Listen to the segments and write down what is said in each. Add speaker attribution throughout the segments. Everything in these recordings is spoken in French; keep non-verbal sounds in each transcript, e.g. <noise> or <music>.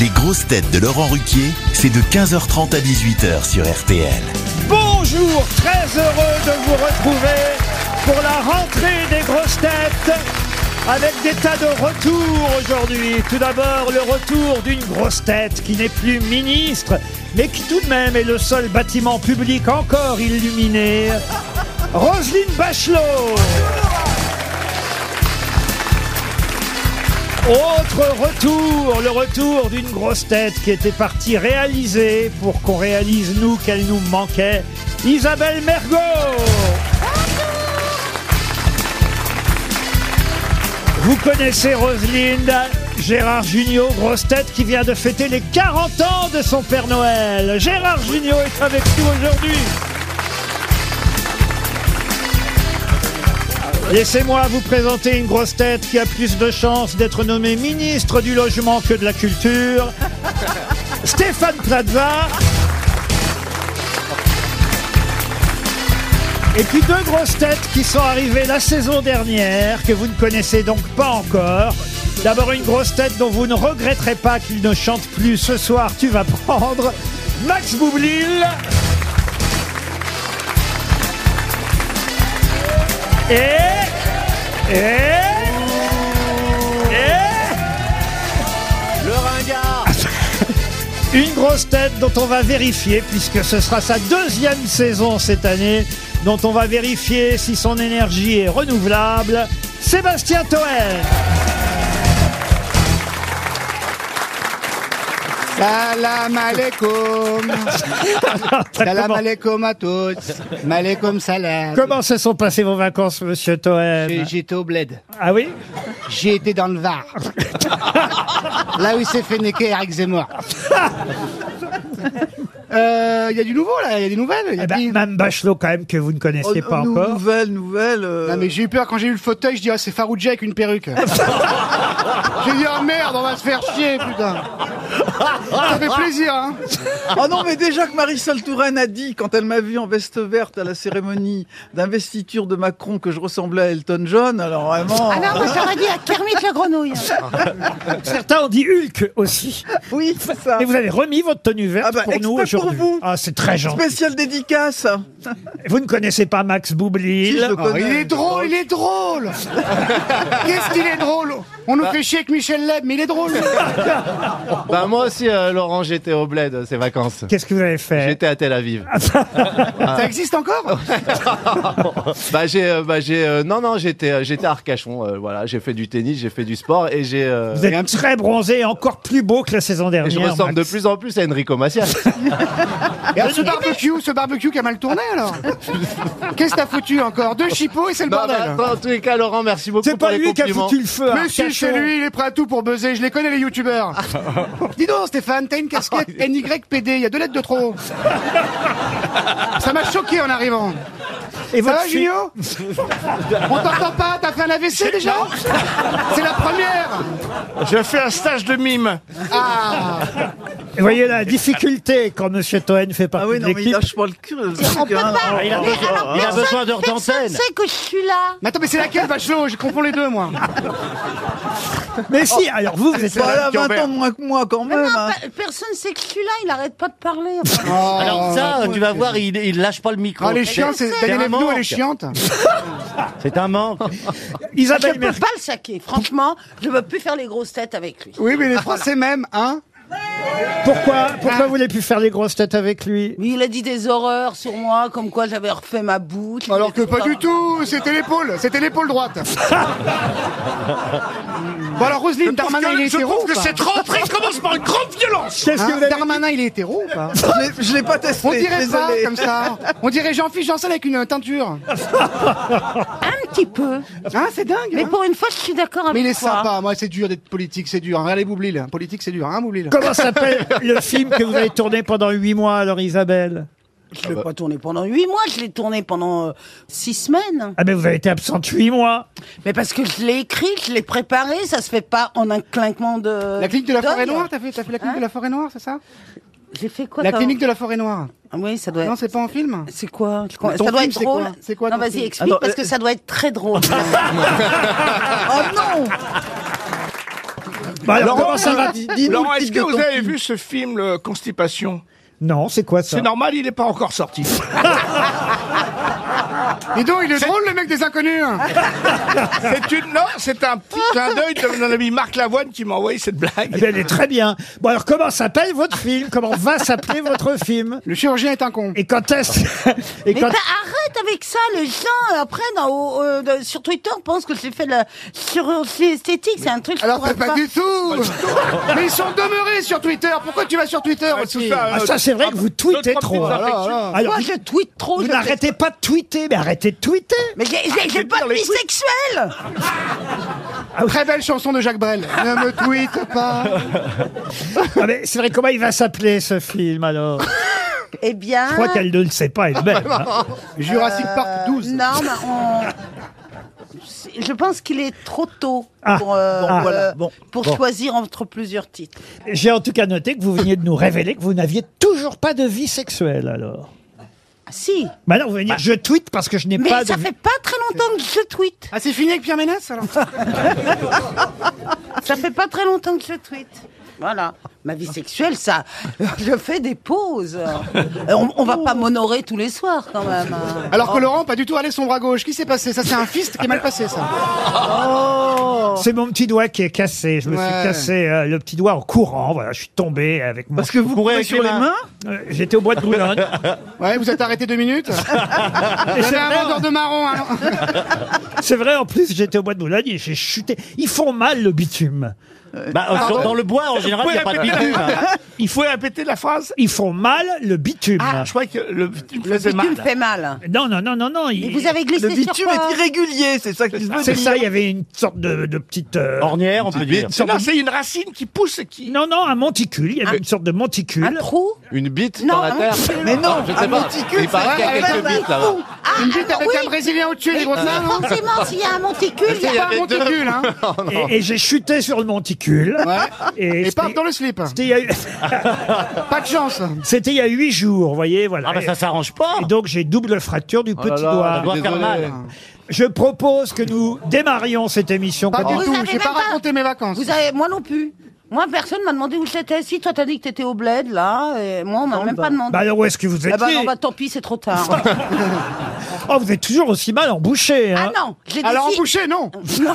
Speaker 1: Les grosses têtes de Laurent Ruquier, c'est de 15h30 à 18h sur RTL.
Speaker 2: Bonjour, très heureux de vous retrouver pour la rentrée des grosses têtes avec des tas de retours aujourd'hui. Tout d'abord, le retour d'une grosse tête qui n'est plus ministre, mais qui tout de même est le seul bâtiment public encore illuminé. Roselyne Bachelot. Autre retour, le retour d'une grosse tête qui était partie réaliser pour qu'on réalise nous qu'elle nous manquait, Isabelle Mergot. Vous connaissez Roselyne, Gérard Junior, grosse tête qui vient de fêter les 40 ans de son Père Noël. Gérard Junior est avec nous aujourd'hui. Laissez-moi vous présenter une grosse tête qui a plus de chances d'être nommée ministre du logement que de la culture. Stéphane Plaza. Et puis deux grosses têtes qui sont arrivées la saison dernière, que vous ne connaissez donc pas encore. D'abord une grosse tête dont vous ne regretterez pas qu'il ne chante plus ce soir, tu vas prendre. Max Boublil. Et. Et. Et.
Speaker 3: Le ringard
Speaker 2: Une grosse tête dont on va vérifier, puisque ce sera sa deuxième saison cette année, dont on va vérifier si son énergie est renouvelable, Sébastien Toer. <laughs>
Speaker 3: Salam alaikum Salam alaikum à tous Malaikum salam
Speaker 2: Comment se sont passées vos vacances, monsieur Toer
Speaker 3: Ah, J'ai- J'étais au bled.
Speaker 2: Ah oui
Speaker 3: J'ai été dans
Speaker 2: <laughs>
Speaker 3: le Var. là où il s'est fait niquer
Speaker 2: <laughs>
Speaker 3: Eric Zemmour. Euh, Il y a du nouveau là, il y a des nouvelles. il y a
Speaker 2: eh ben,
Speaker 3: des-
Speaker 2: Mme Bachelot, quand même, que vous ne connaissez
Speaker 3: Oh,
Speaker 2: pas encore.
Speaker 4: Oh, Nouvelle, nouvelle. euh,
Speaker 3: Non mais j'ai eu peur quand j'ai eu le fauteuil, je dis ah c'est Faroujah avec
Speaker 2: <laughs>
Speaker 3: une perruque. j'ai dit ah merde on va se faire chier
Speaker 2: <laughs>
Speaker 3: putain. Ça fait plaisir hein.
Speaker 4: Oh non, mais déjà que Marisol Touraine a dit, quand elle m'a vu en veste verte à la cérémonie d'investiture de Macron, que je ressemblais à Elton John, alors vraiment. euh,
Speaker 5: Ah non, moi j'aurais dit à Kermit la grenouille.
Speaker 2: Certains ont dit Hulk aussi.
Speaker 4: oui, c'est ça.
Speaker 2: Et vous avez remis votre tenue verte
Speaker 4: Ah bah,
Speaker 2: pour nous
Speaker 4: exprès pour
Speaker 2: aujourd'hui.
Speaker 4: vous.
Speaker 2: Ah, c'est très gentil.
Speaker 4: Spéciale dédicace.
Speaker 2: Vous ne connaissez pas Max Boublil
Speaker 4: Si,
Speaker 2: Ah,
Speaker 4: je le
Speaker 3: Oh, il
Speaker 4: connais.
Speaker 3: est drôle, il
Speaker 6: <laughs>
Speaker 3: est drôle Qu'est-ce qu'il est drôle On nous fait chier avec Michel Leb, mais il est drôle
Speaker 6: Bah moi aussi, euh, Laurent, j'étais au bled euh, ces vacances.
Speaker 2: Qu'est-ce que vous avez fait Ah,
Speaker 6: J'étais à Tel Aviv. Ah.
Speaker 3: Ça existe encore
Speaker 6: <laughs> Bah j'ai, euh, bah j'ai, euh, non non, j'étais, euh, j'étais à Arcachon. euh, voilà, j'ai fait du tennis, j'ai fait du sport et j'ai. euh,
Speaker 2: Vous êtes très bronzé, et encore plus beau que la saison
Speaker 6: et
Speaker 2: dernière.
Speaker 6: je ressemble de
Speaker 2: Max.
Speaker 6: plus en plus à Enrico Macias.
Speaker 3: Et alors, ce
Speaker 6: Bah,
Speaker 3: barbecue, ce barbecue qui a mal tourné
Speaker 6: <laughs>
Speaker 3: alors Qu'est-ce que t'as foutu encore Deux chipots et c'est le
Speaker 6: Non, mais
Speaker 3: bordel
Speaker 6: attends, Bah, en tous les cas, Laurent, merci beaucoup
Speaker 2: C'est
Speaker 6: pour
Speaker 2: pas
Speaker 6: les
Speaker 2: lui qui a
Speaker 6: compliments.
Speaker 2: foutu le feu. hein. à
Speaker 3: Monsieur,
Speaker 2: Arcachon.
Speaker 3: c'est lui, il est prêt à tout pour buzzer, je les connais les youtubeurs
Speaker 6: Ah.
Speaker 3: Dis donc Stéphane, t'as
Speaker 6: <laughs>
Speaker 3: une casquette NYPD, il y a deux lettres de trop Ça m'a choqué en arrivant
Speaker 2: Et
Speaker 3: Ça
Speaker 2: votre
Speaker 3: va
Speaker 2: fille-
Speaker 3: Junio <laughs> On t'entend pas, t'as fait un AVC déjà <laughs> C'est la première
Speaker 7: Je fais un stage de mime.
Speaker 3: Ah
Speaker 2: Vous voyez la difficulté quand Monsieur Toen fait
Speaker 4: Ah
Speaker 2: partie
Speaker 4: oui,
Speaker 2: de
Speaker 4: non, mais il
Speaker 2: l'équipe.
Speaker 4: lâche pas le cul. le truc,
Speaker 5: On peut
Speaker 4: hein.
Speaker 5: pas.
Speaker 7: Ah, il a
Speaker 5: Mais
Speaker 7: besoin-
Speaker 5: alors,
Speaker 7: il a
Speaker 5: personne-
Speaker 7: besoin d'heures
Speaker 5: Personne
Speaker 7: d'antenne.
Speaker 5: sait que je suis là.
Speaker 3: Mais attends, mais c'est laquelle, Bachelot Je confonds les deux, moi.
Speaker 2: Mais si, alors vous, vous êtes
Speaker 4: Voilà, 20 ans de moins que moi quand
Speaker 5: Non,
Speaker 4: même. hein.
Speaker 5: pe- personne sait que je suis là. Il arrête pas de parler.
Speaker 3: bah.
Speaker 8: <laughs>
Speaker 3: Oh,
Speaker 7: Alors ça,
Speaker 3: ouais.
Speaker 7: tu vas voir, il, il lâche pas le micro.
Speaker 3: Oh, elle est chiante, c'est- Daniel
Speaker 7: un
Speaker 3: Evenou, elle est
Speaker 8: <laughs>
Speaker 7: manque.
Speaker 3: chiante.
Speaker 7: C'est un manque.
Speaker 5: Je
Speaker 2: Isabelle
Speaker 5: peux
Speaker 2: Merc-
Speaker 5: pas le saquer. Franchement, je veux plus faire les grosses têtes avec lui. Ah,
Speaker 3: Oui, mais les Français même, hein
Speaker 2: Pourquoi, pourquoi vous voulez plus faire les grosses têtes avec lui
Speaker 5: Oui, il a dit des horreurs sur moi, comme quoi j'avais refait ma bouche.
Speaker 3: Alors que pas du tout, c'était l'épaule, c'était l'épaule droite. Bon alors, Roselyne, Darmanin, il est
Speaker 7: je
Speaker 3: hétéro
Speaker 7: trouve
Speaker 3: ou
Speaker 7: que
Speaker 3: pas
Speaker 7: cette rentrée commence par une grande violence.
Speaker 2: Qu'est-ce que
Speaker 3: Hein
Speaker 2: vous avez
Speaker 3: Darmanin, il est hétéro
Speaker 2: <laughs>
Speaker 3: ou pas
Speaker 4: Je l'ai- Je l'ai pas testé.
Speaker 3: On dirait ça,
Speaker 4: désolé.
Speaker 3: comme ça. On dirait Jean-Philippe Janssen avec une teinture.
Speaker 5: Un petit peu.
Speaker 3: Hein, c'est dingue,
Speaker 5: Mais
Speaker 3: hein
Speaker 5: pour une fois, je suis d'accord avec
Speaker 3: Mais il est
Speaker 5: toi.
Speaker 3: sympa, moi c'est dur d'être politique, c'est dur. Regardez Boublil, hein. politique c'est dur, hein Boublil
Speaker 2: Comment
Speaker 3: <laughs>
Speaker 2: s'appelle le film que vous avez tourné pendant huit mois, alors Isabelle
Speaker 3: Ah
Speaker 5: Je
Speaker 3: bah.
Speaker 5: l'ai pas tourné pendant huit mois. Je l'ai tourné pendant euh, six semaines.
Speaker 2: Ah mais vous avez été absente huit mois.
Speaker 5: Mais parce que je l'ai écrit, je l'ai préparé. Ça se fait pas en un clinquement de.
Speaker 3: La clinique de la
Speaker 5: d'œil.
Speaker 3: forêt noire, t'as fait, t'as fait la clinique de
Speaker 5: Hein
Speaker 3: la forêt noire, c'est ça
Speaker 5: J'ai fait quoi
Speaker 3: La
Speaker 5: t'as-
Speaker 3: clinique de la forêt noire.
Speaker 5: Ah oui, ça doit
Speaker 3: Non,
Speaker 5: être.
Speaker 3: c'est pas en film
Speaker 5: C'est quoi Je crois-
Speaker 3: Mais
Speaker 5: Ça
Speaker 3: ton
Speaker 5: doit
Speaker 3: film,
Speaker 5: être
Speaker 3: c'est quoi
Speaker 5: drôle.
Speaker 3: C'est quoi
Speaker 5: Non,
Speaker 3: ton
Speaker 5: vas-y,
Speaker 3: film
Speaker 5: explique
Speaker 4: Alors,
Speaker 5: parce
Speaker 4: euh,
Speaker 5: que
Speaker 2: <laughs>
Speaker 3: Ah
Speaker 5: ça doit être très drôle. oh non
Speaker 2: Bah alors, comment ça va
Speaker 4: dis- dis-nous
Speaker 7: Laurent,
Speaker 4: le
Speaker 7: est-ce
Speaker 4: titre
Speaker 7: que
Speaker 4: de
Speaker 7: vous
Speaker 4: ton
Speaker 7: avez
Speaker 4: film.
Speaker 7: vu ce film le Constipation
Speaker 2: Non, c'est quoi ça
Speaker 7: C'est normal, il n'est pas encore sorti.
Speaker 3: Dis donc, il est drôle, le mec des inconnus. hein.
Speaker 7: <laughs> c'est une non, c'est un petit clin d'œil de mon ami Marc Lavoine qui m'a envoyé cette
Speaker 2: Eh
Speaker 7: blague.
Speaker 2: bien, elle est très bien. Bon, alors, comment s'appelle votre film Comment va s'appeler votre film
Speaker 3: Le chirurgien est un con.
Speaker 2: Et quand est-ce <laughs>
Speaker 5: Mais
Speaker 2: et quand...
Speaker 5: t'as- arrête avec ça, les gens, euh, après, dans- au- au- de- sur Twitter, pensent que j'ai fait la chirurgie esthétique, c'est un truc que je
Speaker 3: Alors,
Speaker 5: pourrais
Speaker 3: t'es pas du tout <laughs> Mais ils sont demeurés sur Twitter Pourquoi tu vas sur Twitter aussi
Speaker 2: Ah, ça, c'est vrai que vous tweetez trop.
Speaker 3: Ah,
Speaker 2: hein.
Speaker 3: là, là.
Speaker 2: Alors,
Speaker 5: Moi,
Speaker 2: vous-
Speaker 5: je tweete <laughs> trop.
Speaker 2: vous
Speaker 5: je-
Speaker 2: n'arrêtez pas de tweeter, mais arrêtez de tweeter
Speaker 5: Mais j'ai- j'ai j'ai pas de vie sexuelle
Speaker 3: Ah Très belle chanson de Jacques Brel. Ne me tweete pas.
Speaker 2: Ah, mais C'est vrai, comment il va s'appeler, ce film, alors
Speaker 5: Eh bien...
Speaker 4: Ah.
Speaker 5: Euh,
Speaker 2: Je crois qu'elle ne le sait pas elle-même.
Speaker 3: Ah, bah,
Speaker 5: Ah,
Speaker 2: hein.
Speaker 3: Jurassic Park 12.
Speaker 5: Non, mais on... Je pense qu'il est trop tôt
Speaker 2: Ah,
Speaker 5: pour, euh,
Speaker 2: bon, voilà,
Speaker 5: euh,
Speaker 2: bon,
Speaker 5: pour choisir entre plusieurs titres.
Speaker 2: J'ai en tout cas noté que vous veniez de nous révéler que vous n'aviez toujours pas de vie sexuelle, alors.
Speaker 5: Ah, Si, Bah.
Speaker 2: Maintenant, vous venez dire, je tweete parce que je n'ai
Speaker 5: mais
Speaker 2: pas
Speaker 5: ça
Speaker 2: de vie...
Speaker 5: fait pas très longtemps que je tweete.
Speaker 3: Ah, c'est fini avec Pierre Ménès,
Speaker 5: <laughs>
Speaker 3: alors
Speaker 5: Ça fait pas très longtemps que je tweete. Voilà. Ma vie sexuelle, ça, je fais des <laughs> pauses. Euh, On, on va pas m'honorer tous les soirs, quand même. hein.
Speaker 3: Alors que Laurent, pas du tout allé son bras gauche. Qui s'est passé Ça, c'est un fist qui est mal passé, ça.
Speaker 5: Oh.
Speaker 2: C'est mon petit doigt qui est cassé. Je me suis
Speaker 3: Ouais.
Speaker 2: cassé euh, le petit doigt en courant. Voilà, je suis tombé avec mon.
Speaker 4: Parce que vous courez sur les mains
Speaker 2: Euh, J'étais au bois de Boulogne.
Speaker 3: Ouais, vous êtes arrêté deux minutes. Vous avez un vendeur de marron. hein.
Speaker 2: C'est vrai, en plus, j'étais au bois de Boulogne et j'ai chuté. Ils font mal le bitume.
Speaker 9: Bah, euh, sur- dans le bois, en général, il n'y a pas de bitume.
Speaker 7: Il faut répéter la phrase.
Speaker 2: Ils font mal le bitume.
Speaker 7: Ah, je croyais que le tu me
Speaker 5: Le
Speaker 7: faisais mal.
Speaker 5: bitume fait
Speaker 7: <laughs>
Speaker 3: Ah,
Speaker 5: mal.
Speaker 2: Non, non, non, non, non.
Speaker 5: Et
Speaker 2: il-
Speaker 5: vous avez glissé
Speaker 4: Le bitume
Speaker 5: sur quoi
Speaker 4: est irrégulier, c'est ça qui se veut
Speaker 2: C'est
Speaker 4: dire.
Speaker 2: ça, il y avait une sorte de, de petite. euh,
Speaker 9: Ornière, on peut dire.
Speaker 2: une sorte
Speaker 7: Non,
Speaker 2: de-
Speaker 7: c'est une racine qui pousse et qui.
Speaker 2: Non, non, un monticule. Il y avait une sorte de monticule.
Speaker 5: Un trou
Speaker 6: Une bite
Speaker 5: Non,
Speaker 6: dans la
Speaker 5: un
Speaker 6: terre Ah,
Speaker 5: monticule.
Speaker 4: Ah. Mais non,
Speaker 6: Je
Speaker 4: un
Speaker 6: sais pas.
Speaker 4: monticule,
Speaker 6: Il paraît
Speaker 4: c'est
Speaker 6: qu'il y a
Speaker 4: vrai,
Speaker 6: quelques
Speaker 4: mais
Speaker 6: bites là-bas.
Speaker 5: Ah,
Speaker 3: Une bite
Speaker 5: alors
Speaker 3: avec
Speaker 5: oui,
Speaker 3: un Brésilien au-dessus, les hein. gros
Speaker 5: mais
Speaker 3: seins.
Speaker 5: forcément, s'il y a un monticule, il y a
Speaker 3: C'est pas un
Speaker 6: avait deux.
Speaker 3: monticule,
Speaker 9: <laughs>
Speaker 3: hein.
Speaker 2: Et, et j'ai chuté sur le monticule. Et,
Speaker 3: Et
Speaker 2: c'était-
Speaker 3: part dans le slip.
Speaker 2: c'était il y a-
Speaker 3: <laughs> Pas de chance.
Speaker 2: C'était il y a huit jours, vous voyez, voilà.
Speaker 9: Ah bah ça s'arrange pas. Oh
Speaker 2: Et donc j'ai double fracture du petit
Speaker 9: Ça
Speaker 2: doigt.
Speaker 9: doit faire mal.
Speaker 2: Je propose que nous démarrions cette émission.
Speaker 3: Pas
Speaker 5: Vous
Speaker 3: du tout.
Speaker 5: avez
Speaker 3: J'ai pas
Speaker 5: même pas-
Speaker 3: raconté mes vacances.
Speaker 5: Vous avez, moi non plus. Moi, personne m'a demandé où j'étais. Si, toi, t'as dit que t'étais au bled, là. Et moi, on m'a même pas demandé.
Speaker 2: Bah alors où est-ce que vous
Speaker 5: Eh
Speaker 2: étiez
Speaker 5: ben, non, bah, tant pis, c'est trop
Speaker 2: <laughs>
Speaker 5: tard.
Speaker 2: Oh, vous êtes toujours aussi mal embouché.
Speaker 5: ah
Speaker 2: Hein
Speaker 5: non, j'ai dit
Speaker 3: Alors,
Speaker 5: si-
Speaker 3: embouché, non.
Speaker 5: <laughs> Non,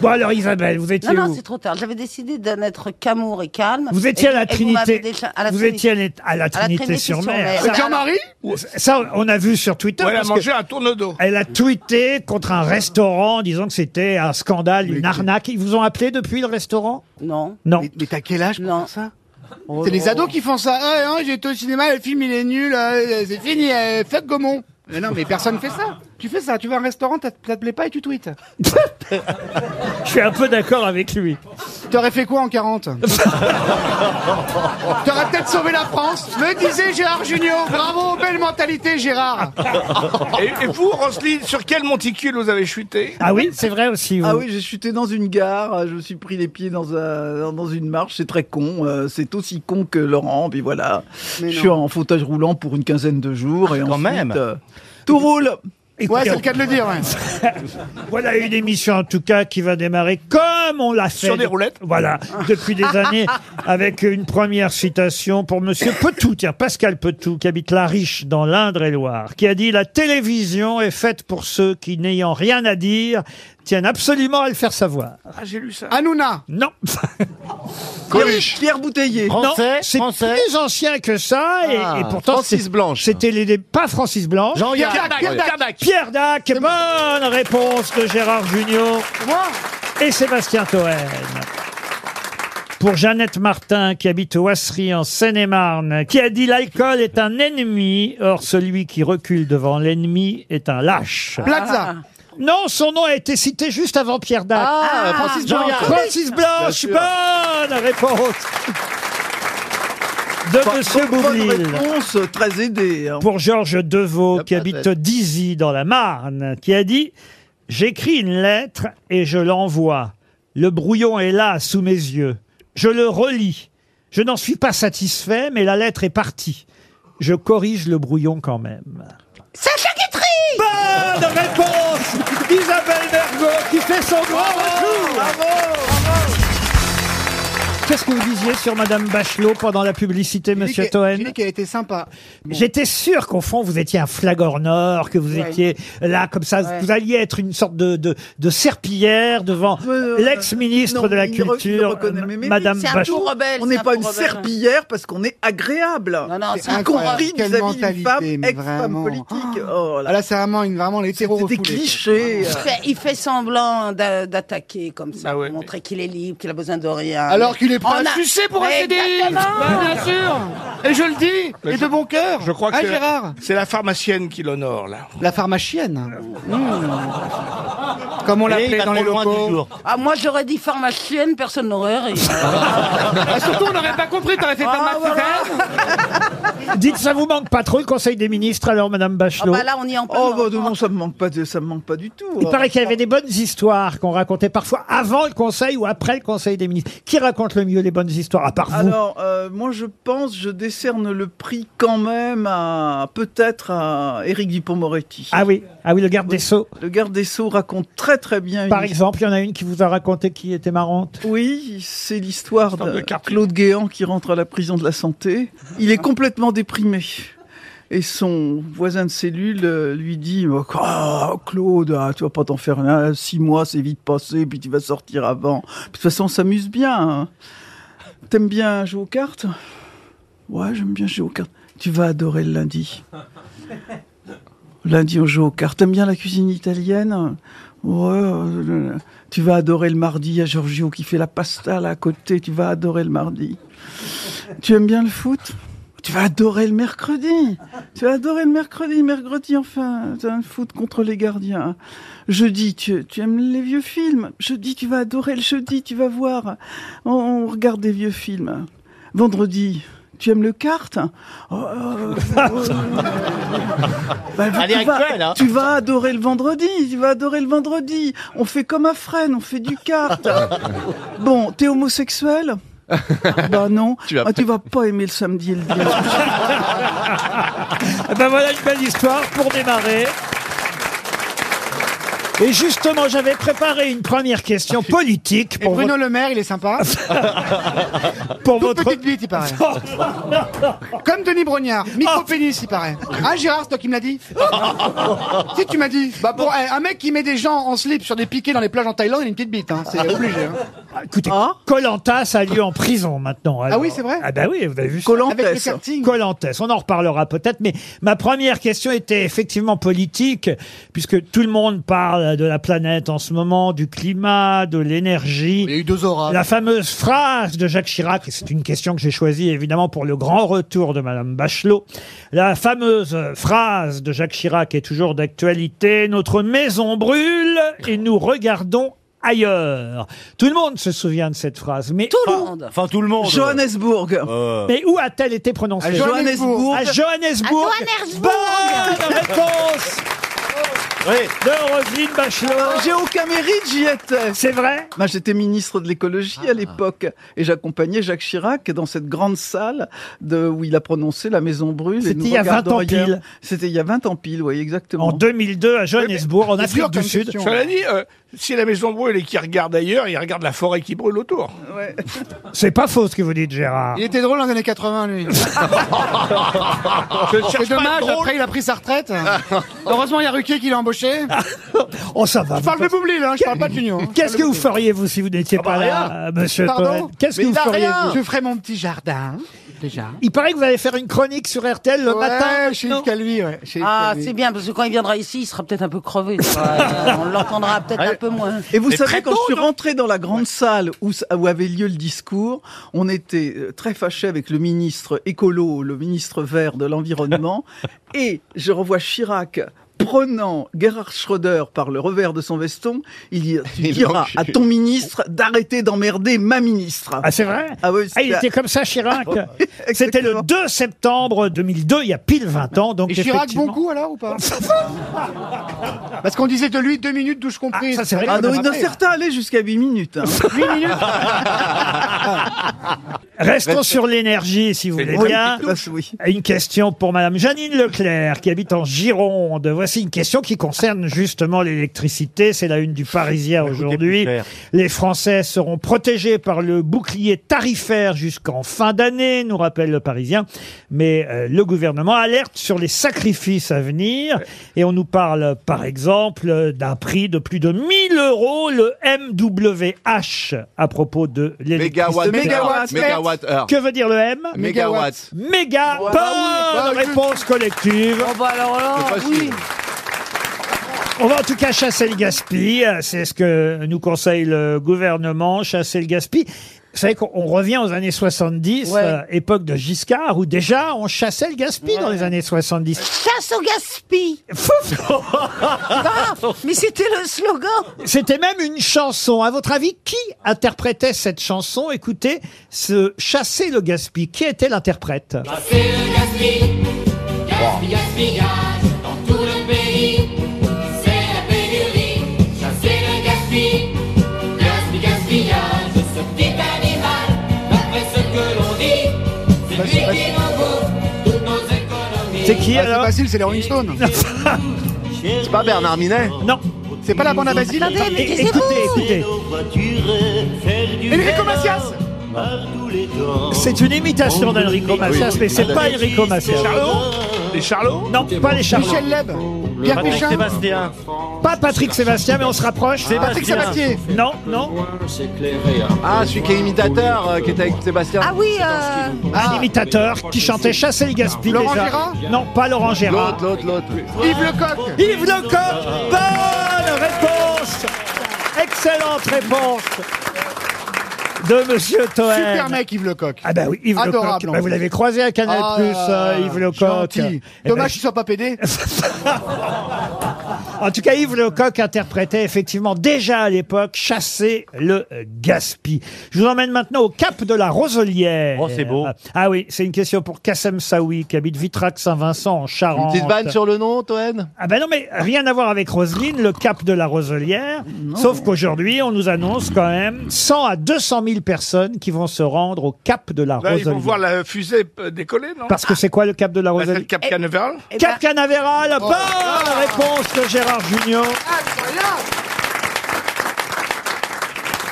Speaker 2: bon alors Isabelle, vous étiez
Speaker 5: non, non,
Speaker 2: où
Speaker 5: c'est trop tard. J'avais décidé de n'être qu'amour et calme.
Speaker 2: Vous étiez
Speaker 5: Et-
Speaker 2: à la
Speaker 5: et vous m'avez
Speaker 2: Trinité.
Speaker 5: déjà- à la
Speaker 2: vous
Speaker 5: Trinité.
Speaker 2: étiez à la, à la Trinité, sur mer.
Speaker 5: Trinité-sur-Mer.
Speaker 3: Avec Jean-Marie
Speaker 2: Ça, ça, on a vu sur Twitter.
Speaker 7: Ouais, elle a
Speaker 2: parce que
Speaker 7: mangé un tourne-dos.
Speaker 2: elle a tweeté contre un restaurant en disant que c'était un scandale, une arnaque. Ils vous ont appelé depuis le restaurant
Speaker 5: Non.
Speaker 2: Non.
Speaker 3: Mais, mais t'as quel âge pour
Speaker 5: Non. Oh hein.
Speaker 3: faire ça C'est les ados qui font ça. Ah, non, j'ai été au cinéma, le film il est nul, euh, c'est fini, euh, fuck Gaumont. Mais non, mais personne fait ça. Tu fais ça, tu vas à un restaurant, ça te plaît pas et tu tweets.
Speaker 2: Je suis un peu d'accord avec
Speaker 5: <laughs>
Speaker 2: lui.
Speaker 3: T'aurais fait quoi en 40 T'aurais peut-être sauvé la France, me disait Gérard Junior. Bravo, belle
Speaker 7: <laughs>
Speaker 3: mentalité Gérard.
Speaker 7: Et, et vous, Roselyne, sur quel monticule vous avez chuté
Speaker 2: Ah oui, c'est vrai aussi. vous.
Speaker 4: Ah oui, j'ai chuté dans une gare, euh, je me suis pris les pieds dans, un- dans une marche, c'est très con, euh, c'est aussi con que Laurent, puis voilà. Je suis en fauteuil roulant pour une quinzaine de
Speaker 2: Ah,
Speaker 4: jours et
Speaker 9: Quand
Speaker 4: ensuite,
Speaker 9: même.
Speaker 4: euh, tout roule.
Speaker 3: Ouais,
Speaker 2: Écoutez,
Speaker 3: c'est le cas de le dire. ouais.
Speaker 2: Voilà une émission en tout cas qui va démarrer comme on l'a fait.
Speaker 7: Sur des roulettes.
Speaker 2: Voilà, depuis des
Speaker 7: <laughs>
Speaker 2: années, avec une première citation pour Monsieur Petou, tiens, Pascal Petou, qui habite La Riche dans l'Indre-et-Loire, qui a dit La télévision est faite pour ceux qui, n'ayant rien à dire, tiennent absolument à le faire savoir.
Speaker 7: Ah, j'ai lu ça.
Speaker 3: Hanouna,
Speaker 2: Non,
Speaker 4: Pierre, Pierre Bouteiller.
Speaker 2: non
Speaker 9: Français,
Speaker 2: c'est
Speaker 9: français.
Speaker 2: plus ancien que ça, et, et pourtant,
Speaker 6: Francis
Speaker 2: c'est-
Speaker 6: Blanche.
Speaker 2: c'était les, les- pas Francis Blanche.
Speaker 9: Jean-Yann.
Speaker 7: Pierre Dac, Pierre Dac.
Speaker 2: Pierre Dac, bonne réponse de Gérard Junior et Sébastien Toen. Pour Jeannette Martin, qui habite Oisserie en Seine-et-Marne, qui a dit l'alcool est un ennemi, or celui qui recule devant l'ennemi est un lâche.
Speaker 3: Plaza.
Speaker 2: Ah. Non, son nom a été cité juste avant Pierre Dac.
Speaker 9: Ah, Francis Blanc.
Speaker 2: Francis Blanche, bonne réponse de Monsieur
Speaker 4: Bonne
Speaker 2: Boublil.
Speaker 4: réponse, très aidé. hein.
Speaker 2: Pour Georges Deveau, qui
Speaker 6: pas
Speaker 2: habite
Speaker 6: tête.
Speaker 2: Dizy, dans la Marne, qui a dit « J'écris une lettre et je l'envoie. Le brouillon est là, sous mes yeux. Je le relis. Je n'en suis pas satisfait, mais la lettre est partie. Je corrige le brouillon quand même. »
Speaker 5: Sacha Guitry
Speaker 2: Bonne réponse Isabelle Bergot qui fait son grand retour
Speaker 4: Bravo, bravo.
Speaker 2: Qu'est-ce que vous disiez sur Madame Bachelot pendant la publicité,
Speaker 3: J'ai dit
Speaker 2: Monsieur
Speaker 3: qu'elle- J'ai
Speaker 2: Toen
Speaker 3: dit qu'elle était sympa. Bon.
Speaker 2: J'étais sûr qu'au fond, vous étiez un flagor nord, que vous
Speaker 3: Ouais.
Speaker 2: étiez là comme ça,
Speaker 3: Ouais.
Speaker 2: vous alliez être une sorte de, de, de serpillière devant
Speaker 4: euh,
Speaker 2: l'ex-ministre
Speaker 4: non,
Speaker 2: de la
Speaker 4: il re- il
Speaker 2: Culture, euh,
Speaker 4: reconnaît, mais- mais
Speaker 2: Madame
Speaker 5: c'est un
Speaker 2: Bachelot.
Speaker 5: tout rebelle.
Speaker 4: On
Speaker 5: c'est
Speaker 4: n'est
Speaker 5: un
Speaker 4: pas
Speaker 5: tout
Speaker 4: une
Speaker 5: rebelle.
Speaker 4: serpillière parce qu'on est agréable.
Speaker 5: Non, non,
Speaker 3: C'est
Speaker 5: c'est
Speaker 4: Y
Speaker 5: un
Speaker 3: incroyable.
Speaker 4: compris
Speaker 3: Quelle
Speaker 4: vis-à-vis d'une femme,
Speaker 3: mentalité, mais
Speaker 4: ex-femme
Speaker 3: vraiment.
Speaker 4: politique. Oh là
Speaker 3: Ah,
Speaker 4: là,
Speaker 3: Là, c'est vraiment une vraiment l'hétéro
Speaker 4: c'était
Speaker 3: refoulé, quoi.
Speaker 4: cliché.
Speaker 5: Il fait, il fait semblant d'a- d'attaquer comme ça,
Speaker 7: Bah ouais,
Speaker 5: pour montrer qu'il est libre, qu'il a besoin de rien.
Speaker 3: Ah Alors qu'il est prêt
Speaker 5: On
Speaker 3: à
Speaker 5: a-
Speaker 3: sucer pour un CDI
Speaker 5: Exactement.
Speaker 3: Bah, Bien sûr Et je le dis Et de bon cœur
Speaker 7: Je crois que
Speaker 3: Ah,
Speaker 7: c'est-
Speaker 3: Gérard
Speaker 7: c'est la pharmacienne qui l'honore, là.
Speaker 3: La
Speaker 4: Mmh.
Speaker 3: pharmacienne Comme on
Speaker 9: Et il
Speaker 3: l'appelait
Speaker 9: va
Speaker 3: dans les
Speaker 9: trop loin du
Speaker 3: locaux.
Speaker 9: jour.
Speaker 5: Ah, moi, j'aurais dit pharmacienne, personne n'aurait
Speaker 3: <laughs>
Speaker 5: ri.
Speaker 3: Ah, surtout, on n'aurait pas compris, t'aurais fait ta
Speaker 5: Ah,
Speaker 3: maths
Speaker 5: voilà.
Speaker 2: <laughs> Dites, ça vous manque pas trop le Conseil des ministres, alors Madame
Speaker 5: Ah,
Speaker 2: Bachelot
Speaker 5: bah là, on y est en plein
Speaker 4: Oh bah
Speaker 5: dedans.
Speaker 4: non, ça me manque pas, de- ça me manque pas du tout. hein.
Speaker 2: Il paraît qu'il y avait des bonnes histoires qu'on racontait parfois avant le Conseil ou après le Conseil des ministres. Qui raconte le mieux les bonnes histoires, à part vous
Speaker 4: Alors, euh, moi, je pense, je décerne le prix quand même à peut-être à Éric Dupond-Moretti.
Speaker 2: Ah oui, ah oui, le garde des Sceaux.
Speaker 4: Le garde des Sceaux raconte très très bien. une
Speaker 2: Par exemple, il y en a une qui vous a raconté qui était marrante.
Speaker 4: Oui, c'est l'histoire
Speaker 7: Histoire
Speaker 4: de,
Speaker 7: de quartier.
Speaker 4: Claude Guéant qui rentre à la prison de la santé. Il est complètement déprimé. Et son voisin de cellule euh, lui dit « Ah, Claude, ah, tu vas pas t'en faire rien. Six mois, c'est vite passé, puis tu vas sortir avant. Puis, De toute façon, on s'amuse bien. hein. T'aimes bien jouer aux cartes ?»« Ouais, j'aime bien jouer aux cartes. »« Tu vas adorer le lundi. » Lundi, on joue aux cartes. T'aimes bien la cuisine italienne Ouais. euh, euh, tu vas adorer le mardi. Il y a Giorgio qui fait la pasta là à côté. Tu vas adorer le mardi. Tu aimes bien le foot Tu vas adorer le mercredi. Tu vas adorer le mercredi. Mercredi, enfin, t'as un foot contre les gardiens. Jeudi, tu, tu aimes les vieux films. Jeudi, tu vas adorer le jeudi. Tu vas voir. On, on regarde des vieux films. Vendredi. Tu aimes le kart Oh, euh, bah,
Speaker 9: Elle est
Speaker 4: tu vas-
Speaker 9: actuelle, hein.
Speaker 4: tu vas adorer le vendredi, tu vas adorer le vendredi. On fait comme à Fresnes, on fait du kart. Bon, t'es homosexuel Bah non.
Speaker 6: Tu vas
Speaker 4: Ah, tu vas pas aimer le samedi et le dimanche.
Speaker 10: <laughs>
Speaker 2: Eh ben voilà une belle histoire pour démarrer. Et justement, j'avais préparé une première question politique
Speaker 3: Et
Speaker 2: pour,
Speaker 3: Bruno Le Maire, il est sympa.
Speaker 2: votre, <laughs> pour
Speaker 3: Toute
Speaker 2: votre-
Speaker 3: petite bite, il paraît. Comme Denis Brognard. Micro-pénis, il paraît. Hein, Gérard, c'est toi qui me
Speaker 4: <laughs>
Speaker 3: l'as dit Si, tu m'as dit. Bah, pour eh, un mec qui met des gens en slip sur des piquets dans les plages en Thaïlande, il a une petite bite. Hein. C'est obligé. Hein.
Speaker 2: Ah, Écoutez, Colanta, ça a lieu en prison maintenant. alors.
Speaker 3: oui, c'est vrai
Speaker 2: Ah ben oui, vous avez vu ça.
Speaker 3: Avec le
Speaker 4: Colantès.
Speaker 3: karting.
Speaker 2: Colantes. On en reparlera peut-être, mais ma première question était effectivement politique, puisque tout le monde parle de la planète en ce moment, du climat, de l'énergie.
Speaker 3: Il y a eu deux orats.
Speaker 2: La fameuse phrase de Jacques Chirac, et c'est une question que j'ai choisie évidemment pour le grand retour de Madame Bachelot. La fameuse phrase de Jacques Chirac est toujours d'actualité. Notre maison brûle et nous regardons ailleurs. Tout le monde se souvient de cette phrase, mais,
Speaker 5: Tout le monde.
Speaker 9: Enfin, Oh, tout le monde.
Speaker 4: Johannesburg.
Speaker 9: Euh,
Speaker 2: mais où a-t-elle été prononcée
Speaker 3: À Johannesburg.
Speaker 4: Johannesburg.
Speaker 2: À Johannesburg.
Speaker 5: À Johannesburg.
Speaker 2: Bonne réponse
Speaker 9: oui.
Speaker 2: de Roselyne
Speaker 4: Euh,
Speaker 2: Bachelot.
Speaker 4: J'ai aucun mérite, j'y étais.
Speaker 2: C'est vrai Ah.
Speaker 4: Moi, j'étais ministre de l'écologie à l'époque et j'accompagnais Jacques Chirac dans cette grande salle de, où il a prononcé la maison brûle. et
Speaker 2: C'était
Speaker 4: nous
Speaker 2: il y a 20
Speaker 4: regardons
Speaker 2: ans
Speaker 4: ailleurs.
Speaker 2: pile.
Speaker 4: C'était il y a 20 ans pile, oui, exactement.
Speaker 2: En 2002, à Johannesburg, en
Speaker 3: c'est dur
Speaker 2: Afrique du
Speaker 3: comme
Speaker 2: Sud.
Speaker 3: question.
Speaker 7: Cela dit, euh, si la maison brûle et qu'il regarde ailleurs, il regarde la forêt qui brûle autour.
Speaker 4: Ouais.
Speaker 2: C'est pas faux ce que vous dites, Gérard.
Speaker 3: Il était drôle dans les années 80, lui.
Speaker 7: Je ne cherche
Speaker 3: C'est
Speaker 7: pas à être
Speaker 3: dommage,
Speaker 7: drôle.
Speaker 3: après, il a pris sa retraite. Heureusement, il y a Ruquier qui l'a embauché.
Speaker 2: Oh, ça va.
Speaker 3: Je parle de Boublil, hein, je parle pas de l'Union. hein.
Speaker 2: Qu'est-ce que vous feriez, vous, si vous n'étiez pas là, euh, monsieur
Speaker 3: Ah, Pardon
Speaker 2: Toen Qu'est-ce que
Speaker 3: Mais
Speaker 2: vous
Speaker 3: il a
Speaker 2: feriez
Speaker 3: rien.
Speaker 2: vous
Speaker 3: Je ferai mon petit jardin, déjà.
Speaker 2: Il paraît que vous allez faire une chronique sur RTL le
Speaker 3: ouais,
Speaker 2: matin.
Speaker 3: chez
Speaker 2: non
Speaker 3: Yves Calvi, ouais. chez Yves
Speaker 5: Ah,
Speaker 3: Calvi.
Speaker 5: c'est bien, parce que quand il viendra ici, il sera peut-être un peu
Speaker 3: <laughs>
Speaker 5: crevé. tu vois, euh, on l'entendra peut-être
Speaker 3: Ah,
Speaker 5: un peu moins.
Speaker 4: Et vous
Speaker 7: Mais
Speaker 4: savez,
Speaker 7: très
Speaker 4: quand
Speaker 7: tôt,
Speaker 4: je suis
Speaker 7: non
Speaker 4: rentré dans la grande salle où, s- où avait lieu le discours, on était euh, très fâchés avec le ministre écolo, le ministre vert de l'environnement, et je revois Chirac prenant Gerhard Schröder par le revers de son veston, il dit « Tu
Speaker 6: Il
Speaker 4: diras à
Speaker 6: l'encule.
Speaker 4: ton ministre d'arrêter d'emmerder ma ministre
Speaker 2: Ah, c'est vrai
Speaker 4: Ah oui,
Speaker 2: Ah, il
Speaker 4: c'était-
Speaker 2: était comme
Speaker 4: <laughs>
Speaker 2: ça, Chirac. C'était le
Speaker 4: Exactement.
Speaker 2: 2 septembre 2002, il y a pile 20 ans. Donc
Speaker 3: Et Chirac,
Speaker 2: effectivement-
Speaker 3: bon coup alors ou pas Parce qu'on disait de lui deux minutes douche comprise.
Speaker 2: Ah, ça, c'est vrai
Speaker 4: Ah
Speaker 2: qu'on <laughs>
Speaker 3: <laughs>
Speaker 4: non, il- non, certains allaient jusqu'à 8 minutes. hein.
Speaker 2: Restons sur l'énergie, si vous voulez
Speaker 4: Oui,
Speaker 2: bien. Une question pour Madame Janine Leclerc, qui habite en Gironde. Voici une question qui concerne justement l'électricité. C'est la une du Parisien aujourd'hui. Les Français seront protégés par le bouclier tarifaire jusqu'en fin d'année, nous rappelle le Parisien. Mais euh, le gouvernement alerte sur les sacrifices à venir. Et on nous parle, par exemple, euh, d'un prix de plus de 1000 euros, le MWH, à propos de l'électricité.
Speaker 6: Mégawatt, mégawatt heure.
Speaker 2: Que veut dire le M
Speaker 6: Mégawatt.
Speaker 2: Méga bonne réponse collective.
Speaker 5: Oh bah alors là, oui.
Speaker 2: On va en tout cas chasser le gaspille. Euh, C'est ce que nous conseille le gouvernement, chasser le gaspille. Vous savez qu'on on revient aux années 70,
Speaker 5: Ouais.
Speaker 2: euh, époque de Giscard, où déjà on chassait le gaspille dans les années 70.
Speaker 5: Chasse au
Speaker 2: <laughs>
Speaker 5: gaspille Ah, Mais c'était le slogan
Speaker 2: C'était même une chanson. À votre avis, qui interprétait cette chanson Écoutez, ce chasser le gaspille, qui était l'interprète
Speaker 10: C'est le gaspille, gaspille, gaspillage dans tout le pays. C'est la pénurie, chassez le gaspille, gaspille, gaspillage. Ce petit animal, d'après ce que l'on dit, c'est lui qui rembourse toutes nos économies.
Speaker 2: C'est qui
Speaker 3: Ah, c'est
Speaker 2: alors
Speaker 3: facile, c'est les Rolling Stones.
Speaker 6: <laughs> C'est pas Bernard Minet
Speaker 2: Non.
Speaker 3: C'est pas la bande à Basile
Speaker 5: Attendez, mais
Speaker 2: É-
Speaker 5: taisez-vous
Speaker 2: Écoutez, écoutez.
Speaker 3: Enrico Macias
Speaker 2: C'est une imitation d'Enrico Macias, mais c'est pas Enrico Macias.
Speaker 7: Les Charlots
Speaker 2: Non, pas les Charlots.
Speaker 3: Michel Leb Pierre
Speaker 9: Patrick
Speaker 3: Péchin
Speaker 9: Sébastien.
Speaker 2: Pas Patrick Sébastien, mais on se rapproche.
Speaker 3: Ah, Patrick Sabatier
Speaker 2: Non, non.
Speaker 6: Ah, celui qui est imitateur, euh, qui était avec Sébastien.
Speaker 5: Ah oui, euh,
Speaker 6: Ah.
Speaker 2: Un imitateur qui chantait Chasser le gaspille.
Speaker 3: Laurent
Speaker 2: déjà.
Speaker 3: Gérard
Speaker 2: Non, pas Laurent Gérard.
Speaker 6: L'autre, l'autre, l'autre.
Speaker 3: Yves Lecoq
Speaker 2: Yves Lecoq, bonne réponse. Excellente réponse de Monsieur Toen.
Speaker 3: Super mec Yves Lecoq
Speaker 2: Ah bah oui, Yves
Speaker 3: Adorable,
Speaker 2: Lecoq.
Speaker 3: en
Speaker 2: Bah, vous
Speaker 3: plus.
Speaker 2: l'avez croisé à Canal
Speaker 3: Ah,
Speaker 2: Plus, euh, Yves Lecoq.
Speaker 3: gentil.
Speaker 2: Eh ben,
Speaker 3: Dommage qu'il soit pas pédé.
Speaker 2: <laughs> En tout cas, Yves Lecoq interprétait effectivement déjà à l'époque Chasser le gaspille. Je vous emmène maintenant au cap de la Roselière.
Speaker 9: Oh, c'est beau.
Speaker 2: Ah oui, c'est une question pour Kassem Saoui qui habite Vitrac-Saint-Vincent en
Speaker 6: Une
Speaker 2: Charente.
Speaker 6: petite vanne sur le nom, Toen
Speaker 2: Ah ben non, mais rien à voir avec Roselyne, le cap de la Roselière. Sauf qu'aujourd'hui, on nous annonce quand même 100 à 200 000 personnes qui vont se rendre au cap de la
Speaker 7: Là, ils vont
Speaker 2: Roselière.
Speaker 7: voir la fusée euh, décoller, non
Speaker 2: Parce que c'est quoi le cap de la
Speaker 7: Bah, c'est le
Speaker 2: Roselière
Speaker 7: Cap Canaveral Oh.
Speaker 5: eh ben,
Speaker 2: Cap
Speaker 7: Ah.
Speaker 2: Canaveral, bonne
Speaker 6: Ah.
Speaker 2: réponse de Gérard Junior.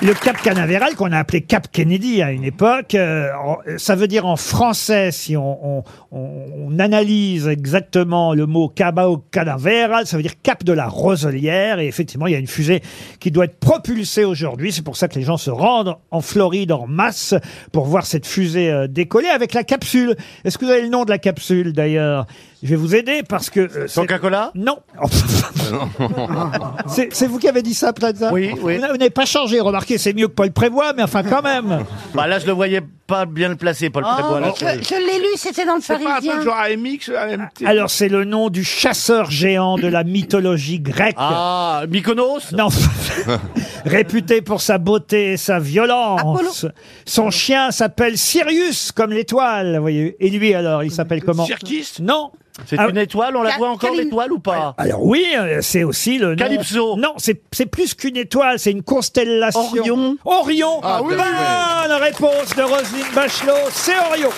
Speaker 2: Le Cap Canaveral, qu'on a appelé Cap Kennedy à une époque, euh, en- ça veut dire en français, si on, on- on- on analyse exactement le mot Cabao Canaveral, ça veut dire Cap de la Roselière. Et effectivement, il y a une fusée qui doit être propulsée aujourd'hui. C'est pour ça que les gens se rendent en Floride en masse pour voir cette fusée euh, décoller avec la capsule. Est-ce que vous avez le nom de la capsule d'ailleurs Je vais vous aider parce que... euh, c'est-
Speaker 9: Coca-Cola
Speaker 2: non. c'est c'est vous qui avez dit ça, Plaza
Speaker 9: Oui, oui.
Speaker 2: Vous n'avez pas changé, remarquez, c'est mieux que Paul Prévoit, mais enfin quand même. Ah,
Speaker 9: Bah là, je le voyais pas bien le placer, Paul Prébois.
Speaker 3: Ah,
Speaker 9: là,
Speaker 5: oh, je je l'ai lu, c'était dans le
Speaker 7: C'est pas un truc
Speaker 5: Parisien.
Speaker 7: genre AMX, AMT
Speaker 2: Alors c'est le nom du chasseur géant de la mythologie grecque.
Speaker 9: Ah, Mykonos
Speaker 2: Non. <laughs> Réputé pour sa beauté et sa violence.
Speaker 5: Apollo.
Speaker 2: Son chien s'appelle Sirius, comme l'étoile, vous voyez. Et lui alors, il s'appelle comment
Speaker 7: Cirquiste
Speaker 2: Non.
Speaker 9: C'est
Speaker 2: Ah,
Speaker 9: une étoile, on la
Speaker 5: Ca-
Speaker 9: voit encore
Speaker 5: Calim-
Speaker 9: l'étoile ou pas
Speaker 2: Alors oui, euh, c'est aussi le nom-
Speaker 9: Calypso.
Speaker 2: Non, c'est c'est plus qu'une étoile, c'est une constellation.
Speaker 9: Orion.
Speaker 2: Orion.
Speaker 6: Ah, oui,
Speaker 2: Bonne
Speaker 6: ouais.
Speaker 2: réponse de Roselyne Bachelot, c'est Orion.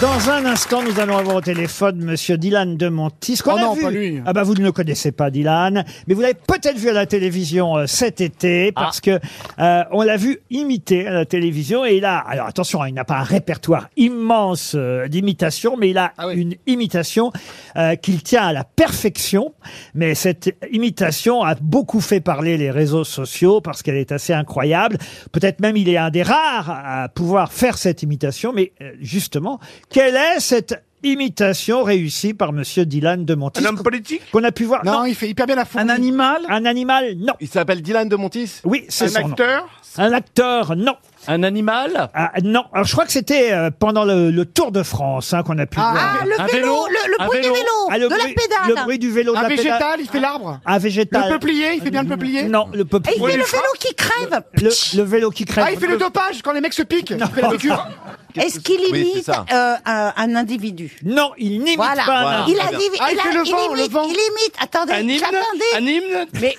Speaker 2: Dans un instant, nous allons avoir au téléphone Monsieur Dylan de Montis. qu'on
Speaker 3: Oh
Speaker 2: a
Speaker 3: non,
Speaker 2: vu.
Speaker 3: pas lui.
Speaker 2: Ah bah vous ne le connaissez pas, Dylan, mais vous l'avez peut-être vu à la télévision euh, cet été
Speaker 9: Ah.
Speaker 2: parce que euh, on l'a vu imiter à la télévision et il a. Alors attention, hein, il n'a pas un répertoire immense euh, d'imitations, mais il a
Speaker 4: Ah
Speaker 2: une imitation euh, qu'il tient à la perfection. Mais cette imitation a beaucoup fait parler les réseaux sociaux parce qu'elle est assez incroyable. Peut-être même il est un des rares à pouvoir faire cette imitation, mais euh, justement, quelle est cette imitation réussie par Monsieur Dylan de Montis
Speaker 7: Un homme politique
Speaker 2: qu'on a pu voir.
Speaker 3: Non,
Speaker 2: Non,
Speaker 3: il fait hyper bien la fourmi.
Speaker 4: Un animal
Speaker 2: un animal, non.
Speaker 6: Il s'appelle Dylan de Montis
Speaker 2: Oui, c'est
Speaker 7: Un
Speaker 2: son nom.
Speaker 7: acteur
Speaker 2: Un acteur, non.
Speaker 9: Un animal
Speaker 2: Ah, non. Alors, je crois que c'était euh, pendant le, le Tour de France hein, qu'on a pu voir.
Speaker 5: Ah, le
Speaker 9: Un
Speaker 5: vélo,
Speaker 9: vélo,
Speaker 5: le, le
Speaker 9: un
Speaker 5: bruit
Speaker 9: vélo.
Speaker 5: du vélo,
Speaker 2: Ah,
Speaker 5: de
Speaker 2: bruit,
Speaker 5: la pédale.
Speaker 2: le bruit du vélo, de
Speaker 3: Un
Speaker 2: la pédale.
Speaker 3: végétal, il fait l'arbre.
Speaker 2: Un végétal.
Speaker 3: Le peuplier, il fait bien le peuplier.
Speaker 2: Non, le
Speaker 5: Et il
Speaker 2: peuplier.
Speaker 5: fait le vélo qui crève.
Speaker 2: Le, le vélo qui crève.
Speaker 3: Ah, il fait le dopage quand les mecs se piquent. Il fait la piqûre.
Speaker 5: Est-ce qu'il
Speaker 6: Oui, c'est
Speaker 5: imite
Speaker 6: ça.
Speaker 5: euh, un, un individu
Speaker 2: Non, il n'imite
Speaker 5: voilà.
Speaker 2: pas un Voilà.
Speaker 5: Il,
Speaker 2: individu.
Speaker 5: indivi-
Speaker 7: Ah, il
Speaker 5: il, a-
Speaker 7: fait le
Speaker 5: il
Speaker 7: vent, le
Speaker 5: imite,
Speaker 7: vent.
Speaker 5: il imite. Attendez,
Speaker 10: Un hymne
Speaker 5: attendez.
Speaker 10: Un hymne
Speaker 5: Mais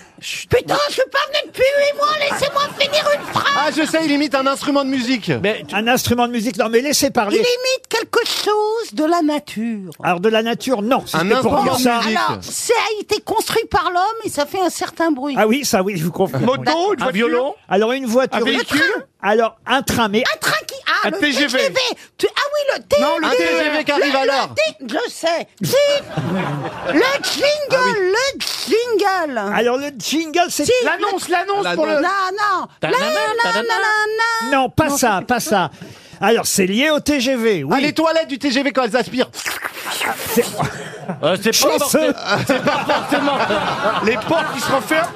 Speaker 5: putain, je suis pas venu depuis 8 mois, laissez-moi finir une phrase.
Speaker 6: Ah, je sais, il imite un instrument de musique.
Speaker 2: Mais tu- un instrument de musique, non mais laissez
Speaker 5: Il
Speaker 2: parler.
Speaker 5: imite quelque chose de la nature.
Speaker 2: Alors de la nature, non. Si
Speaker 6: Un
Speaker 2: c'était pour
Speaker 6: instrument
Speaker 2: dire
Speaker 6: de
Speaker 2: ça.
Speaker 6: musique.
Speaker 5: Alors, ça a été construit par l'homme et ça fait un certain bruit.
Speaker 2: Ah oui, ça oui, je vous comprends.
Speaker 10: Moto, une
Speaker 3: Un
Speaker 10: voiture
Speaker 3: violon
Speaker 2: Alors une voiture.
Speaker 10: Un véhicule
Speaker 2: Alors un train, mais
Speaker 5: Un train qui... Ah,
Speaker 10: Un
Speaker 5: le
Speaker 10: TGV.
Speaker 5: Tu- Ah oui, le TGV.
Speaker 6: Non, le TGV qui arrive à l'heure.
Speaker 5: Le ti- Je sais. Ti- le jingle, le jingle.
Speaker 2: alors le jingle, c'est
Speaker 5: Si.
Speaker 7: L'annonce, l'annonce pour le.
Speaker 5: Non, non. La, la,
Speaker 3: Ta-da-da,
Speaker 5: la, la,
Speaker 3: ta-da-da.
Speaker 5: la.
Speaker 2: non, pas ça, pas ça. Alors c'est lié au TGV,
Speaker 6: Ah,
Speaker 2: oui.
Speaker 6: les toilettes du TGV quand elles aspirent.
Speaker 3: Euh, c'est pas
Speaker 2: Chanceux.
Speaker 3: forcément. Euh,
Speaker 10: Les portes qui se referment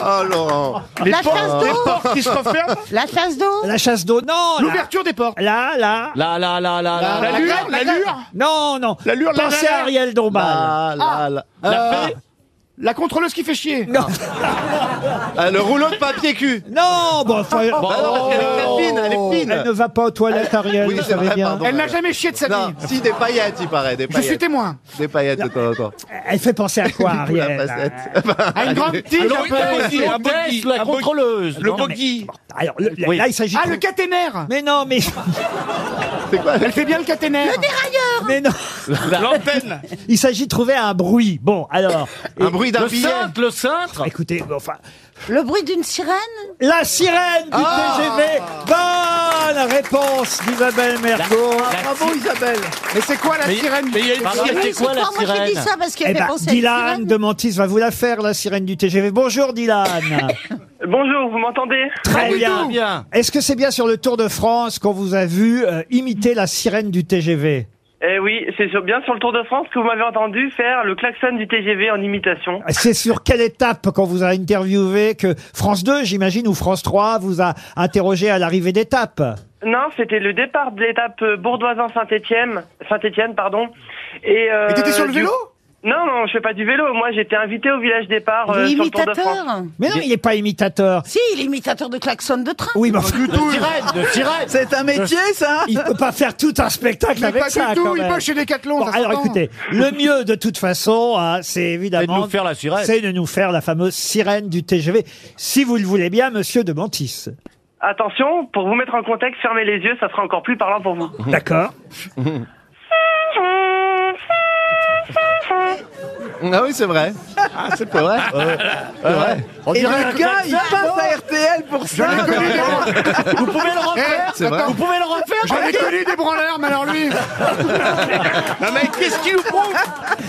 Speaker 6: Oh, Laurent.
Speaker 10: Les
Speaker 5: La chasse
Speaker 10: portes, les
Speaker 5: d'eau.
Speaker 10: portes qui se referment
Speaker 5: La chasse d'eau.
Speaker 2: La chasse d'eau, non. là.
Speaker 7: L'ouverture des portes.
Speaker 2: Là, là.
Speaker 3: Là, là, là, là, là.
Speaker 10: La lure, la lure
Speaker 2: Non, non.
Speaker 10: La lure, la
Speaker 2: Pensez à
Speaker 10: galère.
Speaker 2: Ariel Dombal.
Speaker 6: Ah, là, là. Euh,
Speaker 7: La contrôleuse qui fait chier.
Speaker 6: <laughs> euh, le rouleau de papier cul.
Speaker 2: Non, bon, enfin,
Speaker 6: Bah non, parce qu'elle est très fine, elle est fine.
Speaker 2: elle ne va pas aux toilettes, Ariel,
Speaker 6: Oui,
Speaker 2: vous
Speaker 6: c'est
Speaker 2: savez
Speaker 6: vrai,
Speaker 2: bien.
Speaker 6: pardon.
Speaker 7: Elle n'a jamais chié de sa
Speaker 6: Non,
Speaker 7: vie.
Speaker 6: si, des paillettes, il paraît. Des
Speaker 7: Je suis
Speaker 6: paillettes.
Speaker 7: témoin.
Speaker 6: Des paillettes de temps en temps.
Speaker 2: Elle fait penser à quoi,
Speaker 6: Ou la
Speaker 2: Ariel
Speaker 6: facette.
Speaker 7: À une grande tige.
Speaker 10: Alors,
Speaker 7: un peu.
Speaker 10: un bogey, un
Speaker 3: La
Speaker 10: bogey,
Speaker 3: hôtesse, la
Speaker 10: un bogey.
Speaker 3: contrôleuse.
Speaker 10: Le
Speaker 3: Non, mais-
Speaker 10: bogey.
Speaker 2: Alors, le- le-
Speaker 3: Oui.
Speaker 2: là, il s'agit.
Speaker 7: Ah,
Speaker 2: de-
Speaker 7: le caténaire.
Speaker 2: Mais non, mais,
Speaker 6: C'est quoi
Speaker 7: Elle fait bien le caténaire.
Speaker 2: mais non.
Speaker 10: L'antenne.
Speaker 2: Il s'agit de trouver un bruit. Bon, alors, Bah,
Speaker 6: Un bruit d'un
Speaker 3: Le
Speaker 6: billet.
Speaker 3: cintre, le cintre.
Speaker 2: écoutez, enfin,
Speaker 5: Le bruit d'une sirène.
Speaker 2: la sirène du TGV. Bonne réponse d'Isabelle Mergo.
Speaker 7: Bravo Isabelle. Mais c'est quoi la sirène
Speaker 3: Mais il y a une
Speaker 5: Ah oui,
Speaker 3: sirène, c'est quoi la
Speaker 5: pas moi qui ai dit
Speaker 3: sirène
Speaker 5: ça parce qu'elle
Speaker 2: Eh
Speaker 5: fait
Speaker 2: ben,
Speaker 5: penser à une
Speaker 2: Dylan
Speaker 5: sirène.
Speaker 2: de Mantis va vous la faire, la sirène du TGV. Bonjour, Dylan.
Speaker 11: Bonjour, vous m'entendez
Speaker 2: Très bien.
Speaker 3: Bien.
Speaker 2: Est-ce que c'est bien sur le Tour de France qu'on vous a vu euh, imiter la sirène du TGV
Speaker 11: Eh oui, c'est sur- bien sur le Tour de France que vous m'avez entendu faire le klaxon du TGV en imitation.
Speaker 2: C'est sur quelle étape qu'on vous a interviewé que France 2, j'imagine, ou France 3 vous a interrogé à l'arrivée d'étape
Speaker 11: Non, c'était le départ de l'étape euh, Bourdoisin-Saint-Étienne, Saint-Étienne, pardon. Et euh,
Speaker 7: Mais t'étais sur le
Speaker 11: du-
Speaker 7: vélo
Speaker 11: Non, non, je fais pas du vélo. Moi, j'étais invité au village départ euh,
Speaker 5: Il est
Speaker 11: sur le Tour de France.
Speaker 5: imitateur.
Speaker 2: Mais non, il n'est pas imitateur.
Speaker 5: Si, il est imitateur de klaxon de train.
Speaker 2: Oui, mais enfin,
Speaker 4: C'est un métier, ça
Speaker 2: il peut pas faire tout un spectacle
Speaker 7: Mais
Speaker 2: avec
Speaker 7: pas
Speaker 2: ça.
Speaker 7: du
Speaker 2: quand
Speaker 7: tout, il
Speaker 2: même.
Speaker 7: bosse chez Decathlon.
Speaker 2: Bon,
Speaker 7: ça
Speaker 2: alors
Speaker 7: s'entend.
Speaker 2: écoutez, le mieux de toute façon, hein, c'est
Speaker 3: C'est de
Speaker 2: évidemment
Speaker 3: nous faire la sirène.
Speaker 2: c'est de nous faire la fameuse sirène du TGV, si vous le voulez bien, Monsieur de Mantis.
Speaker 11: Attention, pour vous mettre en contexte, fermez les yeux, ça sera encore plus parlant pour vous.
Speaker 3: Mhm.
Speaker 2: D'accord.
Speaker 6: Ah oui, c'est vrai. Ah, c'est pas vrai. C'est vrai.
Speaker 3: On
Speaker 4: Et
Speaker 3: dirait
Speaker 4: le gars, il passe à RTL pour ça. Eh,
Speaker 3: Vous pouvez le refaire
Speaker 6: C'est vrai.
Speaker 3: Vous pouvez le refaire
Speaker 7: J'en ai connu des branleurs, mais alors lui.
Speaker 10: Non mais qu'est-ce qu'il nous prouve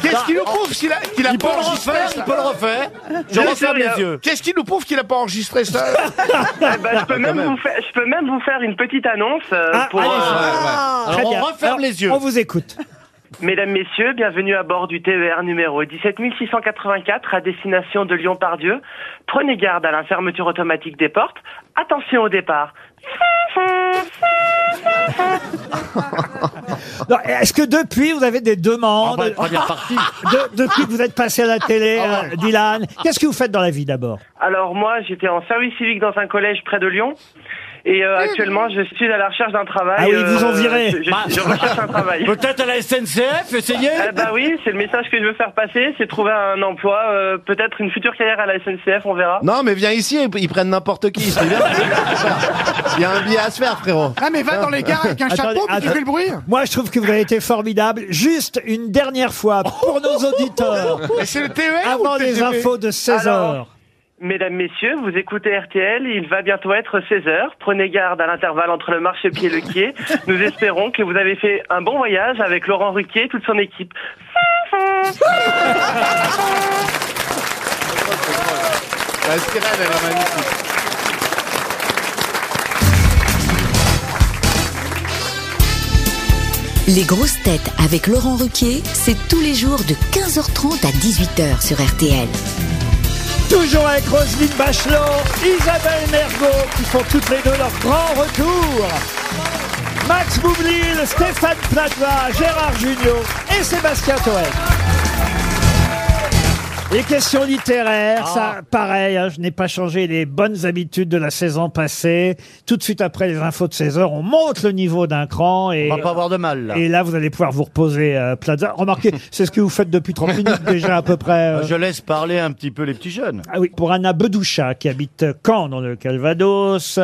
Speaker 10: Qu'est-ce qu'il nous prouve qu'il a, qu'il a
Speaker 3: Il peut
Speaker 10: pas
Speaker 3: le
Speaker 10: enregistré
Speaker 3: refaire, il peut le refaire. Je referme les yeux.
Speaker 10: Qu'est-ce qu'il nous prouve qu'il a pas enregistré
Speaker 3: <laughs>
Speaker 10: ça
Speaker 11: Eh ben, je peux même, vous faire, je peux même vous faire une petite annonce euh,
Speaker 2: Ah,
Speaker 11: pour
Speaker 2: allez.
Speaker 11: euh,
Speaker 3: Alors,
Speaker 2: Très
Speaker 3: on
Speaker 2: bien.
Speaker 3: referme
Speaker 2: Alors,
Speaker 3: les yeux.
Speaker 2: On vous écoute.
Speaker 11: mesdames, messieurs, bienvenue à bord du TER numéro 17684 à destination de Lyon-Pardieu. Prenez garde à la fermeture automatique des portes. Attention au départ.
Speaker 2: Non, Est-ce que depuis vous avez des demandes
Speaker 3: Ah bah, première partie.
Speaker 2: <laughs>
Speaker 3: Ah
Speaker 2: de- depuis que vous êtes passé à la télé, euh, Dylan Qu'est-ce que vous faites dans la vie d'abord
Speaker 11: Alors moi, j'étais en service civique dans un collège près de Lyon. Et euh, actuellement, je suis à la recherche d'un travail.
Speaker 2: Ah oui, ils vous ont
Speaker 11: euh,
Speaker 2: viré.
Speaker 11: Je, je-
Speaker 3: Bah.
Speaker 11: je recherche un
Speaker 2: <laughs>
Speaker 11: travail.
Speaker 3: Peut-être à la SNCF, essayez.
Speaker 11: Eh bah oui, c'est le message que je veux faire passer, c'est trouver un emploi, euh, peut-être une future carrière à la SNCF, on verra.
Speaker 6: Non, mais viens ici, ils prennent n'importe qui. c'est bien.
Speaker 10: Ah,
Speaker 6: Il y a un billet à se faire, frérot.
Speaker 7: Ah, mais va dans les gares avec un
Speaker 2: Attendez,
Speaker 7: chapeau, puis tu
Speaker 2: attends.
Speaker 7: fais le bruit.
Speaker 2: Moi, je trouve que vous avez été formidable. Juste une dernière fois pour nos auditeurs,
Speaker 10: Mais c'est
Speaker 7: E
Speaker 10: le TER ou
Speaker 2: avant
Speaker 10: le E
Speaker 2: les
Speaker 10: TGV
Speaker 2: infos de 16
Speaker 11: Alors,
Speaker 2: heures.
Speaker 11: Mesdames, messieurs, vous écoutez RTL, il va bientôt être 16h. Prenez garde à l'intervalle entre le marchepied et le quai. Nous espérons que vous avez fait un bon voyage avec Laurent Ruquier et toute son équipe.
Speaker 6: La sirène, elle est magnifique.
Speaker 12: Les grosses têtes avec Laurent Ruquier, c'est tous les jours de 15h30 à 18h sur RTL.
Speaker 2: Toujours avec Roselyne Bachelot, Isabelle Mergot, qui font toutes les deux leur grand retour. Max Boublil, Stéphane Plaza, Gérard Junior et Sébastien Toel. Les questions littéraires,
Speaker 8: Ah.
Speaker 2: ça, pareil, hein, je n'ai pas changé les bonnes habitudes de la saison passée. Tout de suite après les infos de 16 heures, on monte le niveau d'un cran. Et,
Speaker 8: On va pas avoir de mal, là.
Speaker 2: Et là, vous allez pouvoir vous reposer, euh, Plaza.
Speaker 8: <laughs>
Speaker 2: Remarquez, c'est ce que vous faites depuis 30 minutes déjà, à peu près. euh,
Speaker 8: Je laisse parler un petit peu les petits jeunes.
Speaker 2: ah oui, pour Anna Bedoucha, qui habite Caen, dans le Calvados,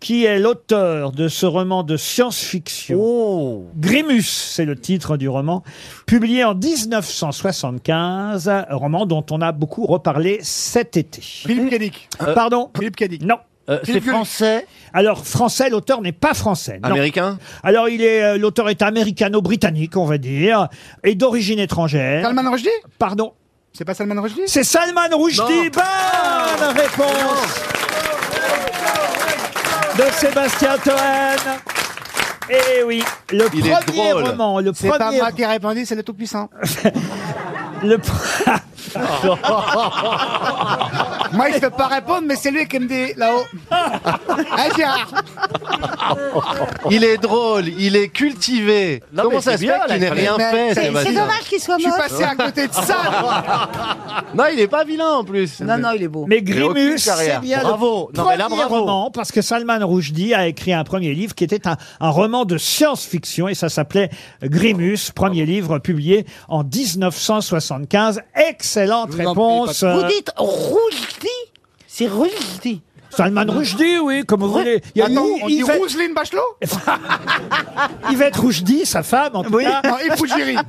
Speaker 2: qui est l'auteur de ce roman de science-fiction.
Speaker 8: Oh.
Speaker 2: Grimus, c'est le titre du roman, publié en 1975, roman dont on a beaucoup reparlé cet été. Philippe Cadic. Pardon Philippe Cadic. Non.
Speaker 8: Euh, c'est Philippe Cadic. français
Speaker 2: Alors, français, l'auteur n'est pas français. non.
Speaker 6: Américain
Speaker 2: Alors, il est, euh, l'auteur est américano-britannique, on va dire, et d'origine étrangère.
Speaker 3: Salman Rushdie
Speaker 2: Pardon
Speaker 3: C'est pas Salman Rushdie
Speaker 2: C'est Salman Rushdie Bonne réponse de Sébastien Toen. Eh oui, le premier roman, le
Speaker 3: C'est pas
Speaker 2: premier
Speaker 3: moi qui ai répondu, c'est
Speaker 10: <laughs>
Speaker 3: le Tout-Puissant.
Speaker 2: le pr-
Speaker 3: <laughs> Moi, il ne peut pas répondre, mais c'est lui qui me dit
Speaker 10: <laughs>
Speaker 3: là-haut. Hein, Gérard
Speaker 6: Il est drôle, il est cultivé.
Speaker 8: Non, mais
Speaker 6: Comment ça
Speaker 8: c'est
Speaker 6: se
Speaker 8: bien,
Speaker 6: fait qu'il
Speaker 8: là,
Speaker 6: n'ait rien
Speaker 8: mais- c'est-
Speaker 6: fait
Speaker 8: c'est
Speaker 6: Sébastien
Speaker 8: dommage qu'il soit Je suis mort. passé à côté de ça, moi.
Speaker 6: Non, il est pas vilain en plus.
Speaker 8: Non, non, il est beau.
Speaker 2: Mais
Speaker 6: Il a aucune
Speaker 2: Grimus, c'est
Speaker 6: carrière.
Speaker 2: bien
Speaker 6: Bravo.
Speaker 2: le
Speaker 6: Non, mais là,
Speaker 2: premier
Speaker 6: bravo.
Speaker 2: roman, parce que Salman Rushdie a écrit un premier livre qui était un, un roman de science-fiction, et ça s'appelait Grimus, premier livre publié en 1975. Excellente réponse.
Speaker 5: Vous
Speaker 2: euh,
Speaker 5: dites Rushdie C'est Rushdie.
Speaker 2: Salman Rushdie, oui, comme vous
Speaker 5: Ru-
Speaker 2: voulez. Il y a
Speaker 5: Attends,
Speaker 2: eu-
Speaker 5: on dit
Speaker 2: Yvette-
Speaker 3: Roselyne Bachelot
Speaker 10: <laughs>
Speaker 2: Yvette Rushdie, sa femme, en tout
Speaker 3: Oui.
Speaker 2: cas.
Speaker 3: Non,
Speaker 10: <laughs>
Speaker 2: <laughs>
Speaker 3: et Fougiri.
Speaker 2: Non,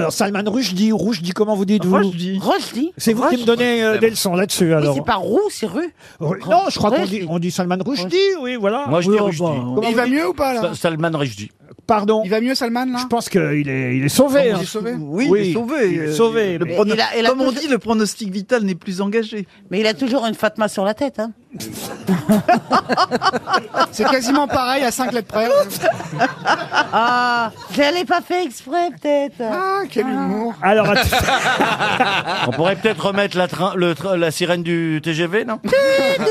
Speaker 2: alors Salman Rushdie, ou Rushdie, comment vous dites vous Rushdie. C'est vous qui me donnez euh, des leçons là-dessus, alors.
Speaker 5: C'est pas roux, c'est rue.
Speaker 2: Ru- Non, je crois qu'on dit, on dit Salman Rushdie, oui, voilà.
Speaker 8: Moi, je dis Rushdie.
Speaker 2: Comment
Speaker 3: Il
Speaker 2: vous
Speaker 3: va
Speaker 2: dites
Speaker 3: mieux ou pas, là
Speaker 8: Sa- Salman Rushdie.
Speaker 2: Pardon.
Speaker 3: Il va mieux, Salman, là
Speaker 2: Je pense qu'il est, il est sauvé.
Speaker 3: Non,
Speaker 2: hein.
Speaker 3: il est sauvé.
Speaker 4: Oui, il est sauvé.
Speaker 2: il est
Speaker 4: euh,
Speaker 2: sauvé,
Speaker 4: le
Speaker 2: mais-
Speaker 4: prono-
Speaker 5: il a- il a
Speaker 4: Comme on
Speaker 5: toujours-
Speaker 4: dit, le pronostic vital n'est plus engagé.
Speaker 5: Mais il a toujours une Fatma sur la tête. Hein.
Speaker 3: C'est quasiment pareil à 5 lettres près.
Speaker 5: <laughs> Ah, je l'ai pas fait exprès, peut-être.
Speaker 3: Ah, quel humour.
Speaker 2: Alors,
Speaker 8: <laughs> On pourrait peut-être remettre la, train- le tra- la sirène du TGV, non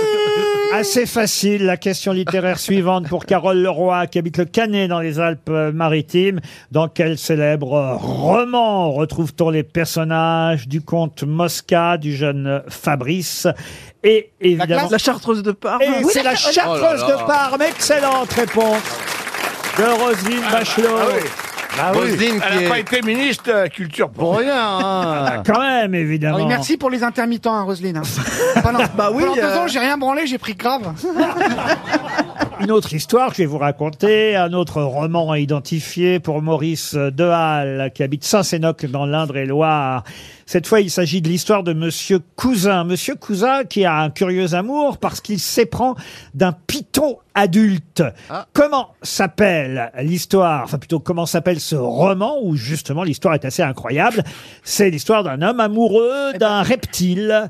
Speaker 2: <laughs> Assez facile, la question littéraire suivante pour Carole Leroy, qui habite le Canet dans les Alpes-Maritimes. Dans quel célèbre roman retrouve-t-on les personnages du comte Mosca, du jeune Fabrice et évidemment...
Speaker 4: La chartreuse de Parme.
Speaker 2: Et c'est la chartreuse de Parme, excellente réponse de Roselyne Bachelot. Bah
Speaker 7: Ah oui.
Speaker 6: Roselyne qui
Speaker 7: Elle n'a
Speaker 6: est-
Speaker 7: pas été ministre de la culture pour
Speaker 4: Ah.
Speaker 6: hein.
Speaker 2: Quand même, évidemment.
Speaker 3: Alors, merci pour les intermittents, hein, Roselyne.
Speaker 10: <laughs>
Speaker 3: hein. Pendant,
Speaker 4: Bah oui,
Speaker 3: pendant deux
Speaker 4: euh.
Speaker 3: ans, j'ai rien branlé, j'ai pris grave.
Speaker 2: Une autre histoire que je vais vous raconter, un autre roman à identifier pour Maurice Dehalle, qui habite Saint-Sénoc dans l'Indre-et-Loire. Cette fois, il s'agit de l'histoire de Monsieur Cousin. Monsieur Cousin qui a un curieux amour parce qu'il s'éprend d'un python adulte. Comment s'appelle l'histoire, enfin plutôt comment s'appelle ce roman où justement l'histoire est assez incroyable C'est l'histoire d'un homme
Speaker 7: Eh ben.
Speaker 2: amoureux d'un reptile.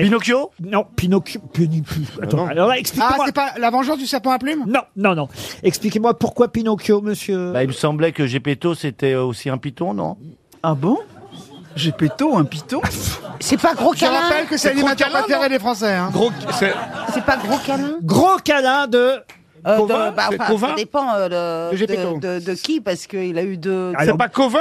Speaker 2: Pinocchio Non, Pinocchio. Pini- Attends, alors là,
Speaker 3: Ah,
Speaker 2: expliquez-moi.
Speaker 3: c'est pas la vengeance du serpent à plumes
Speaker 2: Non, non, non. Expliquez-moi pourquoi Pinocchio, monsieur.
Speaker 8: Bah, Il me semblait que Gepetto, c'était aussi un python, non
Speaker 4: Ah bon J'ai péto un piton
Speaker 5: C'est pas gros
Speaker 3: Je
Speaker 5: câlin.
Speaker 3: rappelle que
Speaker 7: C'est
Speaker 3: c'est
Speaker 7: trop
Speaker 3: l'animateur
Speaker 7: câlin,
Speaker 3: préféré des Français. hein.
Speaker 7: <laughs> Gros, c'est-
Speaker 5: C'est pas gros câlin.
Speaker 2: Gros câlin de.
Speaker 5: Euh, de-
Speaker 7: Covin,
Speaker 5: bah,
Speaker 7: c'est
Speaker 5: enfin,
Speaker 7: Covin
Speaker 5: ça dépend euh,
Speaker 3: De
Speaker 5: le-
Speaker 3: Gepetto.
Speaker 5: de, de- de qui, parce qu'il a eu deux. Euh,
Speaker 2: Alors-
Speaker 7: c'est pas Covin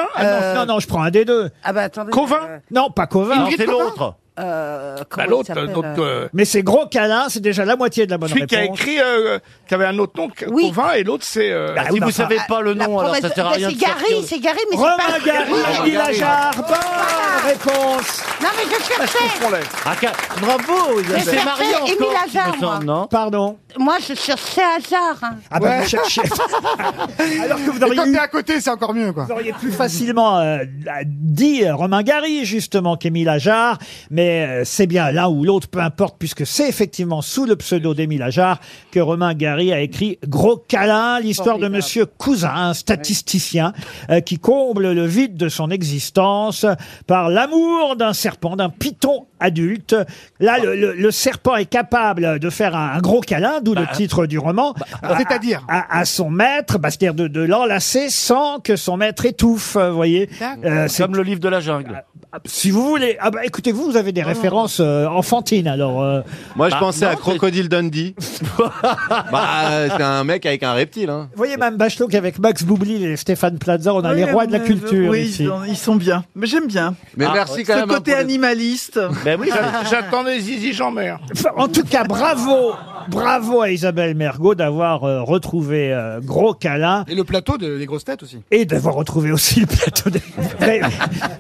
Speaker 2: Ah
Speaker 7: Euh.
Speaker 2: non, non, non, je prends un des deux.
Speaker 5: Ah bah attendez.
Speaker 7: Covin
Speaker 2: Non, pas Covin.
Speaker 8: Non, c'est l'autre.
Speaker 5: euh, euh, comment
Speaker 7: Bah,
Speaker 5: il
Speaker 7: L'autre,
Speaker 5: s'appelle,
Speaker 7: l'autre,
Speaker 5: euh,
Speaker 7: euh,
Speaker 2: Mais c'est gros câlin, c'est déjà la moitié de la bonne
Speaker 7: celui qui a
Speaker 2: réponse.
Speaker 7: écrit, euh, qui avait un autre nom, que
Speaker 5: Oui.
Speaker 7: Covin, et l'autre c'est. euh,
Speaker 2: Bah,
Speaker 8: Si
Speaker 2: oui,
Speaker 8: vous
Speaker 2: bah,
Speaker 8: savez pas le
Speaker 5: la
Speaker 8: nom, alors ça
Speaker 5: promesse-
Speaker 8: sert à
Speaker 5: bah,
Speaker 8: rien.
Speaker 5: C'est
Speaker 8: de sortir
Speaker 5: Gary,
Speaker 8: de-
Speaker 5: c'est Gary, mais c'est pas.
Speaker 2: Romain Gary, Guy Lajard, bonne réponse.
Speaker 5: Non, mais je cherchais.
Speaker 7: qu'on l'a-
Speaker 8: Ah, ca- Bravo
Speaker 5: Mais
Speaker 8: C'est
Speaker 5: ça
Speaker 8: marié
Speaker 5: fait
Speaker 8: encore,
Speaker 5: Émile
Speaker 8: il me
Speaker 5: Hazard,
Speaker 8: semble,
Speaker 5: moi.
Speaker 8: non
Speaker 2: Pardon.
Speaker 5: Moi, je cherchais hasard. hein.
Speaker 2: Ah bah, vous cherchez. <laughs> Alors que vous
Speaker 3: Et
Speaker 2: auriez,
Speaker 3: quand
Speaker 2: eu-
Speaker 3: t'es à côté, c'est encore mieux, quoi.
Speaker 2: vous auriez plus <laughs> facilement euh, dit Romain Gary, justement, qu'Émile Ajar. Mais euh, c'est bien l'un ou l'autre, peu importe, puisque c'est effectivement sous le pseudo d'Émile Ajar que Romain Gary a écrit Gros câlin, l'histoire de
Speaker 5: Formidable.
Speaker 2: Monsieur Cousin, un statisticien euh, qui comble le vide de son existence par l'amour d'un serpent, d'un python adulte. Là, le, le- le serpent est capable de faire un, un gros câlin, d'où le titre du roman.
Speaker 4: Bah,
Speaker 2: C'est-à-dire à, à son maître, bah, c'est-à-dire de, de l'enlacer sans que son maître étouffe, euh, vous voyez.
Speaker 8: Euh,
Speaker 2: Comme le livre de la jungle. Si vous voulez. Ah bah, écoutez, vous, vous avez
Speaker 4: Oh.
Speaker 2: des références euh, enfantines, alors. euh,
Speaker 6: Moi, je
Speaker 2: bah,
Speaker 6: pensais
Speaker 2: non,
Speaker 6: à
Speaker 2: mais-
Speaker 6: Crocodile Dundee. <laughs> bah, euh, c'est un mec avec un reptile. Hein.
Speaker 2: Vous voyez, Mme Bachelot, qu'avec Max Boublil et Stéphane Plaza, on a les
Speaker 4: Oui,
Speaker 2: rois de la
Speaker 4: mais-
Speaker 2: culture
Speaker 4: oui,
Speaker 2: ici.
Speaker 4: ils sont- ils sont bien. Mais j'aime bien.
Speaker 2: Mais merci quand
Speaker 4: Ah, ce
Speaker 2: même, hein,
Speaker 4: côté
Speaker 2: pour les-
Speaker 4: animaliste.
Speaker 2: Ben <laughs> oui,
Speaker 7: J'a- J'attendais
Speaker 4: <laughs>
Speaker 7: Zizi Jean-Mer.
Speaker 2: Enfin, en tout cas, bravo, bravo à Isabelle Mergot d'avoir euh, retrouvé euh, Gros Câlin
Speaker 12: Et le plateau de- des grosses têtes aussi.
Speaker 2: et d'avoir retrouvé aussi le plateau.
Speaker 7: <laughs>
Speaker 2: des- Vous, avez,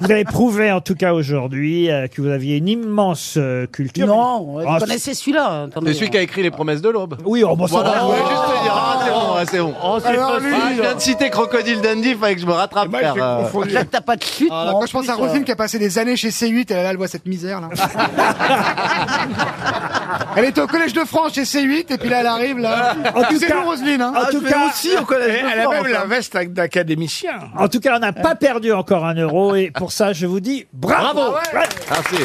Speaker 2: vous avez prouvé, en tout cas aujourd'hui, euh, que vous aviez une immense euh, culture.
Speaker 5: Non, vous
Speaker 2: Ah,
Speaker 5: connaissez celui-là. hein, attendez.
Speaker 6: C'est celui qui a écrit Les promesses de l'aube.
Speaker 2: Oui, oh, bah, ça
Speaker 6: voilà,
Speaker 2: va.
Speaker 6: je voulais juste te dire, ah, c'est bon, ah, c'est bon.
Speaker 2: Oh, c'est Alors, Eh ben, facile. lui,
Speaker 6: Ah, je viens de citer Crocodile Dundee, fallait que je me rattrape. euh.
Speaker 7: moi, je l'ai confondu. Là,
Speaker 5: t'as pas de chute. euh.
Speaker 3: Ah, là, quand je pense à Rosine qui a passé des années chez C8, elle, là, elle voit cette misère là. elle était au Collège de France chez C8 et puis là elle arrive là. C'est nous Roselyne. Hein.
Speaker 7: Eh, elle, elle a même la veste ac- d'académicien.
Speaker 2: En tout cas, on n'a pas perdu encore un euro et pour ça, je vous dis bravo.
Speaker 7: Bravo.
Speaker 2: Ouais.
Speaker 6: Merci.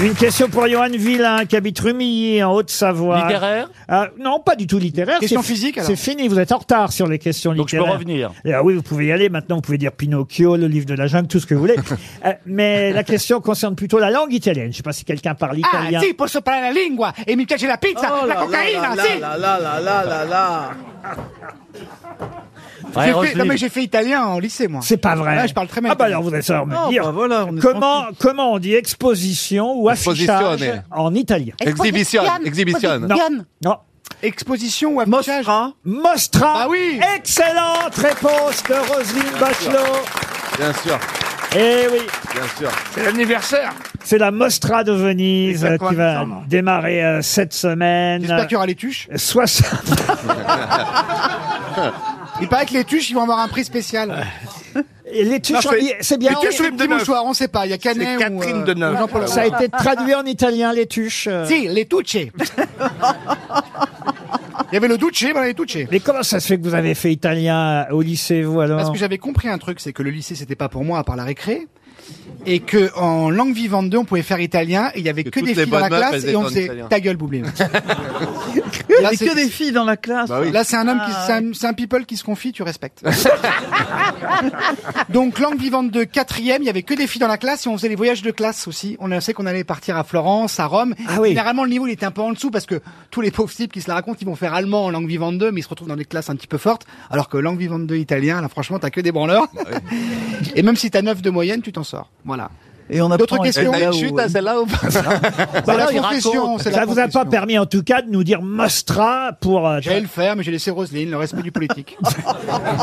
Speaker 2: Une question pour Johan Villain, qui habite Rumilly, en Haute-Savoie.
Speaker 9: Littéraire
Speaker 2: Ah, Non, pas du tout littéraire.
Speaker 9: Question
Speaker 2: C'est-
Speaker 9: physique, alors
Speaker 2: C'est fini, vous êtes en retard sur les questions
Speaker 9: Donc, je
Speaker 2: littéraires.
Speaker 9: peux revenir.
Speaker 2: Et, ah oui, vous pouvez y aller maintenant, vous pouvez dire Pinocchio, le livre de la jungle, tout ce que vous voulez. Euh, mais la question concerne plutôt la langue italienne. Je ne sais pas si quelqu'un parle
Speaker 3: Ah,
Speaker 2: italien.
Speaker 3: si, posso parlare la lingua e mi piace la pizza, la cocaïna, si.
Speaker 4: Ah
Speaker 3: J'ai fait- non, mais j'ai fait italien en lycée, moi.
Speaker 2: C'est pas vrai.
Speaker 3: Ouais, je parle très mal.
Speaker 2: Ah bah alors vous allez savoir me
Speaker 7: Oh,
Speaker 3: Non,
Speaker 2: dire.
Speaker 3: bah
Speaker 4: voilà, on est
Speaker 2: comment comment on dit exposition ou affichage
Speaker 6: Exposizione.
Speaker 2: en italien
Speaker 6: Exhibition, exhibition.
Speaker 2: Non. non.
Speaker 3: Exposition ou affichage Mostra.
Speaker 2: Mostra. Bah
Speaker 3: Ah oui.
Speaker 2: Excellente réponse de Roselyne Bachelot.
Speaker 6: Bien sûr,
Speaker 2: Eh oui.
Speaker 6: bien sûr.
Speaker 7: C'est l'anniversaire.
Speaker 2: C'est la Mostra de Venise euh, qui va
Speaker 7: Exactement.
Speaker 2: démarrer euh, cette semaine. Euh,
Speaker 3: J'espère qu'il y aura les tuches.
Speaker 2: 60
Speaker 3: <laughs> Il paraît que les tuches, ils vont avoir un prix spécial.
Speaker 2: Et les tuches,
Speaker 3: Non, c'est-
Speaker 2: on dit- c'est bien.
Speaker 3: Les tuches ou les petits mouchoirs, on sait pas. Il y a Canet ou
Speaker 7: Catherine
Speaker 3: euh,
Speaker 7: Deneuve.
Speaker 3: Jean-Paul.
Speaker 2: Ça a été traduit en italien, les tuches. euh.
Speaker 3: Si, les tuches. Il y avait le duce, mais on a les tuches.
Speaker 2: Mais comment ça se fait que vous avez fait italien euh, au lycée, vous, alors
Speaker 3: Parce que j'avais compris un truc, c'est que le lycée c'était pas pour moi à part la récré. Et que en langue vivante 2, on pouvait faire italien, et il y avait que,
Speaker 6: toutes
Speaker 3: des
Speaker 6: les
Speaker 3: filles dans la
Speaker 6: bonnes meufs,
Speaker 3: classe,
Speaker 6: elles
Speaker 3: et on
Speaker 6: étaient en
Speaker 3: faisait
Speaker 6: italien.
Speaker 3: ta gueule, Boublil.
Speaker 4: Il y
Speaker 3: Là,
Speaker 4: a
Speaker 3: c'est-
Speaker 4: que des filles dans la classe.
Speaker 3: Là, c'est un homme qui,
Speaker 4: Ah,
Speaker 3: c'est un, c'est un people qui se confie, tu respectes. <laughs> Donc, langue vivante de quatrième, il y avait que des filles dans la classe et on faisait les voyages de classe aussi. On sait qu'on allait partir à Florence, à Rome.
Speaker 2: Ah oui.
Speaker 3: Généralement, le niveau, il était un peu en dessous parce que tous les pauvres types qui se la racontent, ils vont faire allemand en langue vivante 2, mais ils se retrouvent dans des classes un petit peu fortes. Alors que langue vivante 2 italien, là, franchement, t'as que des branleurs. <laughs> et même si t'as 9 de moyenne, tu t'en sors. Voilà.
Speaker 4: Et on
Speaker 3: D'autres
Speaker 4: apprend-
Speaker 3: questions
Speaker 10: Bah,
Speaker 4: Et t'as une chute à
Speaker 6: celle-là ou pas
Speaker 3: C'est la confession, c'est la
Speaker 2: Ça vous a pas
Speaker 3: confession.
Speaker 2: permis, en tout cas, de nous dire Mostra pour, euh,
Speaker 3: J'allais le faire, mais j'ai laissé Roselyne, le respect du politique.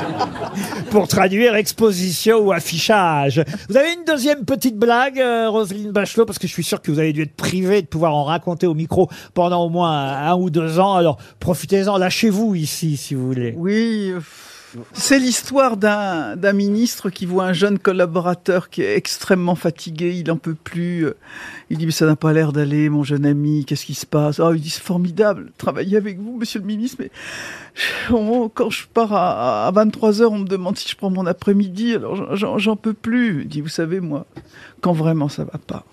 Speaker 2: <laughs> pour traduire exposition ou affichage. Vous avez une deuxième petite blague, euh, Roselyne Bachelot, parce que je suis sûr que vous avez dû être privé de pouvoir en raconter au micro pendant au moins un, un ou deux ans. Alors, profitez-en, lâchez-vous ici, si vous voulez.
Speaker 4: Oui, euh, c'est l'histoire d'un d'un ministre qui voit un jeune collaborateur qui est extrêmement fatigué, il en peut plus. euh, Il dit mais ça n'a pas l'air d'aller, mon jeune ami, qu'est-ce qui se passe Oh, il dit c'est formidable, de travailler avec vous, Monsieur le ministre. Mais on- quand je pars à, à 23 heures, on me demande si je prends mon après-midi. Alors j'en- j'en- j'en peux plus. Il dit vous savez moi, quand vraiment ça va pas,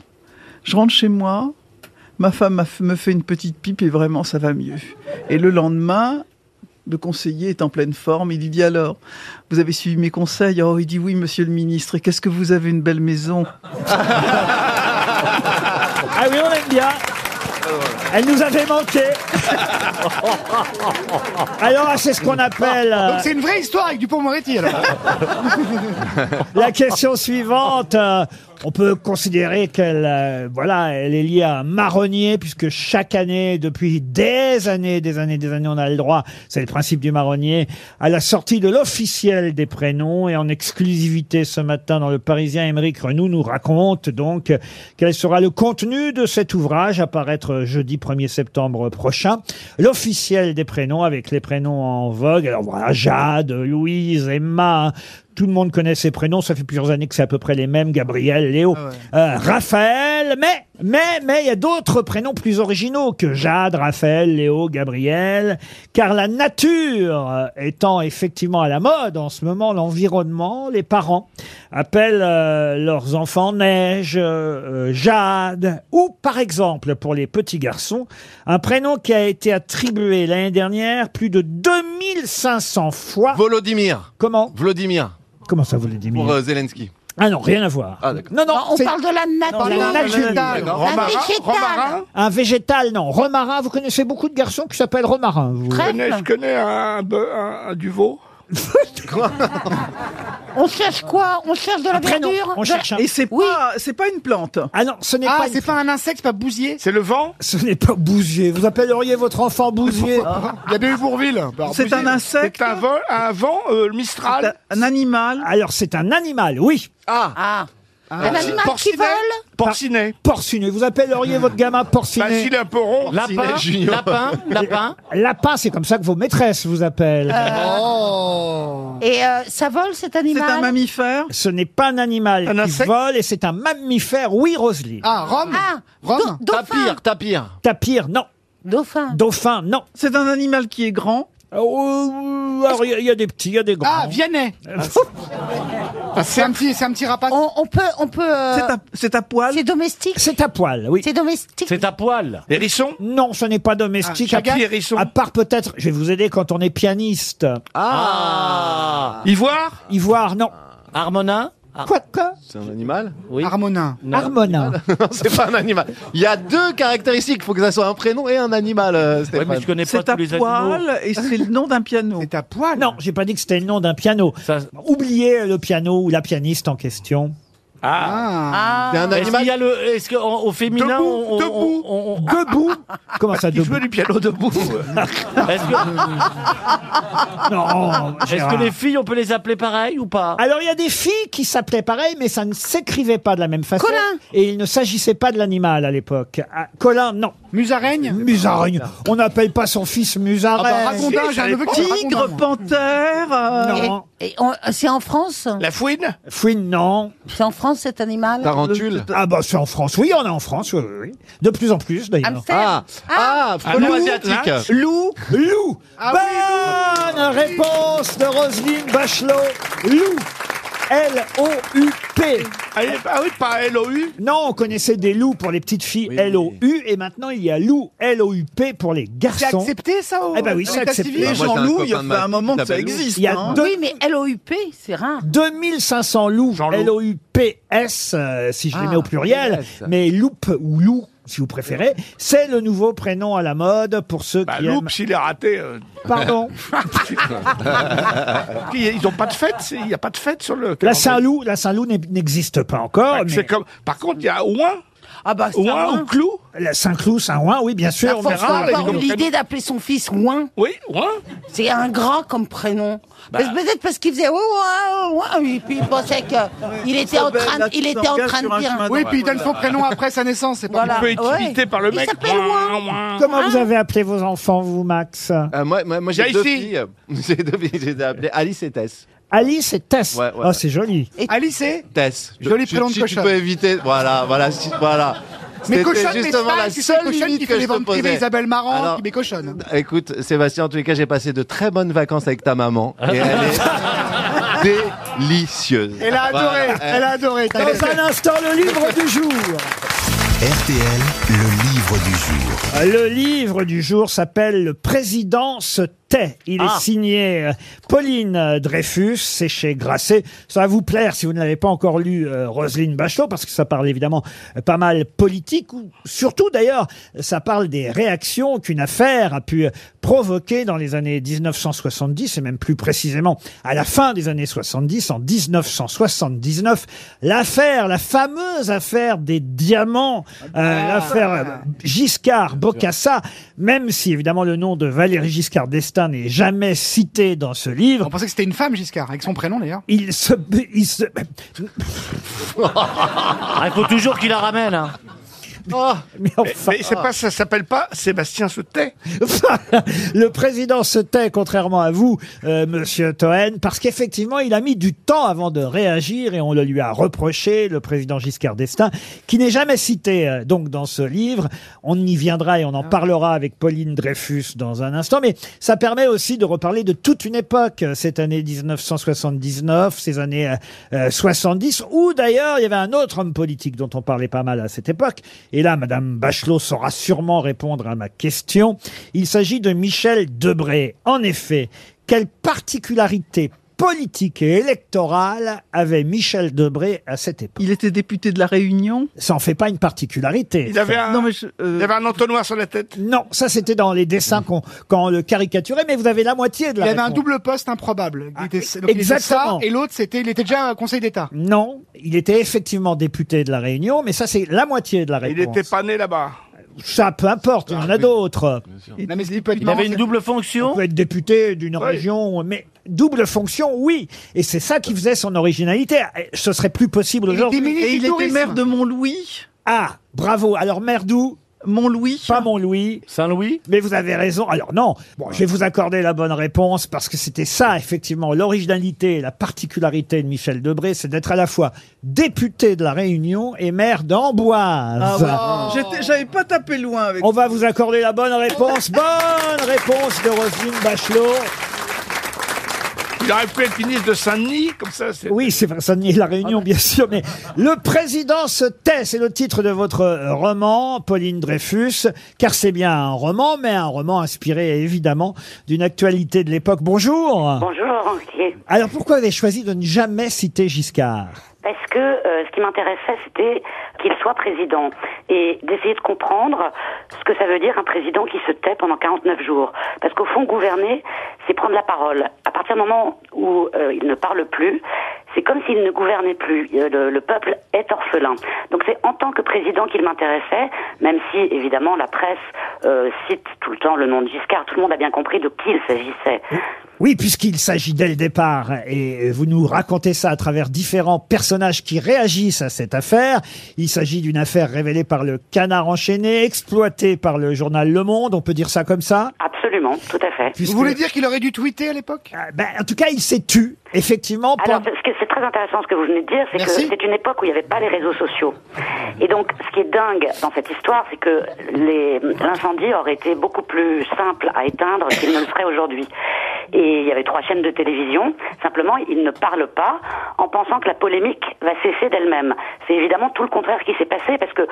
Speaker 4: je rentre chez moi, ma femme m'a f- me fait une petite pipe et vraiment ça va mieux. Et le lendemain, le conseiller est en pleine forme, il lui dit alors, vous avez suivi mes conseils Oh, il dit oui, monsieur le ministre, et qu'est-ce que vous avez une belle maison
Speaker 2: Ah oui, on aime bien. Elle nous avait
Speaker 3: <laughs>
Speaker 2: manqué. Alors, ah, c'est ce qu'on appelle... euh,
Speaker 3: Donc c'est une vraie histoire avec Dupont-Moretti alors. hein.
Speaker 2: <laughs> La question suivante, euh, on peut considérer qu'elle euh, voilà, elle est liée à un marronnier puisque chaque année, depuis des années, des années, des années, on a le droit, c'est le principe du marronnier, à la sortie de l'officiel des prénoms et en exclusivité ce matin dans le Parisien, Émeric Renou nous raconte donc quel sera le contenu de cet ouvrage à paraître jeudi 1er septembre prochain. L'officiel des prénoms avec les prénoms en vogue. Alors voilà, Jade, Louise, Emma, tout le monde connaît ces prénoms, ça fait plusieurs années que c'est à peu près les mêmes, Gabriel, Léo, Euh, Raphaël, Raphaël, mais, mais, mais, il y a d'autres prénoms plus originaux que Jade, Raphaël, Léo, Gabriel, car la nature euh, étant effectivement à la mode en ce moment, l'environnement, les parents appellent euh, leurs enfants Neige, euh, euh, Jade, ou par exemple, pour les petits garçons, un prénom qui a été attribué l'année dernière plus de 2500 fois. Volodymyr. Comment
Speaker 6: Vladimir.
Speaker 2: Comment ça, Vladimir
Speaker 6: Pour euh, Zelensky.
Speaker 2: Ah non, rien à voir.
Speaker 6: Ah, d'accord.
Speaker 2: Non, non,
Speaker 5: Bah, on
Speaker 2: c'est-
Speaker 5: parle de la nature.
Speaker 2: la nature.
Speaker 5: La végétale.
Speaker 2: Un végétal, non. Romarin, vous connaissez beaucoup de garçons qui s'appellent Romarin. Vous.
Speaker 7: Je connais, je connais un, be- un- un Duvaux.
Speaker 5: On cherche quoi On cherche de la verdure de la-
Speaker 4: Et c'est pas, c'est pas une plante.
Speaker 2: Ah non, ce n'est
Speaker 3: Ah,
Speaker 2: pas.
Speaker 3: c'est pas un insecte, c'est pas bousier
Speaker 7: C'est le vent
Speaker 2: Ce n'est pas Bousier. Vous appelleriez votre enfant Bousier.
Speaker 7: <laughs> Il y a bien eu Bourville.
Speaker 4: C'est un insecte.
Speaker 7: C'est un, vol, un vent, euh, le Mistral.
Speaker 4: Un animal.
Speaker 2: Alors, c'est un animal, oui.
Speaker 7: Ah,
Speaker 5: Ah. Un animal qui vole
Speaker 7: Porcinet.
Speaker 2: Porcinet. Vous appelleriez votre gamin
Speaker 7: Bah,
Speaker 2: porcinet.
Speaker 7: s'il est un peu rond.
Speaker 9: Lapin,
Speaker 6: Junior.
Speaker 9: lapin, lapin.
Speaker 2: Lapin, c'est comme ça que vos maîtresses vous appellent.
Speaker 5: Euh,
Speaker 4: Oh.
Speaker 5: Et euh, ça vole cet
Speaker 4: Euh, C'est un
Speaker 5: animal
Speaker 4: mammifère.
Speaker 2: Ce n'est pas un animal
Speaker 7: Un
Speaker 2: qui
Speaker 7: insecte
Speaker 2: vole et c'est un mammifère. Oui, Roselyne.
Speaker 3: Ah, Rome
Speaker 5: Ah,
Speaker 3: Rome
Speaker 5: dau- dauphin.
Speaker 6: Tapir, tapir.
Speaker 2: Tapir, non.
Speaker 5: Dauphin.
Speaker 2: Dauphin, non.
Speaker 4: C'est un animal qui est grand.
Speaker 2: Oh, alors, il y, a- il y a des petits, il y a des grands.
Speaker 3: Ah,
Speaker 2: <laughs>
Speaker 3: Vianney C'est un petit, c'est un petit rapace.
Speaker 5: On, on peut, on peut. euh,
Speaker 4: C'est à- C'est à poil.
Speaker 5: C'est domestique.
Speaker 2: c'est à poil, oui.
Speaker 5: C'est domestique.
Speaker 9: C'est à poil.
Speaker 7: Hérisson
Speaker 2: Non, ce n'est pas domestique.
Speaker 7: Ah,
Speaker 2: à, part,
Speaker 7: Chagal, hérisson.
Speaker 2: à part peut-être, je vais vous aider quand on est pianiste.
Speaker 9: Ah.
Speaker 7: Ivoire
Speaker 2: Ivoire, non.
Speaker 9: Harmonin. Ah,
Speaker 2: Quoi quoi
Speaker 6: C'est un animal
Speaker 9: Oui.
Speaker 3: Harmonin.
Speaker 2: Harmonin. <laughs>
Speaker 6: Non, c'est pas un animal. Il y a deux caractéristiques. Il faut que ça soit un prénom et un animal, euh,
Speaker 9: ouais,
Speaker 6: Stéphane.
Speaker 9: mais je connais pas
Speaker 4: C'est à
Speaker 9: tous les animaux.
Speaker 4: poil et c'est le nom d'un piano.
Speaker 3: C'est à poil
Speaker 2: Non, j'ai pas dit que c'était le nom d'un piano.
Speaker 9: Ça-
Speaker 2: Oubliez le piano ou la pianiste en
Speaker 9: <laughs>
Speaker 2: question.
Speaker 3: Ah.
Speaker 6: C'est un
Speaker 9: Est-ce qu'il y
Speaker 6: animal.
Speaker 9: a le, est-ce qu'au féminin,
Speaker 7: Debout,
Speaker 9: on, on-
Speaker 7: debout.
Speaker 9: on- Ah. on-
Speaker 2: Debout Comment ça,
Speaker 7: Il jouait
Speaker 2: debout
Speaker 7: du piano
Speaker 2: <laughs>
Speaker 7: debout.
Speaker 9: euh est-ce que,
Speaker 3: Oh,
Speaker 2: Non,
Speaker 9: est-ce
Speaker 2: Gérard.
Speaker 9: que les filles, on peut les appeler pareil ou pas
Speaker 2: Alors, il y a des filles qui s'appelaient pareil, mais ça ne s'écrivait pas de la même façon.
Speaker 5: Colin.
Speaker 2: Et il ne s'agissait pas de l'animal à l'époque. Ah, Colin, non.
Speaker 3: Musaraigne Ah bah,
Speaker 2: Musaraigne. On n'appelle pas son fils Musaraigne. Eh,
Speaker 3: Ragondin, j'ai un neveu qui s'appelle
Speaker 4: Tigre,
Speaker 3: Ragondin, moi.
Speaker 4: panthère. euh,
Speaker 5: Et-
Speaker 2: Non.
Speaker 5: et on- C'est en France
Speaker 7: La fouine
Speaker 2: Fouine, non.
Speaker 5: C'est en France cet animal
Speaker 6: Tarentule.
Speaker 2: Ah bah c'est en France, oui, on est en France, oui, oui, oui. De plus en plus d'ailleurs.
Speaker 5: Hamster
Speaker 6: Ah, ah, frelon
Speaker 7: loup,
Speaker 9: Hein
Speaker 6: asiatique.
Speaker 2: Loup, Ah loup. Bonne réponse de Roselyne Bachelot. Loup. L-O-U-P.
Speaker 7: Ah il est- ah oui, pas LOU
Speaker 2: Non, on connaissait des loups pour les petites filles
Speaker 6: Oui.
Speaker 2: L-O-U et maintenant il y a loup L-O-U-P pour les
Speaker 3: C'est
Speaker 2: garçons.
Speaker 3: accepté ça au...
Speaker 2: Eh ben oui,
Speaker 3: à
Speaker 2: c'est
Speaker 3: l'état
Speaker 2: accepté.
Speaker 3: civil
Speaker 6: Bah,
Speaker 4: Les
Speaker 6: moi,
Speaker 4: gens
Speaker 6: j'ai un
Speaker 4: loups,
Speaker 6: copain
Speaker 4: il y a
Speaker 6: de ma-
Speaker 4: fait un moment
Speaker 6: qui
Speaker 4: que ça
Speaker 6: s'appelle Lou.
Speaker 4: existe.
Speaker 2: Il y a
Speaker 4: hein.
Speaker 2: deux-
Speaker 5: Oui, mais LOUP, c'est rare.
Speaker 2: 2500 loups,
Speaker 7: Jean-Loup.
Speaker 2: L-O-U-P-S, euh, si je les
Speaker 5: Ah,
Speaker 2: mets au pluriel,
Speaker 6: yes.
Speaker 2: mais loup ou loup, si vous préférez, c'est le nouveau prénom à la mode pour ceux
Speaker 7: Bah,
Speaker 2: qui aiment...
Speaker 7: loup, s'il est raté. euh,
Speaker 9: <laughs>
Speaker 2: Pardon
Speaker 7: ils ils ont pas de fête, c'est- il n'y a pas de fête sur le.
Speaker 2: La
Speaker 7: calendrier. Bah,
Speaker 2: Saint-Loup, la Saint-Loup n'ex- n'existe pas encore,
Speaker 7: C'est
Speaker 2: mais
Speaker 7: comme. Par contre, il y a ouin,
Speaker 5: Ah bah c'est
Speaker 7: ouin
Speaker 5: un
Speaker 7: ou clou.
Speaker 2: la Saint-Cloud, Saint-Ouen, oui, bien sûr,
Speaker 5: La
Speaker 2: on
Speaker 5: force
Speaker 2: verra.
Speaker 7: les
Speaker 5: d'avoir eu
Speaker 7: gros.
Speaker 5: l'idée d'appeler son fils Ouin,
Speaker 7: Oui, ouin.
Speaker 5: c'est ingrat comme prénom.
Speaker 6: Bah.
Speaker 5: Parce- Peut-être parce qu'il faisait ouin, ouin, ouin, et puis il pensait que il était en train, de- il était en train de dire.
Speaker 3: Oui, puis il donne son prénom après sa naissance, c'est pas
Speaker 5: Voilà.
Speaker 7: Il peut être
Speaker 5: ouais.
Speaker 7: imité par le
Speaker 5: Il
Speaker 7: mec.
Speaker 5: s'appelle Ah. Ouin.
Speaker 7: ouin.
Speaker 2: Comment
Speaker 3: Ah.
Speaker 2: vous avez appelé vos enfants, vous, Max
Speaker 6: Euh, moi, moi, moi,
Speaker 7: J'ai
Speaker 6: j'ai deux
Speaker 7: ici.
Speaker 6: filles. <laughs> J'ai deux filles. J'ai appelé Alice et Tess.
Speaker 2: Alice et Tess.
Speaker 6: Ouais, ouais,
Speaker 2: oh,
Speaker 6: ouais.
Speaker 2: c'est joli.
Speaker 3: bon. Alice et-
Speaker 6: Tess. Je-
Speaker 3: Joli
Speaker 6: tu-
Speaker 3: prénom de
Speaker 6: si
Speaker 3: cochonne.
Speaker 6: Tu peux éviter. Voilà, voilà, si- voilà.
Speaker 3: Mais
Speaker 6: C'était
Speaker 3: cochonne, mais
Speaker 6: justement
Speaker 3: pas,
Speaker 6: la
Speaker 3: tu sais,
Speaker 6: seule
Speaker 3: cochonne
Speaker 6: limite
Speaker 3: qui
Speaker 6: que
Speaker 3: fait les
Speaker 6: je te
Speaker 3: ventes privées,
Speaker 6: posais.
Speaker 3: Isabelle Marant,
Speaker 6: Alors- bah,
Speaker 3: qui met cochonne.
Speaker 6: Écoute, Sébastien, en tous les cas, j'ai passé de très bonnes vacances avec ta maman. Et elle
Speaker 3: <laughs>
Speaker 6: est délicieuse.
Speaker 3: Elle a
Speaker 6: Voilà,
Speaker 3: adoré, elle a adoré. t'as
Speaker 2: Dans
Speaker 3: raison.
Speaker 2: un instant, le livre du jour.
Speaker 1: RTL, le livre du jour.
Speaker 2: Le livre du jour s'appelle Le président se tait. Il est signé euh, Pauline euh, Dreyfus, c'est chez Grasset. Ça va vous plaire si vous ne l'avez pas encore lu, euh, Roselyne Bachelot, parce que ça parle évidemment euh, pas mal politique, ou surtout d'ailleurs, ça parle des réactions qu'une affaire a pu euh, provoquer dans les années 1970, et même plus précisément à la fin des années 70, en 1979. L'affaire, la fameuse affaire des diamants, euh,
Speaker 3: Ah,
Speaker 2: l'affaire euh, Giscard, Bocassa, même si évidemment le nom de Valérie Giscard d'Estaing n'est jamais cité dans ce livre,
Speaker 3: On pensait que c'était une femme, Giscard, avec son prénom d'ailleurs.
Speaker 2: il se, il se,
Speaker 9: Ah, Il faut toujours qu'il la ramène. hein.
Speaker 2: Oh. Mais enfin.
Speaker 7: Mais c'est pas, ça s'appelle pas Sébastien se tait.
Speaker 2: <laughs> le président se tait, contrairement à vous, euh, Monsieur Toen, parce qu'effectivement, il a mis du temps avant de réagir et on le lui a reproché, le président Giscard d'Estaing, qui n'est jamais cité euh, donc dans ce livre. On y viendra et on en parlera avec Pauline Dreyfus dans un instant, mais ça permet aussi de reparler de toute une époque, euh, cette année 1979, ces années euh, euh, 70, où d'ailleurs il y avait un autre homme politique dont on parlait pas mal à cette époque. Et là, Madame Bachelot saura sûrement répondre à ma question. Il s'agit de Michel Debré. En effet, quelle particularité politique et électorale avait Michel Debré à cette époque Il était député de la Réunion Ça en fait pas une particularité.
Speaker 7: Il avait un,
Speaker 2: Non, mais euh,
Speaker 7: il avait un entonnoir sur la tête.
Speaker 2: non, ça c'était dans les dessins qu'on, quand on le caricaturait, mais vous avez la moitié de
Speaker 3: Il
Speaker 2: la
Speaker 3: avait un
Speaker 2: réponse.
Speaker 3: double poste improbable. Il était, donc il était
Speaker 2: exactement.
Speaker 3: ça, et l'autre, c'était, il était déjà conseil d'État.
Speaker 2: Non, il était effectivement député de la Réunion, mais ça c'est la moitié de la
Speaker 7: Il
Speaker 2: réponse.
Speaker 7: était pas né là-bas.
Speaker 2: Ça, peu importe, il y en a d'autres.
Speaker 3: Non, mais il peut être
Speaker 2: Il
Speaker 3: marrant,
Speaker 2: avait une
Speaker 3: c'est-
Speaker 2: double fonction peut être député d'une région, mais double fonction, oui. Et c'est ça qui faisait son originalité. Ce serait plus possible aujourd'hui.
Speaker 4: Et il était maire de Montlouis.
Speaker 2: Ah, bravo. Alors, maire d'où
Speaker 4: Montlouis.
Speaker 2: Pas Montlouis.
Speaker 8: Saint-Louis
Speaker 2: Mais vous avez raison. Alors non, bon, je vais vous accorder la bonne réponse parce que c'était ça, effectivement, l'originalité et la particularité de Michel Debré, c'est d'être à la fois député de la Réunion et maire d'Amboise.
Speaker 4: Ah ouais. J'étais- J'avais pas tapé loin avec.
Speaker 2: On va vous accorder la bonne réponse. Bonne réponse de Roselyne Bachelot.
Speaker 7: Il aurait pu être ministre de Saint-Denis, comme ça. c'est-
Speaker 2: Oui, c'est vrai, ça nie la réunion, bien sûr, mais le président se tait, c'est le titre de votre euh, roman, Pauline Dreyfus, car c'est bien un roman, mais un roman inspiré évidemment d'une actualité de l'époque. Bonjour.
Speaker 12: Bonjour Ruquier.
Speaker 2: Alors pourquoi avez-vous choisi de ne jamais citer Giscard
Speaker 12: Parce que euh, ce qui m'intéressait, c'était qu'il soit président et d'essayer de comprendre ce que ça veut dire un président qui se tait pendant 49 jours. Parce qu'au fond, gouverner, c'est prendre la parole. À partir du moment où euh, il ne parle plus, c'est comme s'il ne gouvernait plus. Euh, Le, le peuple est orphelin. Donc c'est en tant que président qu'il m'intéressait, même si évidemment la presse euh, cite tout le temps le nom de Giscard. Tout le monde a bien compris de qui il s'agissait.
Speaker 2: Oui, puisqu'il s'agit dès le départ, et vous nous racontez ça à travers différents personnages qui réagissent à cette affaire. Il s'agit d'une affaire révélée par le canard enchaîné, exploitée par le journal Le Monde, on peut dire ça comme ça
Speaker 12: Absolument, tout à fait.
Speaker 2: Puisque-
Speaker 3: Vous voulez dire qu'il aurait dû tweeter à l'époque
Speaker 2: Ben, en tout cas, il s'est tu, effectivement.
Speaker 12: Alors, ce que- c'est très intéressant ce que vous venez de dire, c'est que c'est une époque où il n'y avait pas les réseaux sociaux. Et donc, ce qui est dingue dans cette histoire, c'est que les- l'incendie aurait été beaucoup plus simple à éteindre qu'il ne le serait aujourd'hui. Et il y avait trois chaînes de télévision. Simplement, ils ne parlent pas en pensant que la polémique va cesser d'elle-même. C'est évidemment tout le contraire qui s'est passé parce que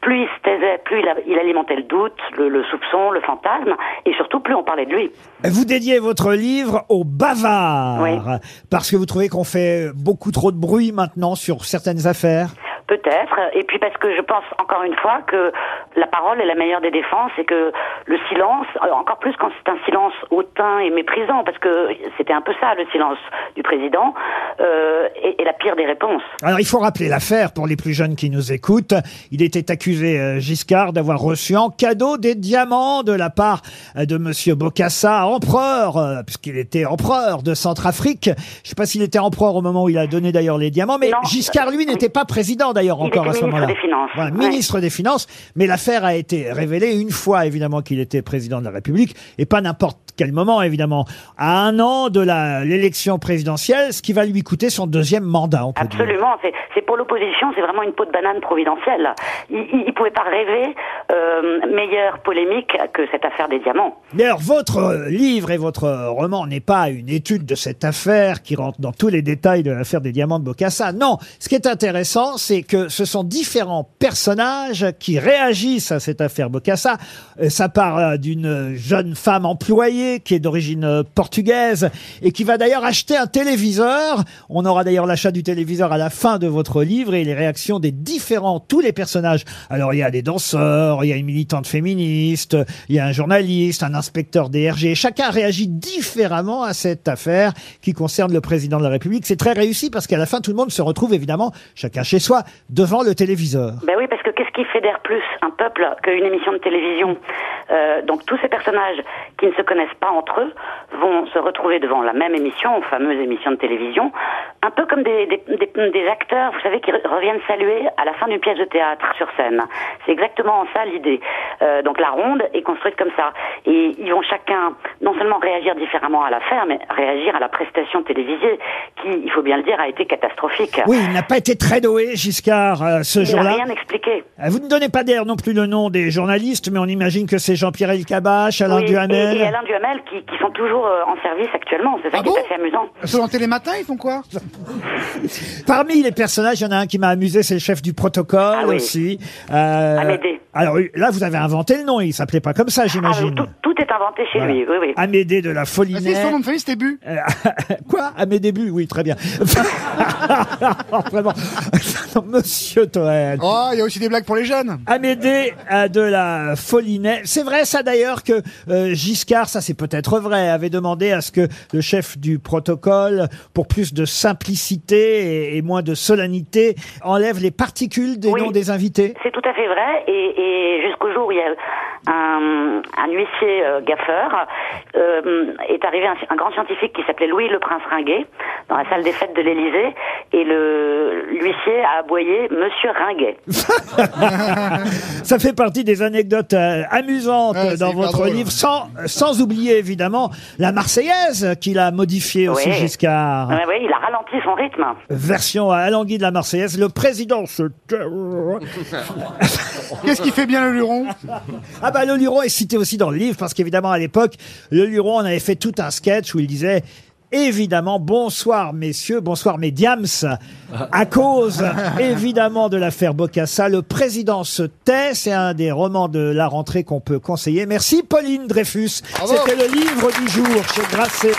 Speaker 12: plus il se taisait, plus il, a- il alimentait le doute, le- le soupçon, le fantasme, et surtout plus on parlait de lui.
Speaker 2: Vous dédiez votre livre aux bavards, parce que vous trouvez qu'on fait beaucoup trop de bruit maintenant sur certaines affaires.
Speaker 12: Peut-être. Et puis parce que je pense encore une fois que la parole est la meilleure des défenses et que le silence, alors encore plus quand c'est un silence hautain et méprisant, parce que c'était un peu ça le silence du président, euh, est, est la pire des réponses.
Speaker 2: Alors il faut rappeler l'affaire pour les plus jeunes qui nous écoutent. Il était accusé euh, Giscard d'avoir reçu en cadeau des diamants de la part euh, de Monsieur Bokassa, empereur, euh, puisqu'il était empereur de Centrafrique. Je sais pas s'il était empereur au moment où il a donné d'ailleurs les diamants, mais Giscard lui n'était pas président d'ailleurs
Speaker 12: Il
Speaker 2: encore
Speaker 12: était
Speaker 2: à ce
Speaker 12: ministre
Speaker 2: moment-là.
Speaker 12: des Finances.
Speaker 2: Voilà,
Speaker 12: Ouais.
Speaker 2: ministre des Finances. Mais l'affaire a été révélée une fois évidemment qu'il était président de la République et pas n'importe quel moment évidemment. À un an de la- l'élection présidentielle, ce qui va lui coûter son deuxième mandat. On peut dire.
Speaker 12: Absolument. C'est- C'est pour l'opposition, c'est vraiment une peau de banane providentielle. Ils ne pouvaient pas rêver euh, meilleure polémique que cette affaire des diamants.
Speaker 2: D'ailleurs, votre euh, livre et votre euh, roman n'est pas une étude de cette affaire qui rentre dans tous les détails de l'affaire des diamants de Bocassa. Non, ce qui est intéressant, c'est que ce sont différents personnages qui réagissent à cette affaire Bocassa. Euh, Ça part euh, d'une jeune femme employée qui est d'origine euh, portugaise et qui va d'ailleurs acheter un téléviseur. On aura d'ailleurs l'achat du téléviseur à la fin de votre livre et les réactions des différents, tous les personnages. Alors, il y a des danseurs, il y a une militante féministe, il y a un journaliste, un inspecteur DRG. Chacun réagit différemment à cette affaire qui concerne le président de la République. C'est très réussi parce qu'à la fin, tout le monde se retrouve évidemment, chacun chez soi, devant le téléviseur.
Speaker 12: Ben oui, parce que qu'est-ce qui fédère plus un peuple qu'une émission de télévision Euh, Donc tous ces personnages qui ne se connaissent pas entre eux vont se retrouver devant la même émission, fameuse émission de télévision, un peu comme des, des- des- des acteurs, vous savez, qui re- reviennent saluer à la fin d'une pièce de théâtre sur scène. C'est exactement ça l'idée. Euh, donc la ronde est construite comme ça. Et ils vont chacun non seulement réagir différemment à l'affaire, mais réagir à la prestation télévisée qui, il faut bien le dire, a été catastrophique.
Speaker 2: Oui, il n'a pas été très doué, Giscard, euh, ce
Speaker 12: Il n'a
Speaker 2: jour-là.
Speaker 12: rien expliqué.
Speaker 2: Euh, Vous ne donnez pas d'air non plus le nom des journalistes, mais on imagine que c'est Jean-Pierre Elkabbach, Alain
Speaker 12: Oui,
Speaker 2: Duhamel.
Speaker 12: Et, et Alain Duhamel qui, qui sont toujours euh, en service actuellement. C'est ça qui est assez amusant.
Speaker 3: Ah Selon Télématin, ils font quoi
Speaker 2: Parmi les personnages, il y en a un qui m'a amusé, c'est le chef du protocole
Speaker 12: Ah oui.
Speaker 2: aussi. Euh,
Speaker 12: Amédée.
Speaker 2: Alors là, vous avez inventé le nom, il s'appelait pas comme ça, j'imagine.
Speaker 12: Tout est inventé chez
Speaker 2: Voilà.
Speaker 12: lui. Oui, oui.
Speaker 2: Amédée de la folie.
Speaker 3: C'est son nom de famille, c'était Bu.
Speaker 2: Quoi À mes débuts, oui, très bien. <laughs> Vraiment. Non, Monsieur Toen.
Speaker 3: Oh, il y a aussi des blagues pour les jeunes.
Speaker 2: Amédée à de la Folinet. C'est vrai ça d'ailleurs que euh, Giscard, ça c'est peut-être vrai, avait demandé à ce que le chef du protocole, pour plus de simplicité et, et moins de solennité, enlève les particules des noms des invités.
Speaker 12: C'est tout à fait vrai. Et, et jusqu'au jour où il y a un, un huissier euh, gaffeur, euh, est arrivé un, un grand scientifique qui s'appelait Louis le Prince Ringuet dans la salle des fêtes de l'Élysée. Et le l'huissier a aboyé Monsieur
Speaker 3: <laughs>
Speaker 12: Ringuet.
Speaker 2: Ça fait partie des anecdotes euh, amusantes
Speaker 12: Ouais,
Speaker 2: euh, dans
Speaker 12: c'est hyper
Speaker 2: votre
Speaker 12: drôle.
Speaker 2: livre, sans, sans oublier évidemment la Marseillaise qu'il a modifiée aussi
Speaker 12: Ouais.
Speaker 2: Giscard.
Speaker 12: Ouais, ouais, il a ralenti son
Speaker 3: <laughs>
Speaker 12: rythme.
Speaker 2: Version à Alangui de la Marseillaise, le président se...
Speaker 3: Ah, Qu'est-ce qui fait bien le luron
Speaker 2: <laughs> Ah bah le Luron est cité aussi dans le livre parce qu'évidemment à l'époque, le Luron on avait fait tout un sketch où il disait évidemment bonsoir messieurs, bonsoir mes diams. À
Speaker 3: <laughs>
Speaker 2: cause évidemment de l'affaire Bocassa, le président se tait, c'est un des romans de la rentrée qu'on peut conseiller. Merci Pauline Dreyfus. C'était le livre du jour chez Grasset.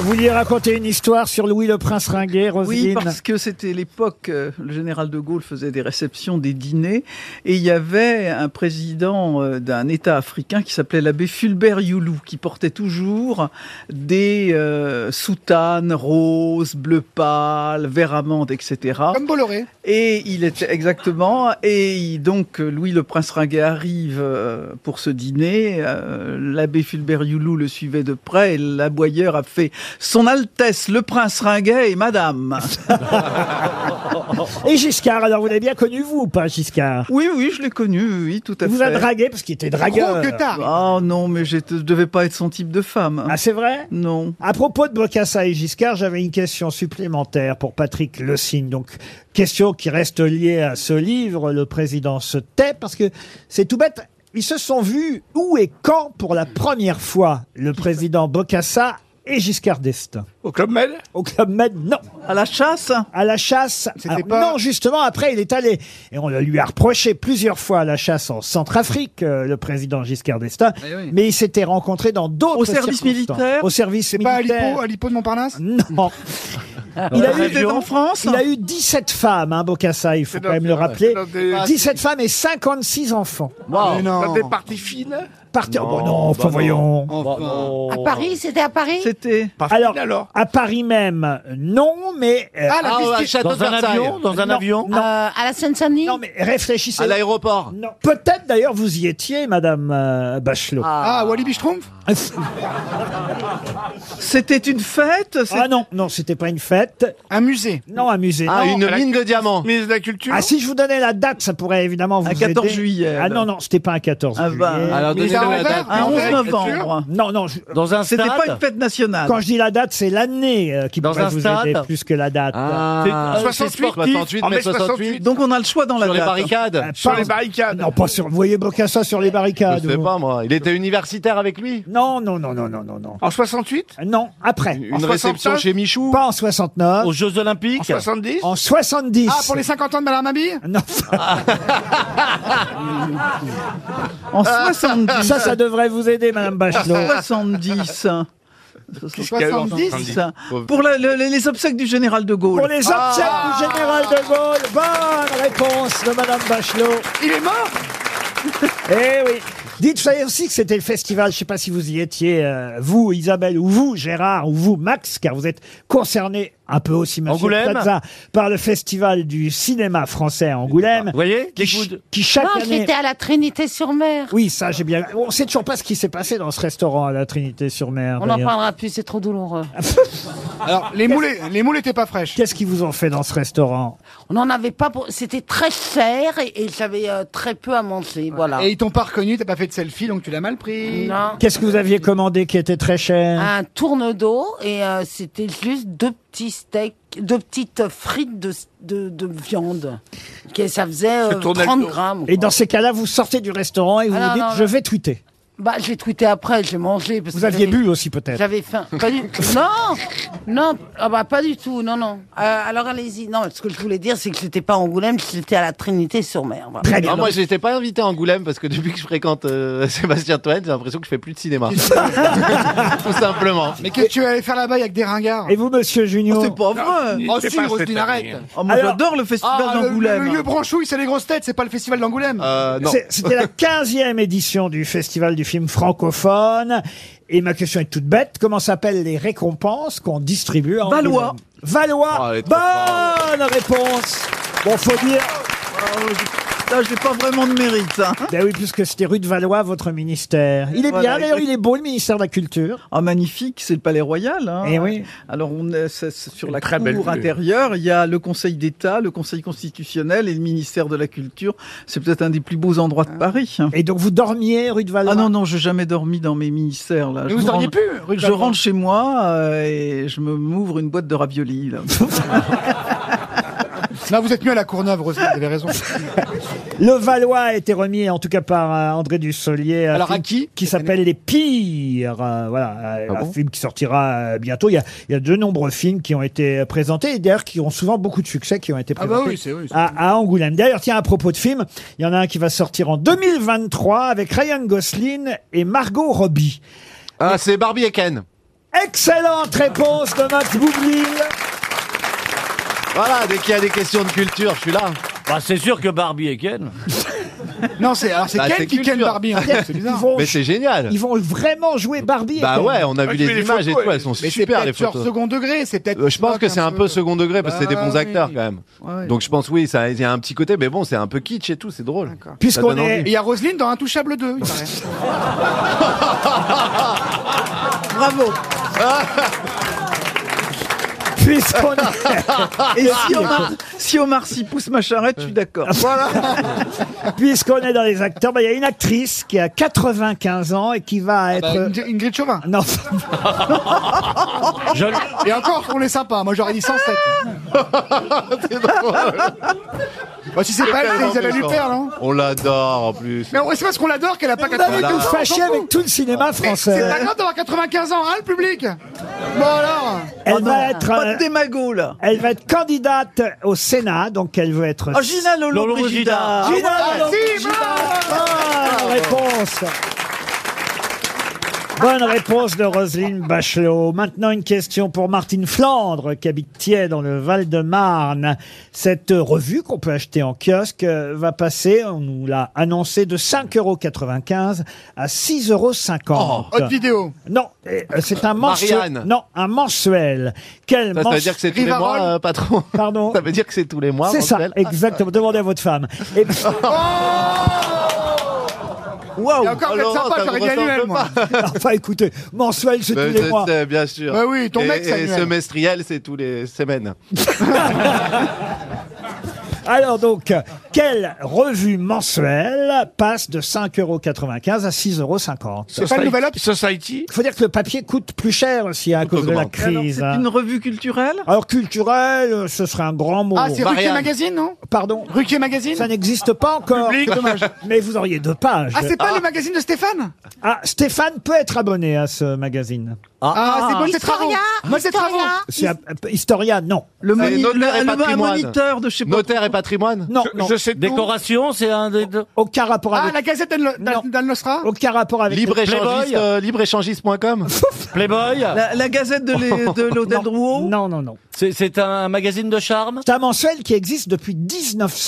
Speaker 2: Vous vouliez raconter une histoire sur Louis le Prince Ringuet,
Speaker 4: Oui,
Speaker 2: Roselyne
Speaker 4: parce que c'était l'époque, euh, le général de Gaulle faisait des réceptions, des dîners, et il y avait un président euh, d'un État africain qui s'appelait l'abbé Fulbert Youlou, qui portait toujours des euh, soutanes roses, bleu pâle, vert amande, etc.
Speaker 3: Comme Bolloré.
Speaker 4: Et il était exactement. Et il- donc euh, Louis le Prince Ringuet arrive euh, pour ce dîner. euh, L'abbé Fulbert Youlou le suivait de près. Et l'aboyeur a fait Son Altesse le Prince Ringuet et Madame.
Speaker 2: Et Giscard, alors vous l'avez bien connu vous ou pas Giscard
Speaker 4: Oui, oui, je l'ai connu, oui, oui, tout à
Speaker 2: Vous
Speaker 4: fait.
Speaker 2: a dragué parce qu'il était dragueur.
Speaker 4: Ah non, mais j'étais- je devais pas être son type de femme.
Speaker 2: Ah, c'est vrai
Speaker 4: Non.
Speaker 2: À propos de Bocassa et Giscard, j'avais une question supplémentaire pour Patrick Le Signe. Donc, question qui reste liée à ce livre, Le président se tait, parce que c'est tout bête. Ils se sont vus où et quand pour la première fois, le président Bocassa et Giscard d'Estaing
Speaker 7: Au Club Med
Speaker 2: Au Club Med, non.
Speaker 4: À la chasse
Speaker 2: À la chasse. Alors, Non, justement, après, il est allé. Et on le lui a reproché plusieurs fois à la chasse en Centrafrique, euh, le président Giscard d'Estaing.
Speaker 4: Eh oui.
Speaker 2: Mais il s'était rencontré dans d'autres
Speaker 4: Au service
Speaker 2: circonstances.
Speaker 4: militaire
Speaker 2: Au service
Speaker 3: Pas
Speaker 2: militaire.
Speaker 3: à l'hippo, à l'hippo de Montparnasse
Speaker 2: Non.
Speaker 4: Il a eu des en France
Speaker 2: Il a eu 17 femmes, hein, Bocassa, il faut quand même le rappeler.
Speaker 7: c'est dans des-
Speaker 2: 17 femmes et 56 enfants.
Speaker 7: Wow. Dans des parties fines Bah
Speaker 2: Partez- oh, bah non, enfin, voyons.
Speaker 5: À Paris, c'était à Paris
Speaker 4: C'était.
Speaker 2: Alors, à Paris même, non, mais. euh,
Speaker 5: Ah, la Ah, piste- ouais, château
Speaker 8: Dans de un Versailles. avion, dans un
Speaker 2: Non,
Speaker 8: avion Ah.
Speaker 2: Non,
Speaker 5: Euh, À la Seine-Saint-Denis
Speaker 2: non, mais réfléchissez.
Speaker 6: À l'aéroport.
Speaker 2: Non. Peut-être d'ailleurs vous y étiez, Madame euh, Bachelot.
Speaker 3: Ah,
Speaker 2: <laughs>
Speaker 3: Wally Bichtroumpf
Speaker 4: C'était une fête
Speaker 2: Ah non, non, c'était pas une fête.
Speaker 3: Un musée.
Speaker 2: Non, un musée.
Speaker 6: Ah,
Speaker 2: non.
Speaker 6: une mine de diamants.
Speaker 7: Ministre de la Culture
Speaker 2: Ah, si je vous donnais la date, ça pourrait évidemment vous
Speaker 4: Un 14
Speaker 2: aider.
Speaker 4: juillet,
Speaker 2: Ah
Speaker 4: alors.
Speaker 2: non, non, c'était pas un 14
Speaker 4: Ah bah,
Speaker 2: juillet.
Speaker 6: Alors,
Speaker 4: Mais
Speaker 6: donnez-moi
Speaker 4: à
Speaker 6: la
Speaker 4: Anvers,
Speaker 6: date.
Speaker 7: Ah,
Speaker 4: un 11
Speaker 7: Culture
Speaker 4: novembre.
Speaker 2: Non, non, je-
Speaker 8: Dans un
Speaker 4: C'était
Speaker 8: stade
Speaker 4: pas une fête nationale.
Speaker 2: quand je dis la date, c'est l'année euh, qui
Speaker 8: Dans
Speaker 2: pourrait
Speaker 8: un
Speaker 2: vous
Speaker 8: stade
Speaker 2: aider plus que la date.
Speaker 6: Ah,
Speaker 7: 68,
Speaker 6: 68,
Speaker 7: en mai
Speaker 6: mais 68.
Speaker 7: 68.
Speaker 4: Donc on a le choix dans la
Speaker 6: Sur les
Speaker 4: date.
Speaker 2: Ah,
Speaker 6: barricades.
Speaker 7: Sur
Speaker 2: pas-
Speaker 7: les barricades.
Speaker 2: Non, pas sur. Vous voyez Bocassa sur les
Speaker 6: Je
Speaker 2: barricades.
Speaker 6: sais
Speaker 2: vous.
Speaker 6: pas, moi. Il était universitaire avec lui.
Speaker 2: Non, non, non, non, non, non, non. Euh,
Speaker 7: En 68
Speaker 2: Non, après.
Speaker 6: Une
Speaker 7: 69?
Speaker 6: réception chez Michou.
Speaker 2: Pas en 69.
Speaker 8: aux Jeux
Speaker 7: En
Speaker 8: Olympiques.
Speaker 7: 70
Speaker 2: En 70.
Speaker 3: Ah, pour les 50 ans de Madame Mabille
Speaker 2: Ah, Non,
Speaker 4: En 70.
Speaker 2: Ah. ça, ça devrait vous aider, Madame Bachelot.
Speaker 4: 70. 70.
Speaker 6: Pauvre.
Speaker 4: Pour la- le- les les obsèques du général de Gaulle.
Speaker 2: Pour les obsèques du général de Gaulle, bonne réponse de Madame Bachelot.
Speaker 3: Il est mort
Speaker 2: Eh oui. Dites, je savais aussi que c'était le festival, je ne sais pas si vous y étiez, euh, vous, Isabelle, ou vous, Gérard, ou vous, Max, car vous êtes concernés un peu aussi, monsieur
Speaker 9: Angoulême
Speaker 2: Plaza, par le festival du cinéma français à Angoulême. Vous
Speaker 9: voyez
Speaker 2: qui, ch- qui chaque
Speaker 5: Non,
Speaker 2: année...
Speaker 5: j'étais à la Trinité-sur-Mer.
Speaker 2: Oui, ça, j'ai bien... On sait toujours pas ce qui s'est passé dans ce restaurant à la Trinité-sur-Mer.
Speaker 5: On n'en
Speaker 2: d'ailleurs.
Speaker 5: parlera plus, c'est trop douloureux.
Speaker 2: Alors, les moules, les moules étaient pas fraîches. Qu'est-ce qu'ils vous ont fait dans ce restaurant
Speaker 5: On n'en avait pas pour... C'était très cher et, et j'avais euh, très peu à manger, voilà.
Speaker 3: Et ils t'ont pas reconnu, t'as pas fait de selfie, donc tu l'as mal pris.
Speaker 5: Non.
Speaker 2: Qu'est-ce que vous aviez commandé qui était très cher
Speaker 5: Un tourne d'eau et euh, c'était juste deux petits steaks, deux petites frites de, de, de viande. Que ça faisait euh, 30 grammes.
Speaker 2: Et
Speaker 5: quoi.
Speaker 2: dans ces cas-là, vous sortez du restaurant et vous
Speaker 5: Ah non,
Speaker 2: vous dites
Speaker 5: non, non.
Speaker 2: Je vais tweeter.
Speaker 5: Bah, j'ai tweeté après, j'ai mangé. Parce
Speaker 2: Vous
Speaker 5: que
Speaker 2: aviez
Speaker 5: j'avais-
Speaker 2: bu aussi, peut-être.
Speaker 5: J'avais faim. Pas du- Non, non, ah bah, pas du tout, non, non. Euh, alors allez-y. Non, ce que je voulais dire, c'est que j'étais pas à Angoulême, j'étais à la Trinité-sur-Mer. voilà.
Speaker 6: Ah, moi, j'étais pas invité à Angoulême parce que depuis que je fréquente euh, <laughs> Sébastien Toen, j'ai l'impression que je fais plus de cinéma. <laughs> Tout simplement. Euh,
Speaker 3: Mais qu'est-ce que tu vas aller faire là-bas avec des ringards
Speaker 2: Et vous, monsieur Junior
Speaker 3: C'est pas vrai
Speaker 6: il
Speaker 3: Oh
Speaker 6: était
Speaker 3: si,
Speaker 6: pas
Speaker 3: Roselyne,
Speaker 6: cette
Speaker 3: arrête
Speaker 6: année, hein.
Speaker 4: Oh, moi, j'adore le festival
Speaker 3: Ah, le-
Speaker 4: d'Angoulême.
Speaker 3: Le, lieu branchouille, c'est les grosses têtes, c'est pas le festival d'Angoulême
Speaker 2: C'est- C'était la 15e édition du Festival du film francophone. Et ma question est toute bête. Comment s'appellent les récompenses qu'on distribue à Angoulême
Speaker 4: Valois.
Speaker 2: Valois. Bonne réponse. Bon, faut dire.
Speaker 3: Ah,
Speaker 4: Là, j'ai pas vraiment de mérite. hein.
Speaker 2: Ben oui, puisque c'était rue de Valois, votre ministère. Il est bien,
Speaker 4: Voilà,
Speaker 2: d'ailleurs, il est beau, le ministère de la Culture.
Speaker 4: Ah, magnifique, c'est le Palais Royal. Hein.
Speaker 2: Eh oui.
Speaker 4: Alors, on est, c'est- c'est sur la
Speaker 2: Très belle
Speaker 4: cour
Speaker 2: vue.
Speaker 4: intérieure, il y a le Conseil d'État, le Conseil constitutionnel et le ministère de la Culture. C'est peut-être un des plus beaux endroits de Paris.
Speaker 2: Ah. Et donc, vous dormiez rue de Valois
Speaker 4: Ah non, non, j'ai jamais dormi dans mes ministères. Là.
Speaker 3: Mais
Speaker 4: Je
Speaker 3: vous
Speaker 4: me
Speaker 3: auriez
Speaker 4: rends-
Speaker 3: pu, rue de
Speaker 4: Je
Speaker 3: Valois.
Speaker 4: rentre chez moi euh, et je me m'ouvre une boîte de raviolis.
Speaker 2: <laughs>
Speaker 4: là.
Speaker 3: Là, vous êtes mieux à la Courneuve, Roselyne, vous avez raison.
Speaker 2: <laughs> Le Valois a été remis, en tout cas par euh, André Dussolier, un
Speaker 3: Alors,
Speaker 2: film
Speaker 3: à qui Ah
Speaker 2: qui s'appelle Les Pires. euh, voilà, euh, un film qui sortira euh, bientôt. Il y, a, il y a de nombreux films qui ont été euh, présentés et d'ailleurs qui ont souvent beaucoup de succès, qui ont été
Speaker 7: Ah bah
Speaker 2: présentés
Speaker 7: oui, c'est- oui, c'est-
Speaker 2: à, à Angoulême. D'ailleurs, tiens, à propos de films, il y en a un qui va sortir en 2023 avec Ryan Gosling et Margot Robbie.
Speaker 6: Ah, c'est Barbie et Ken.
Speaker 2: Excellente réponse de Max Boublil.
Speaker 6: Voilà, dès qu'il y a des questions de culture, je suis là.
Speaker 8: Bah, c'est sûr que Barbie et Ken.
Speaker 3: <laughs> Non, c'est alors c'est
Speaker 6: Bah, c'est
Speaker 3: Ken qui
Speaker 6: culture.
Speaker 3: ken Barbie, hein. en fait, c'est bizarre.
Speaker 2: hein Ils vont-
Speaker 6: Mais <laughs> c'est génial.
Speaker 2: Ils vont vraiment jouer Barbie. et
Speaker 6: Bah
Speaker 2: Ken.
Speaker 6: ouais, on a vu les, images et tout, elles sont
Speaker 3: Mais c'est
Speaker 6: super les
Speaker 3: peut-être sur
Speaker 6: photos.
Speaker 3: second degré, c'est peut-être.
Speaker 6: Euh, je pense que c'est un peu second degré parce que c'est des
Speaker 3: Bah
Speaker 6: bons
Speaker 3: oui.
Speaker 6: acteurs quand même.
Speaker 3: Ouais.
Speaker 6: Donc je pense oui, ça il y a un petit côté, mais bon, c'est un peu kitsch et tout, c'est drôle. Ça
Speaker 2: Puisqu'on
Speaker 6: donne
Speaker 2: est.
Speaker 6: envie.
Speaker 3: Et il y a Roselyne dans Intouchable 2, il paraît.
Speaker 4: Bravo.
Speaker 2: Puisqu'on
Speaker 10: Ah,
Speaker 2: est...
Speaker 4: Et si Omar, si Omar s'y pousse ma charrette, je suis
Speaker 3: <laughs>
Speaker 4: d'accord. Voilà.
Speaker 2: <laughs> Puisqu'on est dans les acteurs, bah, il y a une actrice qui a 95 ans et qui va être. euh,
Speaker 3: Bah, Ingr- Ingrid Chauvin.
Speaker 2: Non,
Speaker 3: Et encore, on est sympa. Moi, j'aurais dit 107. Bah, si c'est pas elle, c'est
Speaker 6: Tellement
Speaker 3: Isabelle
Speaker 6: méchant.
Speaker 3: Huppert, non
Speaker 6: On l'adore en plus.
Speaker 3: Mais on- c'est parce qu'on l'adore qu'elle a pas
Speaker 2: vous avez
Speaker 3: 95 ans.
Speaker 2: tout fâché
Speaker 3: on s'en fout.
Speaker 2: avec tout le cinéma
Speaker 3: Mais C'est
Speaker 2: français.
Speaker 3: pas grave d'avoir 95 ans, hein, le public Bon alors
Speaker 2: Elle va être.
Speaker 4: Oh Pas
Speaker 2: euh,
Speaker 4: de démago là.
Speaker 2: Elle va être candidate au Sénat, donc elle veut être.
Speaker 4: Oh, Gina Lolo,
Speaker 8: Lolo
Speaker 4: Brigida. Ah
Speaker 2: Gina Lolo-
Speaker 3: Si, bravo
Speaker 2: Bonne réponse. Bonne réponse de Roselyne Bachelot. Maintenant, une question pour Martine Flandre, qui habite Thiers, dans le Val-de-Marne. Cette revue qu'on peut acheter en kiosque euh, va passer, on nous l'a annoncé, de 5,95 à 6,50 euros.
Speaker 3: Haute vidéo.
Speaker 2: Non, euh, c'est un mensuel.
Speaker 6: Oh, Marianne.
Speaker 2: Non, un mensuel. Quel
Speaker 6: Ça, ça veut
Speaker 2: mensu-
Speaker 6: dire que c'est tous les
Speaker 3: Rivarol.
Speaker 6: mois, euh, patron.
Speaker 2: Pardon
Speaker 6: Ça veut dire que c'est tous les mois.
Speaker 2: C'est ça,
Speaker 6: mensuel.
Speaker 2: exactement. Demandez à votre
Speaker 6: <laughs>
Speaker 2: femme. Et puis-
Speaker 3: Il y a encore
Speaker 6: Oh,
Speaker 3: vous êtes
Speaker 6: Laurent,
Speaker 3: sympa,
Speaker 6: ça
Speaker 3: j'aurais
Speaker 6: me
Speaker 3: dit annuel,
Speaker 6: ressemble
Speaker 3: moi.
Speaker 2: <laughs> enfin, écoutez, mensuel, c'est
Speaker 6: Mais
Speaker 2: tous les
Speaker 6: c'est-
Speaker 2: mois.
Speaker 6: c'est bien sûr.
Speaker 3: Bah oui, ton
Speaker 6: et,
Speaker 3: mec, c'est
Speaker 6: et
Speaker 3: annuel.
Speaker 6: semestriel, c'est tous les semaines.
Speaker 2: Bah, Alors donc, quelle revue mensuelle passe de 5,95 à 6,50 euros
Speaker 3: C'est pas le nouvel obs
Speaker 7: Society
Speaker 2: Il faut dire que le papier coûte plus cher aussi hein, à cause de la
Speaker 6: augmente.
Speaker 4: Alors,
Speaker 2: crise. hein.
Speaker 4: c'est une revue culturelle
Speaker 2: Alors culturel, euh, ce serait un grand mot.
Speaker 3: Ah, c'est Ruquier
Speaker 6: Marianne.
Speaker 3: Magazine, non
Speaker 2: Pardon
Speaker 3: Ruquier Magazine
Speaker 2: ça n'existe pas encore.
Speaker 7: Public.
Speaker 2: C'est dommage. <laughs> Mais vous auriez deux pages.
Speaker 3: Ah, c'est pas le magazine de Stéphane
Speaker 2: Ah, Stéphane peut être abonné à ce magazine.
Speaker 3: Ah, c'est moi, c'est Travaux
Speaker 5: Historia,
Speaker 3: Moi, c'est Travaux
Speaker 5: Historia.
Speaker 2: C'est un- euh, Historia, non.
Speaker 4: Le, moni-
Speaker 6: notaire
Speaker 4: le-
Speaker 6: et
Speaker 4: le- un
Speaker 6: patrimoine.
Speaker 4: moniteur de je sais pas
Speaker 6: Notaire et
Speaker 4: trop
Speaker 6: patrimoine
Speaker 2: Non,
Speaker 6: Je-
Speaker 2: non.
Speaker 6: je sais tout.
Speaker 9: Décoration, c'est un des deux.
Speaker 2: Aucun rapport
Speaker 3: Ah,
Speaker 2: avec.
Speaker 3: la Gazette d'Al- d'Al d'Al Nostra
Speaker 2: Aucun rapport avec.
Speaker 6: Libre-échangiste, euh,
Speaker 3: <laughs>
Speaker 2: libreéchangiste.com
Speaker 9: <laughs> Playboy
Speaker 4: La, la Gazette de l'é-
Speaker 9: <laughs>
Speaker 4: de l'Hôtel
Speaker 2: Non,
Speaker 4: Drouot
Speaker 2: Non, non, non.
Speaker 9: C'est- C'est un magazine de charme
Speaker 2: C'est un mensuel qui existe depuis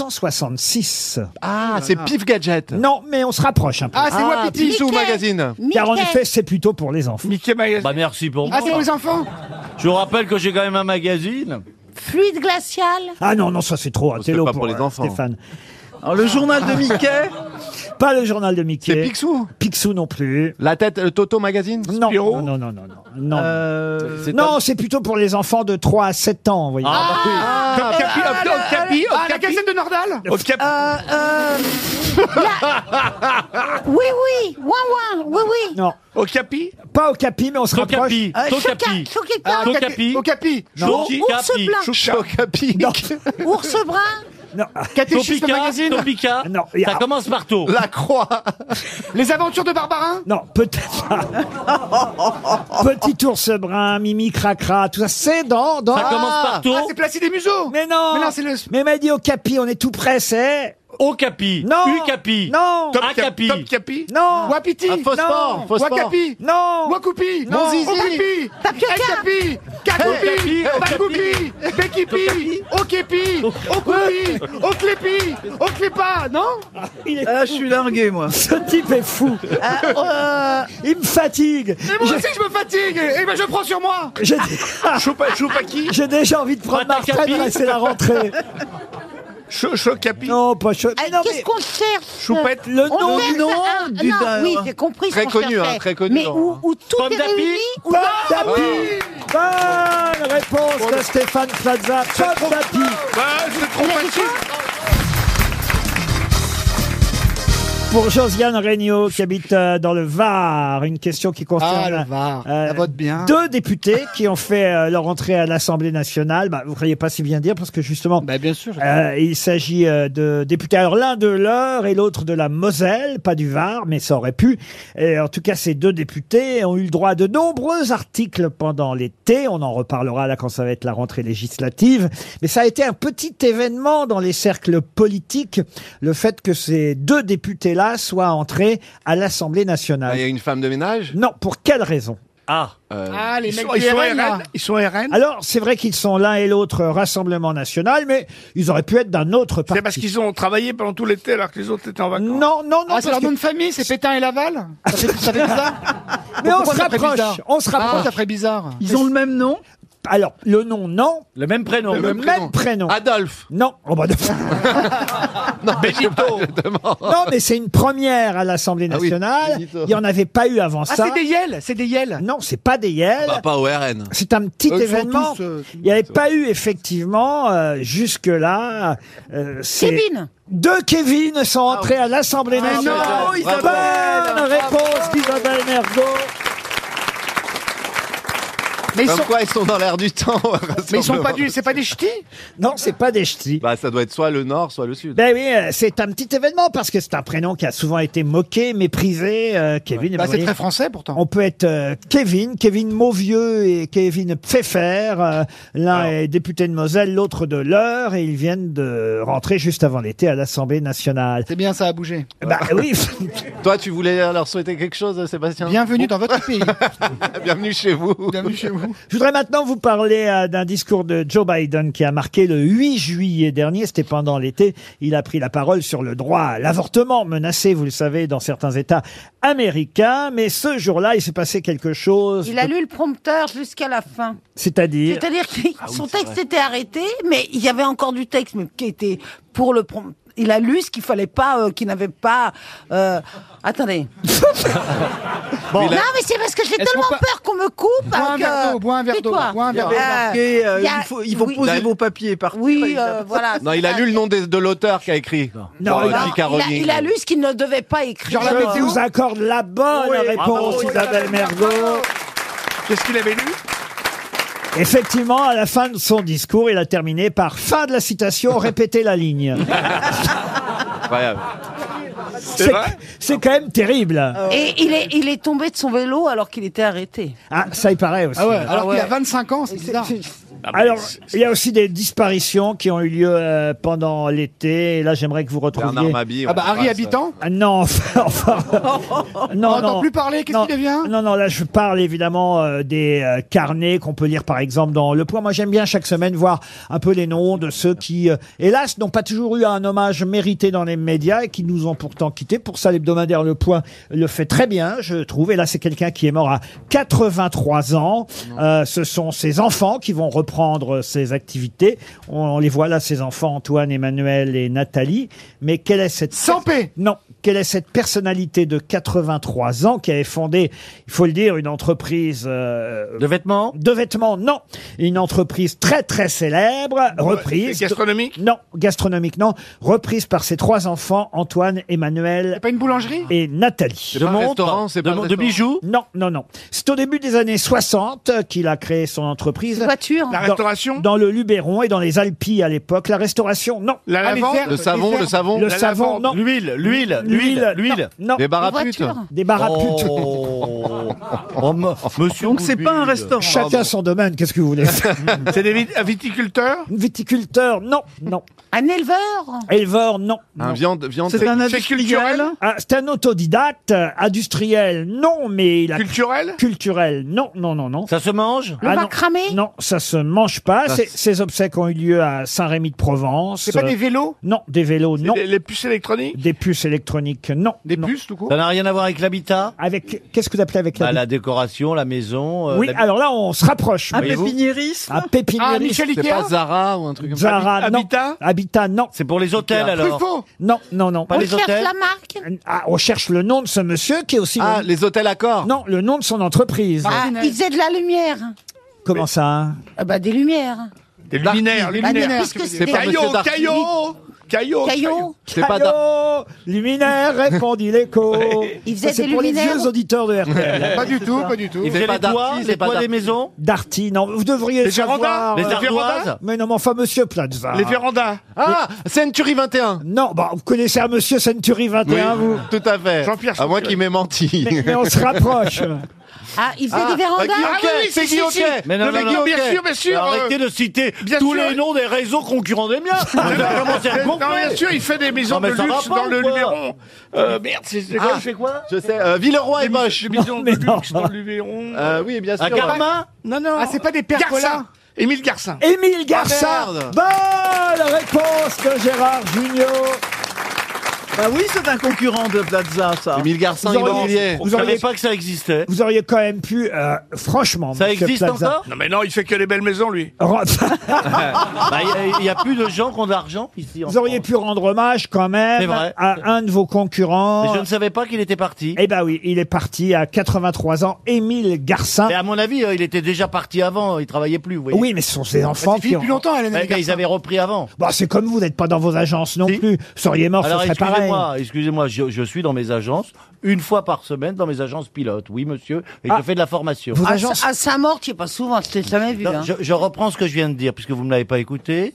Speaker 2: 1966.
Speaker 3: Oh
Speaker 6: Ah, c'est Pif Gadget.
Speaker 2: Non, mais on se rapproche un peu.
Speaker 3: Ah, c'est Ah, Wapiti. Picsou Mickey. Magazine.
Speaker 2: Car en
Speaker 3: Mickey.
Speaker 2: effet, c'est plutôt pour les enfants.
Speaker 9: Bah merci pour moi.
Speaker 3: Ah, c'est pour les enfants
Speaker 9: Je vous rappelle que j'ai quand même un magazine.
Speaker 13: Fluide glacial.
Speaker 2: Ah non, non, ça c'est trop. C'est
Speaker 6: Oh, pas pour les enfants.
Speaker 2: hein, Stéphane.
Speaker 4: le journal de Mickey
Speaker 2: <laughs> Pas le journal de Mickey.
Speaker 6: C'est Picsou
Speaker 2: Picsou non plus.
Speaker 6: La tête, le Toto Magazine Euh,
Speaker 2: Non, non, non, non, non, non. Non,
Speaker 6: C'est-
Speaker 2: Non, c'est plutôt pour les enfants de 3 à 7 ans, vous voyez.
Speaker 3: Ah,
Speaker 6: bah
Speaker 10: bah
Speaker 7: Au capi,
Speaker 3: ah,
Speaker 7: au-
Speaker 3: la-
Speaker 7: au capi, au
Speaker 3: ah, la
Speaker 7: capi.
Speaker 3: Gazette de Nordal
Speaker 7: Au cap-
Speaker 5: Euh, <laughs>
Speaker 3: Euh,
Speaker 6: <laughs>
Speaker 13: Oui, oui, ouin, ouin, oui, oui.
Speaker 2: Non.
Speaker 7: Au capi
Speaker 2: Pas au capi, mais on se rapproche.
Speaker 13: Euh, Choca- Choqueta.
Speaker 2: Ah, Tocapi.
Speaker 3: Okapi
Speaker 2: Non.
Speaker 13: Ours blanc.
Speaker 6: Chocapi.
Speaker 13: <laughs> Ours brun.
Speaker 2: Non.
Speaker 3: Catéchisme
Speaker 9: Topika,
Speaker 3: magazine
Speaker 9: Topika.
Speaker 2: Non, il y a-
Speaker 9: Ça commence par tôt.
Speaker 6: La croix.
Speaker 3: Les aventures de Barbarin
Speaker 2: Non, peut-être pas. <laughs> Petit ours brun, Mimi Cracra, tout ça, c'est dans... dans...
Speaker 9: Ça commence par tôt.
Speaker 3: Ah, c'est Placide des Museaux
Speaker 2: Mais non
Speaker 3: Mais non, c'est le...
Speaker 2: Mais m'a dit au capi, on est tout près, c'est...
Speaker 9: Au capi.
Speaker 2: Non.
Speaker 9: U capi.
Speaker 2: Non
Speaker 7: Top
Speaker 9: Un
Speaker 7: Cap-
Speaker 9: capi.
Speaker 7: Top capi
Speaker 2: Non
Speaker 3: Wapiti
Speaker 6: Ah, Phosphore,
Speaker 2: Non.
Speaker 6: Phosphore.
Speaker 3: Wakapi
Speaker 2: Non
Speaker 3: Wakupi
Speaker 2: Non.
Speaker 3: Zizi Okupi Kapi Kakupi Bakupi Bekipi Okepi Okupi Oklepi Oklepa Non
Speaker 4: Ah, je suis largué, moi.
Speaker 2: Ce type est fou
Speaker 7: Euh, oh.
Speaker 2: Euh, Il me fatigue
Speaker 3: Et moi aussi je me fatigue Et ben je prends sur moi
Speaker 2: J'ai
Speaker 7: <laughs> Choupa, Choupaki
Speaker 2: j'ai déjà envie de prendre ma retraite,
Speaker 9: Watacapi.
Speaker 2: mais c'est la rentrée.
Speaker 7: <laughs> Cho- Chocapi
Speaker 2: Non, pas chaud.
Speaker 13: Ah,
Speaker 2: Mais non,
Speaker 13: Qu'est-ce
Speaker 2: mais-
Speaker 13: qu'on cherche
Speaker 5: Euh,
Speaker 7: Choupette
Speaker 2: Le
Speaker 13: On
Speaker 2: nom
Speaker 13: cherche
Speaker 2: du nom
Speaker 5: Ah,
Speaker 13: un- Ah,
Speaker 4: du
Speaker 13: non,
Speaker 4: dard.
Speaker 13: Oui, j'ai compris. ce
Speaker 6: Très
Speaker 13: qu'on
Speaker 6: connu, hein,
Speaker 13: cherchait.
Speaker 6: très connu,
Speaker 13: Mais
Speaker 6: hein.
Speaker 13: où, où tout
Speaker 9: Pomme
Speaker 13: est
Speaker 9: d'api.
Speaker 13: réuni.
Speaker 7: Bah,
Speaker 13: où-
Speaker 10: Bah,
Speaker 2: Pomme d'api Ah Bonne réponse de Stéphane Plaza. Pomme d'api
Speaker 7: Bah, c'est trop facile
Speaker 2: Pour Josiane Regnault, qui habite euh, dans le Var, une question qui
Speaker 3: Ah,
Speaker 2: concerne
Speaker 3: le Var,
Speaker 2: euh,
Speaker 3: ça vote bien.
Speaker 2: deux députés qui ont fait euh, leur entrée à l'Assemblée nationale. Bah, vous ne croyez pas si bien dire, parce que justement,
Speaker 3: Bah bien sûr.
Speaker 2: euh, il s'agit euh, de députés, alors l'un de l'Eure et l'autre de la Moselle, pas du Var, mais ça aurait pu. Et en tout cas, ces deux députés ont eu le droit à de nombreux articles pendant l'été. On en reparlera là quand ça va être la rentrée législative. Mais ça a été un petit événement dans les cercles politiques, le fait que ces deux députés-là soient entrés à l'Assemblée
Speaker 6: Ah,
Speaker 2: nationale.
Speaker 6: Il y a une femme de ménage
Speaker 2: Non, pour quelle raison
Speaker 9: Ah.
Speaker 6: Euh,
Speaker 3: Ah les
Speaker 7: Ils
Speaker 3: mecs
Speaker 7: sont,
Speaker 3: du
Speaker 7: ils sont
Speaker 3: RN, là.
Speaker 7: RN Ils sont RN
Speaker 2: alors, c'est vrai qu'ils sont l'un et l'autre euh, Rassemblement National, mais ils auraient pu être d'un autre parti.
Speaker 7: C'est parce qu'ils ont travaillé pendant tout l'été alors que les autres étaient en vacances
Speaker 2: <laughs> Non, non, non.
Speaker 3: Ah
Speaker 2: parce
Speaker 3: c'est leur
Speaker 2: que-
Speaker 3: nom de famille, c'est Pétain et Laval
Speaker 4: Ah,
Speaker 3: Ça fait ça fait bizarre
Speaker 2: Mais on
Speaker 3: Pourquoi
Speaker 2: se
Speaker 3: ça ferait
Speaker 2: rapproche,
Speaker 3: bizarre
Speaker 2: on se
Speaker 3: Ah
Speaker 2: rapproche.
Speaker 3: ça ferait bizarre
Speaker 4: Ils ont le même nom
Speaker 2: Alors, le nom, non.
Speaker 9: Le même prénom.
Speaker 2: Le, même, prénom.
Speaker 6: Adolphe.
Speaker 2: Non. Oh, bah, non.
Speaker 6: Non, mais je demande.
Speaker 2: Non, mais c'est une première à l'Assemblée
Speaker 6: Ah oui,
Speaker 2: nationale.
Speaker 6: Benito.
Speaker 2: Il n'y en avait pas eu avant
Speaker 3: Ah
Speaker 2: ça.
Speaker 3: c'est des Yel C'est des Yel
Speaker 2: Non, c'est pas des Yel.
Speaker 6: Bah, pas au RN.
Speaker 2: C'est un petit
Speaker 3: Eux, ils sont
Speaker 2: événement.
Speaker 3: tous, euh,
Speaker 2: Il n'y avait pas eu effectivement euh, jusque-là. euh, c'est-
Speaker 13: Kevin.
Speaker 2: Deux Kevin sont entrés à l'Assemblée
Speaker 3: Ah,
Speaker 2: nationale.
Speaker 6: non, Isabelle.
Speaker 2: Bonne réponse d'Isabelle Mergot.
Speaker 3: Mais ils
Speaker 6: Comme
Speaker 3: sont
Speaker 6: quoi, ils sont dans l'air du temps. au
Speaker 3: mais ils sont pas
Speaker 6: rassemblement.
Speaker 3: du, c'est pas des ch'tis
Speaker 2: Non, c'est pas des ch'tis.
Speaker 6: Bah, ça doit être soit le nord, soit le sud.
Speaker 2: Ben oui, euh, c'est un petit événement parce que c'est un prénom qui a souvent été moqué, méprisé. euh, Kevin, eh ben,
Speaker 3: Bah
Speaker 2: vous
Speaker 3: c'est
Speaker 2: voyez,
Speaker 3: très français pourtant.
Speaker 2: on peut être euh, Kevin, Kevin Mauvieux et Kevin Pfeffer. euh, L'un est député de Moselle, l'autre de l'Eure, et ils viennent de rentrer juste avant l'été à l'Assemblée nationale.
Speaker 3: C'est bien, ça a bougé.
Speaker 2: Bah oui,
Speaker 6: <laughs> Toi, tu voulais leur souhaiter quelque chose, Sébastien
Speaker 3: Bienvenue dans votre pays.
Speaker 6: <laughs> Bienvenue chez vous.
Speaker 3: Bienvenue chez vous.
Speaker 2: je voudrais maintenant vous parler euh, d'un discours de Joe Biden qui a marqué le 8 juillet dernier, c'était pendant l'été, il a pris la parole sur le droit à l'avortement menacé, vous le savez, dans certains États américains, mais ce jour-là, il s'est passé quelque chose,
Speaker 5: Il a lu le prompteur jusqu'à la fin.
Speaker 2: c'est-à-dire...
Speaker 5: C'est-à-dire que son texte était arrêté, mais il y avait encore du texte mais qui était pour le prom- Il a lu ce qu'il fallait pas, euh, qu'il n'avait pas. euh, Attendez.
Speaker 6: Mais là-
Speaker 5: Non, mais c'est parce que j'ai
Speaker 3: Est-ce
Speaker 5: tellement
Speaker 3: qu'on peut-
Speaker 5: peur qu'on me coupe. hein,
Speaker 3: Bois un
Speaker 5: que-
Speaker 3: verre d'eau, bois un verre d'eau,
Speaker 5: Tais-toi.
Speaker 3: bois un
Speaker 2: Ah,
Speaker 3: verre d'eau.
Speaker 5: Euh,
Speaker 4: Et, euh,
Speaker 5: il y a-
Speaker 4: il faut, il faut
Speaker 5: oui.
Speaker 4: poser
Speaker 6: Il a-
Speaker 4: vos papiers et partir.
Speaker 5: Oui,
Speaker 4: Il a-
Speaker 5: euh, voilà.
Speaker 6: Non, il a lu le nom des- de l'auteur qui a écrit.
Speaker 2: Non,
Speaker 6: Pour, euh,
Speaker 2: il a-
Speaker 6: J.K.
Speaker 5: Il a,
Speaker 6: Rowling.
Speaker 5: il a lu ce qu'il ne devait pas écrire.
Speaker 2: Je vous accorde la bonne
Speaker 4: Oui,
Speaker 2: réponse,
Speaker 4: bravo,
Speaker 2: Isabelle
Speaker 4: Isabelle
Speaker 2: Mergo.
Speaker 7: Qu'est-ce qu'il avait lu
Speaker 2: Effectivement, à la fin de son discours, il a terminé par fin de la citation, répétez la <laughs> ligne.
Speaker 6: Incroyable.
Speaker 2: C'est
Speaker 7: vrai
Speaker 2: c'est quand même terrible.
Speaker 5: Et il est, il est tombé de son vélo alors qu'il était arrêté.
Speaker 2: Ah, ça il paraît aussi.
Speaker 3: Alors qu'il a 25 ans, c'est bizarre.
Speaker 2: Alors, il y a aussi des disparitions qui ont eu lieu euh, pendant l'été. Et là, j'aimerais que vous retrouviez.
Speaker 6: Bernard Mabie,
Speaker 3: Ah bah, Harry Habitant
Speaker 2: Ah Non, enfin. enfin, <laughs> non,
Speaker 3: On n'entend plus parler, qu'est-ce qu'il devient
Speaker 2: Non, non, là, je parle évidemment euh, des euh, carnets qu'on peut lire, par exemple, dans Le Point. Moi, j'aime bien chaque semaine voir un peu les noms de ceux qui, euh, hélas, n'ont pas toujours eu un hommage mérité dans les médias et qui nous ont pourtant quittés. Pour ça, l'hebdomadaire Le Point le fait très bien, je trouve. Et là, c'est quelqu'un qui est mort à 83 ans. Euh, ce sont ses enfants qui vont reprendre ses activités. On les voit là, ses enfants, Antoine, Emmanuel et Nathalie. Mais quelle est cette... Sans Non. Quelle est cette personnalité de 83 ans qui avait fondé, il faut le dire, une entreprise... de vêtements De vêtements, non. Une entreprise très très célèbre, reprise... Gastronomique Non, gastronomique, non. Reprise par ses trois enfants, Antoine, Emmanuel... pas une boulangerie Et Nathalie.
Speaker 6: pas un montres restaurant, c'est pas De- un de restaurant bijoux
Speaker 2: Non, non, non. C'est au début des années 60 qu'il a créé son entreprise. voiture La restauration dans, le Luberon et dans les Alpilles à l'époque. La restauration, non.
Speaker 6: La
Speaker 2: Ah, les
Speaker 6: lavande
Speaker 2: herbes,
Speaker 6: Le savon,
Speaker 2: les
Speaker 6: le
Speaker 2: herbes.
Speaker 6: savon.
Speaker 2: Le
Speaker 6: La
Speaker 2: savon,
Speaker 6: lavande.
Speaker 2: non.
Speaker 6: L'huile, l'huile, l'huile, l'huile.
Speaker 2: Non.
Speaker 6: Des baraputes. Des voitures.
Speaker 2: Des baraputes.
Speaker 9: Oh. monsieur Donc c'est Goupil. pas un restaurant.
Speaker 2: Chacun son domaine, qu'est-ce que vous voulez
Speaker 7: <laughs> C'est des vit- un viticulteur
Speaker 2: Viticulteur, non, non.
Speaker 5: Un éleveur
Speaker 2: Éleveur, non.
Speaker 6: Un
Speaker 2: non.
Speaker 6: viande, viande. culturel
Speaker 2: Ah, C'est un autodidacte, euh, industriel, non, mais il a... Culturel Culturel, non, non, non, non.
Speaker 9: Ça se mange
Speaker 2: Ah non, Non, ça se mange pas.
Speaker 9: Ça
Speaker 2: Ces-
Speaker 9: se-
Speaker 2: Ces obsèques ont eu lieu à Saint-Rémy-de-Provence.
Speaker 7: C'est pas
Speaker 2: Euh,
Speaker 7: des vélos
Speaker 2: Non, des vélos, non.
Speaker 7: Les, les puces électroniques
Speaker 2: Des puces électroniques, non.
Speaker 7: Des puces, tout court
Speaker 9: Ça n'a rien à voir avec l'habitat
Speaker 2: Avec qu'est-ce que vous appelez avec
Speaker 9: l'habitat Bah, La décoration, la maison. euh,
Speaker 2: Oui,
Speaker 9: la-
Speaker 2: alors là, on se rapproche.
Speaker 9: Un
Speaker 2: voyez-vous.
Speaker 9: pépiniériste
Speaker 2: Un pépiniériste.
Speaker 9: Ah, Michel C'est Ikea pas
Speaker 6: Zara ou un truc
Speaker 9: comme ça
Speaker 2: Zara,
Speaker 9: Habi-
Speaker 2: non. Habitat Habitat, non.
Speaker 9: C'est pour les hôtels alors.
Speaker 2: Non, non, non.
Speaker 9: Pas On les cherche hôtels la
Speaker 2: marque On cherche le nom de ce monsieur qui est aussi...
Speaker 6: Ah,
Speaker 2: les hôtels Accor Non, le nom de son entreprise.
Speaker 5: Ah, il faisait de la lumière.
Speaker 2: Comment ça hein
Speaker 5: Ah bah des lumières.
Speaker 7: Des luminaires,
Speaker 5: Darty.
Speaker 7: les
Speaker 5: Bah,
Speaker 7: luminaires.
Speaker 5: puisque c'est
Speaker 7: C'est
Speaker 5: des-
Speaker 7: pas Caillot,
Speaker 5: Monsieur Darty.
Speaker 7: Caillot Caillot
Speaker 5: Caillot.
Speaker 7: C'est pas
Speaker 2: Allô, luminaire, répondit l'écho.
Speaker 5: Il faisait
Speaker 2: Ça, C'est
Speaker 5: des
Speaker 2: pour les
Speaker 5: luminaires
Speaker 2: vieux auditeurs
Speaker 3: <laughs>
Speaker 2: de RTL.
Speaker 3: Pas du tout, pas du tout.
Speaker 9: Il faisait les toits, les toits des maisons
Speaker 2: Darty, non, vous devriez
Speaker 9: Les
Speaker 2: savoir...
Speaker 9: vérandas Les
Speaker 2: euh,
Speaker 9: ardoises
Speaker 2: Mais non, mais enfin, monsieur Plaza.
Speaker 6: Les vérandas.
Speaker 2: Ah, Century 21 Non, bah, vous connaissez un monsieur Century 21, vous
Speaker 6: Tout à fait.
Speaker 2: Jean-Pierre
Speaker 6: À moins
Speaker 2: Chauvet.
Speaker 6: qu'il m'ait menti.
Speaker 2: Mais- mais on
Speaker 7: <laughs>
Speaker 2: se rapproche.
Speaker 5: Ah, il faisait
Speaker 6: Ah,
Speaker 5: des vérandas.
Speaker 6: bah, Guy Hocquet,
Speaker 5: Ah oui, oui,
Speaker 6: c'est Guy
Speaker 5: si, si,
Speaker 6: Hocquet.
Speaker 5: si.
Speaker 6: Mais non,
Speaker 9: Le
Speaker 6: non,
Speaker 9: mec,
Speaker 6: non,
Speaker 9: Guillaume,
Speaker 6: bien
Speaker 9: ok.
Speaker 6: sûr, bien sûr,
Speaker 9: Arrêtez
Speaker 6: euh,
Speaker 9: de citer
Speaker 6: bien
Speaker 9: tous
Speaker 6: sûr.
Speaker 9: les noms des réseaux concurrents des miens. Vous allez commencer à
Speaker 7: Non,
Speaker 9: compter.
Speaker 7: bien sûr, il fait des maisons
Speaker 9: Non, mais
Speaker 7: de
Speaker 9: ça va
Speaker 7: luxe
Speaker 9: pas
Speaker 7: dans
Speaker 9: ou
Speaker 7: le
Speaker 9: quoi
Speaker 7: Luberon. Euh, merde, c'est c'est quoi,
Speaker 6: Ah,
Speaker 7: il fait quoi
Speaker 6: Je sais. euh, Villeroy est moche.
Speaker 7: Des
Speaker 6: <laughs>
Speaker 7: maisons de luxe dans le Luberon.
Speaker 6: Euh, oui, bien sûr.
Speaker 7: Un Carmin Non, non.
Speaker 3: Ah, c'est pas des percolas
Speaker 7: Garcin. Émile Garcin.
Speaker 2: Émile
Speaker 7: Ah,
Speaker 2: Garça
Speaker 7: merde.
Speaker 2: Bonne réponse de Gérard Junior
Speaker 4: Bah oui, c'est un concurrent de Plaza, ça.
Speaker 6: Émile Garcin,
Speaker 2: Vous
Speaker 6: il
Speaker 2: auriez-
Speaker 6: est
Speaker 9: Vous
Speaker 2: Vous
Speaker 9: ne
Speaker 2: auriez-
Speaker 9: savez pas que ça existait.
Speaker 2: Vous auriez quand même pu, euh, franchement,
Speaker 9: Ça
Speaker 2: monsieur
Speaker 9: existe
Speaker 2: Plaza,
Speaker 9: encore
Speaker 7: Non, mais non, il fait que les belles
Speaker 2: <laughs>
Speaker 7: maisons, lui.
Speaker 2: ren-
Speaker 9: <laughs> Bah, Il n'y a, plus de gens qui ont de l'argent ici. en
Speaker 2: vous auriez pu rendre hommage quand
Speaker 9: C'est
Speaker 2: même
Speaker 9: vrai.
Speaker 2: à un de vos concurrents.
Speaker 9: Mais je ne savais pas qu'il était parti.
Speaker 2: Eh ben oui, il est parti à 83 ans, Émile Garcin.
Speaker 9: Mais à mon avis, euh, il était déjà parti avant, il travaillait plus, vous voyez.
Speaker 2: Oui, mais ce sont ses enfants qui ont...
Speaker 3: longtemps,
Speaker 9: Ouais, mais ils avaient repris avant.
Speaker 2: Bah, c'est comme vous, vous n'êtes pas dans vos agences non plus. Vous seriez mort,
Speaker 9: Alors
Speaker 2: ce serait pareil.
Speaker 9: excusez-moi, excusez-moi, je, je suis dans mes agences une fois par semaine dans mes agences pilotes, oui monsieur, et
Speaker 2: Ah.
Speaker 9: je fais de la formation.
Speaker 5: À, à Saint-Maur, tu es pas souvent, je t'ai jamais vu.
Speaker 9: Non,
Speaker 5: hein.
Speaker 9: je, je reprends ce que je viens de dire puisque vous ne m'avez pas écouté.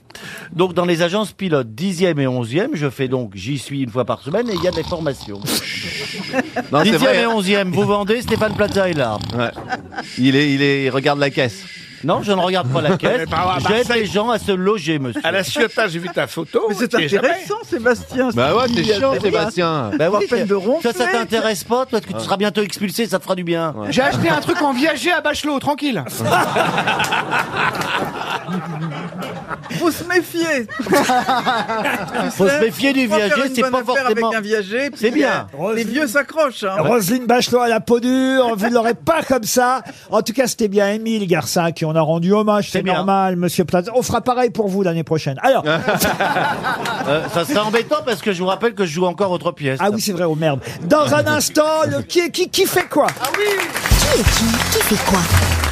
Speaker 9: Donc dans les agences pilotes 10e et 11e, je fais donc j'y suis une fois par semaine et il y a des formations.
Speaker 6: <laughs> Non, c'est
Speaker 9: 10e
Speaker 6: vrai.
Speaker 9: et 11e, vous vendez Stéphane Plaza est là.
Speaker 6: Ouais. Il est, il est, il regarde la caisse.
Speaker 9: Non, je ne regarde
Speaker 6: <laughs>
Speaker 9: pas la
Speaker 7: Mais
Speaker 9: caisse.
Speaker 7: par rapport à
Speaker 9: J'aide
Speaker 7: Marseille.
Speaker 9: les gens à se loger monsieur.
Speaker 7: À la Ciotat, j'ai vu ta photo.
Speaker 4: Mais c'est
Speaker 7: tu es jamais.
Speaker 4: intéressant, Sébastien.
Speaker 6: Bah ouais, t'es
Speaker 4: c'est
Speaker 6: chiant, Sébastien.
Speaker 9: Ben, ouais,
Speaker 4: peine de
Speaker 9: ça, ça
Speaker 4: ronfler.
Speaker 9: t'intéresse pas, toi, que tu seras bientôt expulsé, ça te fera du bien.
Speaker 3: J'ai acheté un truc en viager à Bachelot, tranquille.
Speaker 4: Faut se
Speaker 2: <laughs>
Speaker 4: méfier.
Speaker 9: Faut se méfier du viager, c'est pas forcément.
Speaker 4: Avec un viager, puis euh,
Speaker 9: C'est bien.
Speaker 4: les- Les vieux s'accrochent.
Speaker 9: Ah
Speaker 4: hein.
Speaker 2: Roselyne Bachelot à la peau dure, vous ne l'aurez pas comme ça. En tout cas, c'était bien Émile Garcin à qui on a rendu hommage, c'est
Speaker 9: bien.
Speaker 2: normal, monsieur Plaza. On fera pareil pour vous l'année prochaine. <laughs> Alors,
Speaker 9: Euh, ça serait embêtant parce que je vous rappelle que je joue encore autre pièce.
Speaker 2: ah oui, c'est vrai, oh merde. Dans un instant, le qui est qui, qui fait quoi
Speaker 14: Qui est qui Qui fait quoi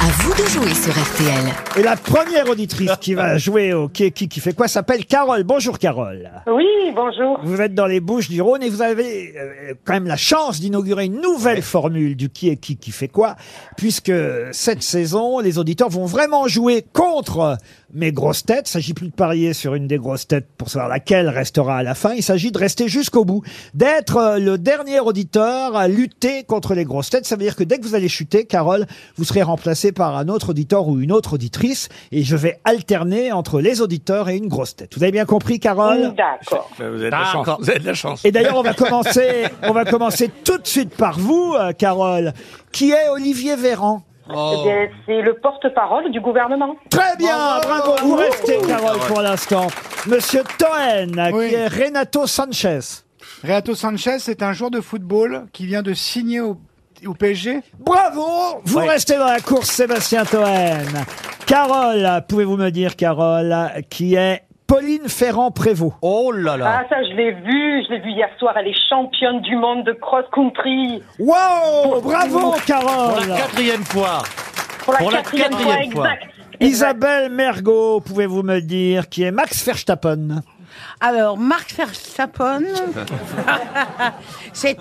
Speaker 14: À vous de jouer sur RTL.
Speaker 2: Et la première auditrice qui va jouer au qui est qui, qui fait quoi s'appelle Carole. Bonjour Carole.
Speaker 15: Oui, bonjour.
Speaker 2: Vous êtes dans les Bouches du Rhône et vous avez euh, quand même la chance d'inaugurer une nouvelle formule du qui est qui qui fait quoi, puisque cette saison, les auditeurs vont vraiment jouer contre mes grosses têtes. Il s'agit plus de parier sur une des grosses têtes pour savoir laquelle restera à la fin. Il s'agit de rester jusqu'au bout, d'être euh, le dernier auditeur à lutter contre les grosses têtes. Ça veut dire que dès que vous allez chuter, Carole, vous serez remplacé par un autre auditeur ou une autre auditrice et je vais alterner entre les auditeurs et une grosse tête. Vous avez bien compris, Carole
Speaker 7: D'accord. bah, Vous avez de la chance. Vous avez de la chance.
Speaker 2: et d'ailleurs, on va commencer, on va commencer tout de suite par vous, euh, Carole, qui est Olivier Véran.
Speaker 15: Eh bien, C'est le porte-parole du gouvernement.
Speaker 2: Très Eh bien, bravo, vous restez, Carole, pour l'instant. Monsieur Toen, qui est Renato Sanchez.
Speaker 3: Renato Sanchez, c'est un joueur de football qui vient de signer au, au PSG.
Speaker 2: Bravo Vous restez dans la course, Sébastien Toen. Carole, pouvez-vous me dire, Carole, qui est Pauline Ferrand-Prévot Oh là
Speaker 15: Ah, ça, je l'ai vu, je l'ai vu hier soir, elle est championne du monde de cross-country.
Speaker 2: Wow Oh, Bravo, Carole
Speaker 9: Pour la quatrième fois.
Speaker 15: Pour la quatrième fois, exact.
Speaker 2: Isabelle Mergot, pouvez-vous me dire, qui est Max Verstappen
Speaker 5: Alors, Marc
Speaker 15: <laughs>
Speaker 5: Verstappen, c'est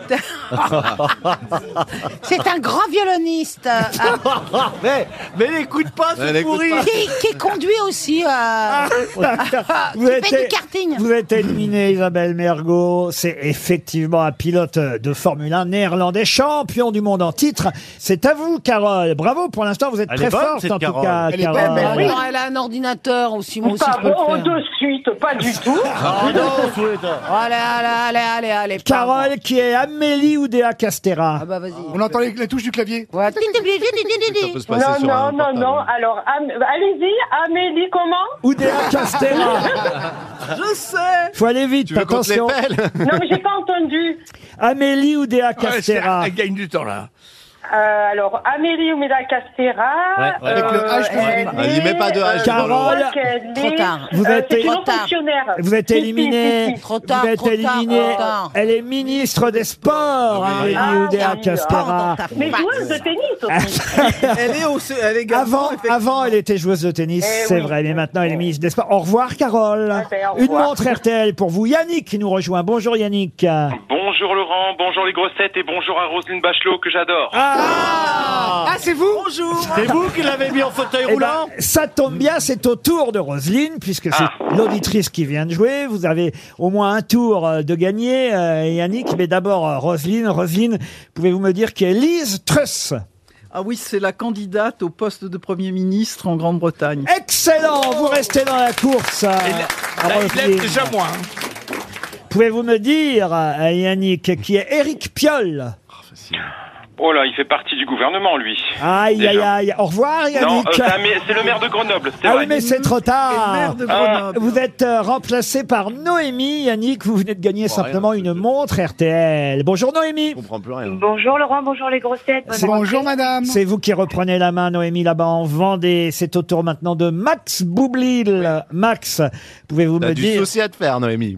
Speaker 5: c'est un <laughs> grand violoniste.
Speaker 2: <laughs>
Speaker 5: euh,
Speaker 9: mais, mais n'écoute pas
Speaker 5: euh, qui, qui conduit aussi.
Speaker 2: <laughs>
Speaker 5: euh, <laughs> qui
Speaker 2: Vous
Speaker 5: fait
Speaker 2: êtes-
Speaker 5: du karting.
Speaker 2: Vous êtes éliminé, Isabelle Mergot. C'est effectivement un pilote de Formule 1 néerlandais, champion du monde en titre. C'est à vous, Carole. Bravo, pour l'instant, vous êtes
Speaker 9: Elle
Speaker 2: très
Speaker 9: est bonne,
Speaker 2: forte,
Speaker 9: cette
Speaker 2: en
Speaker 9: Carole.
Speaker 2: tout cas,
Speaker 9: Elle est bonne,
Speaker 2: Carole.
Speaker 9: mais oui.
Speaker 5: Alors, elle a un ordinateur aussi, moi aussi.
Speaker 15: Pas
Speaker 5: je peux le
Speaker 15: bon,
Speaker 5: faire.
Speaker 15: de suite, pas
Speaker 5: <laughs>
Speaker 15: du tout.
Speaker 9: Ah, non,
Speaker 5: Allez, allez, allez, allez, allez.
Speaker 2: Carole, qui est Amélie Oudéa Castera.
Speaker 5: bah vas-y.
Speaker 3: On entend les, la touche du clavier.
Speaker 2: peut se passer
Speaker 15: Non,
Speaker 2: sur un
Speaker 15: non, non, non. Alors, Am- allez-y, Amélie, comment
Speaker 2: Oudéa
Speaker 5: <laughs>
Speaker 2: Castera.
Speaker 15: <laughs> Je sais.
Speaker 2: Faut aller vite,
Speaker 15: Tu veux qu'on te
Speaker 2: attention.
Speaker 15: l'appelle Non, mais j'ai pas entendu.
Speaker 2: Amélie Oudéa Castera.
Speaker 7: Elle gagne du temps, là.
Speaker 15: Euh, alors, Amélie Oumeda Castera.
Speaker 2: Ouais, ouais. Avec le H,
Speaker 15: elle
Speaker 2: je vois. Il
Speaker 15: est,
Speaker 2: met pas de H
Speaker 15: euh,
Speaker 2: devant le
Speaker 15: Carole,
Speaker 2: H.
Speaker 15: qu'elle
Speaker 2: Trop
Speaker 15: est-
Speaker 2: tard.
Speaker 15: euh,
Speaker 2: Vous êtes-
Speaker 15: c'est une
Speaker 2: Trop
Speaker 15: haute
Speaker 2: tard.
Speaker 15: fonctionnaire.
Speaker 2: Vous êtes
Speaker 15: Si, si, si,
Speaker 2: éliminé.
Speaker 15: si.
Speaker 2: Vous êtes éliminé. Elle est ministre des Sports, Amélie Oudéa Castera.
Speaker 15: Mais
Speaker 5: Bah,
Speaker 15: joueuse de tennis aussi.
Speaker 5: <laughs>
Speaker 2: elle est avant, avant, elle était joueuse de tennis,
Speaker 15: Eh
Speaker 2: c'est
Speaker 15: oui.
Speaker 2: vrai, mais maintenant elle est ministre des Sports. Au revoir, Carole.
Speaker 15: ben, au
Speaker 2: Une
Speaker 15: revoir.
Speaker 2: montre RTL pour vous. Yannick qui nous rejoint. Bonjour, Yannick.
Speaker 16: <laughs> Bonjour Laurent, bonjour les grossettes et bonjour à Roselyne Bachelot que j'adore.
Speaker 3: Ah, c'est vous Bonjour
Speaker 9: C'est vous qui l'avez mis en fauteuil
Speaker 2: Eh ben,
Speaker 9: roulant
Speaker 2: ça tombe bien, c'est au tour de Roselyne, puisque c'est l'auditrice qui vient de jouer. Vous avez au moins un tour euh, de gagner, euh, Yannick. Mais d'abord, euh, Roselyne. Roselyne, pouvez-vous me dire qui est Lise Truss
Speaker 4: Ah oui, c'est la candidate au poste de Premier ministre en Grande-Bretagne.
Speaker 2: Excellent Vous restez dans la course. euh, Roselyne.
Speaker 9: hein.
Speaker 2: Pouvez-vous me dire, euh, Yannick, qui est Éric Piolle
Speaker 16: Oh là, il fait partie du gouvernement lui.
Speaker 2: Aïe, aïe,
Speaker 16: Déjà.
Speaker 2: aïe. Au revoir,
Speaker 16: Non,
Speaker 2: Ah, Yannick.
Speaker 16: euh, c'est un maire- c'est le maire de Grenoble, c'est
Speaker 2: Ah
Speaker 16: vrai.
Speaker 2: oui, mais c'est trop tard.
Speaker 16: Et maire de Grenoble.
Speaker 2: Vous êtes euh, remplacé par Noémie. Yannick, vous venez de gagner
Speaker 6: hein,
Speaker 2: simplement une montre RTL. Bonjour Noémie. Je comprends plus rien.
Speaker 11: Bonjour Laurent, bonjour les grossettes.
Speaker 2: Bonjour madame. C'est vous qui reprenez la main, Noémie, là-bas en Vendée. C'est au tour maintenant de Max Boublil. Max, pouvez-vous
Speaker 6: T'as
Speaker 2: me Ah,
Speaker 6: du
Speaker 2: dire
Speaker 6: souci à te faire,
Speaker 2: <laughs>
Speaker 6: Noémie.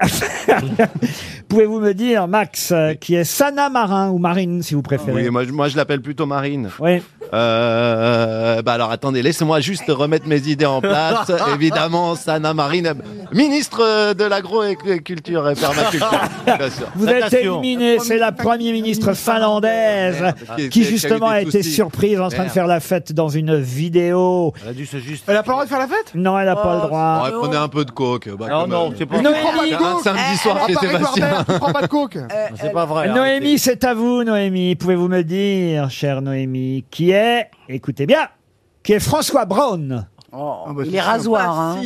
Speaker 2: Pouvez-vous me dire, Max, euh, qui est Sana Marin ou Marine, si vous préférez
Speaker 6: Oui, moi, je- moi, je l'appelle plutôt Marine.
Speaker 2: Oui.
Speaker 6: Euh, bah alors attendez, laissez-moi juste remettre mes idées en
Speaker 2: <laughs>
Speaker 6: place. Évidemment, Sana Marine, ministre euh, de l'agroculture et
Speaker 2: <laughs>
Speaker 6: permaculture. bien sûr.
Speaker 2: <laughs> Vous êtes éliminé, c'est la première ministre finlandaise
Speaker 6: qui- qui
Speaker 2: qui
Speaker 6: a eu des
Speaker 2: justement a été
Speaker 6: soucis.
Speaker 2: surprise en train de
Speaker 6: Merde.
Speaker 2: faire la fête dans une vidéo.
Speaker 9: Elle a dû se juste.
Speaker 2: Elle a pas le droit de faire la fête Non, elle n'a pas le droit.
Speaker 6: Oh, elle prenait un peu de coke. Bah,
Speaker 9: Non,
Speaker 6: comme,
Speaker 9: Oh, non,
Speaker 6: euh,
Speaker 9: c'est pas-
Speaker 6: un
Speaker 9: Ne prends pas de
Speaker 6: Un
Speaker 9: coke.
Speaker 6: samedi
Speaker 9: Elle-
Speaker 6: soir
Speaker 9: elle
Speaker 6: chez
Speaker 9: a pas Edouard
Speaker 6: Sébastien.
Speaker 9: Baird qui prend pas de
Speaker 3: coke.
Speaker 9: Euh,
Speaker 2: euh,
Speaker 9: C'est pas vrai. hein.
Speaker 2: Noémie, c'est à vous, Noémie. Pouvez-vous me dire, chère Noémie, qui est, écoutez bien, qui est François Braun
Speaker 9: Oh,
Speaker 5: il est rasoir. Hein.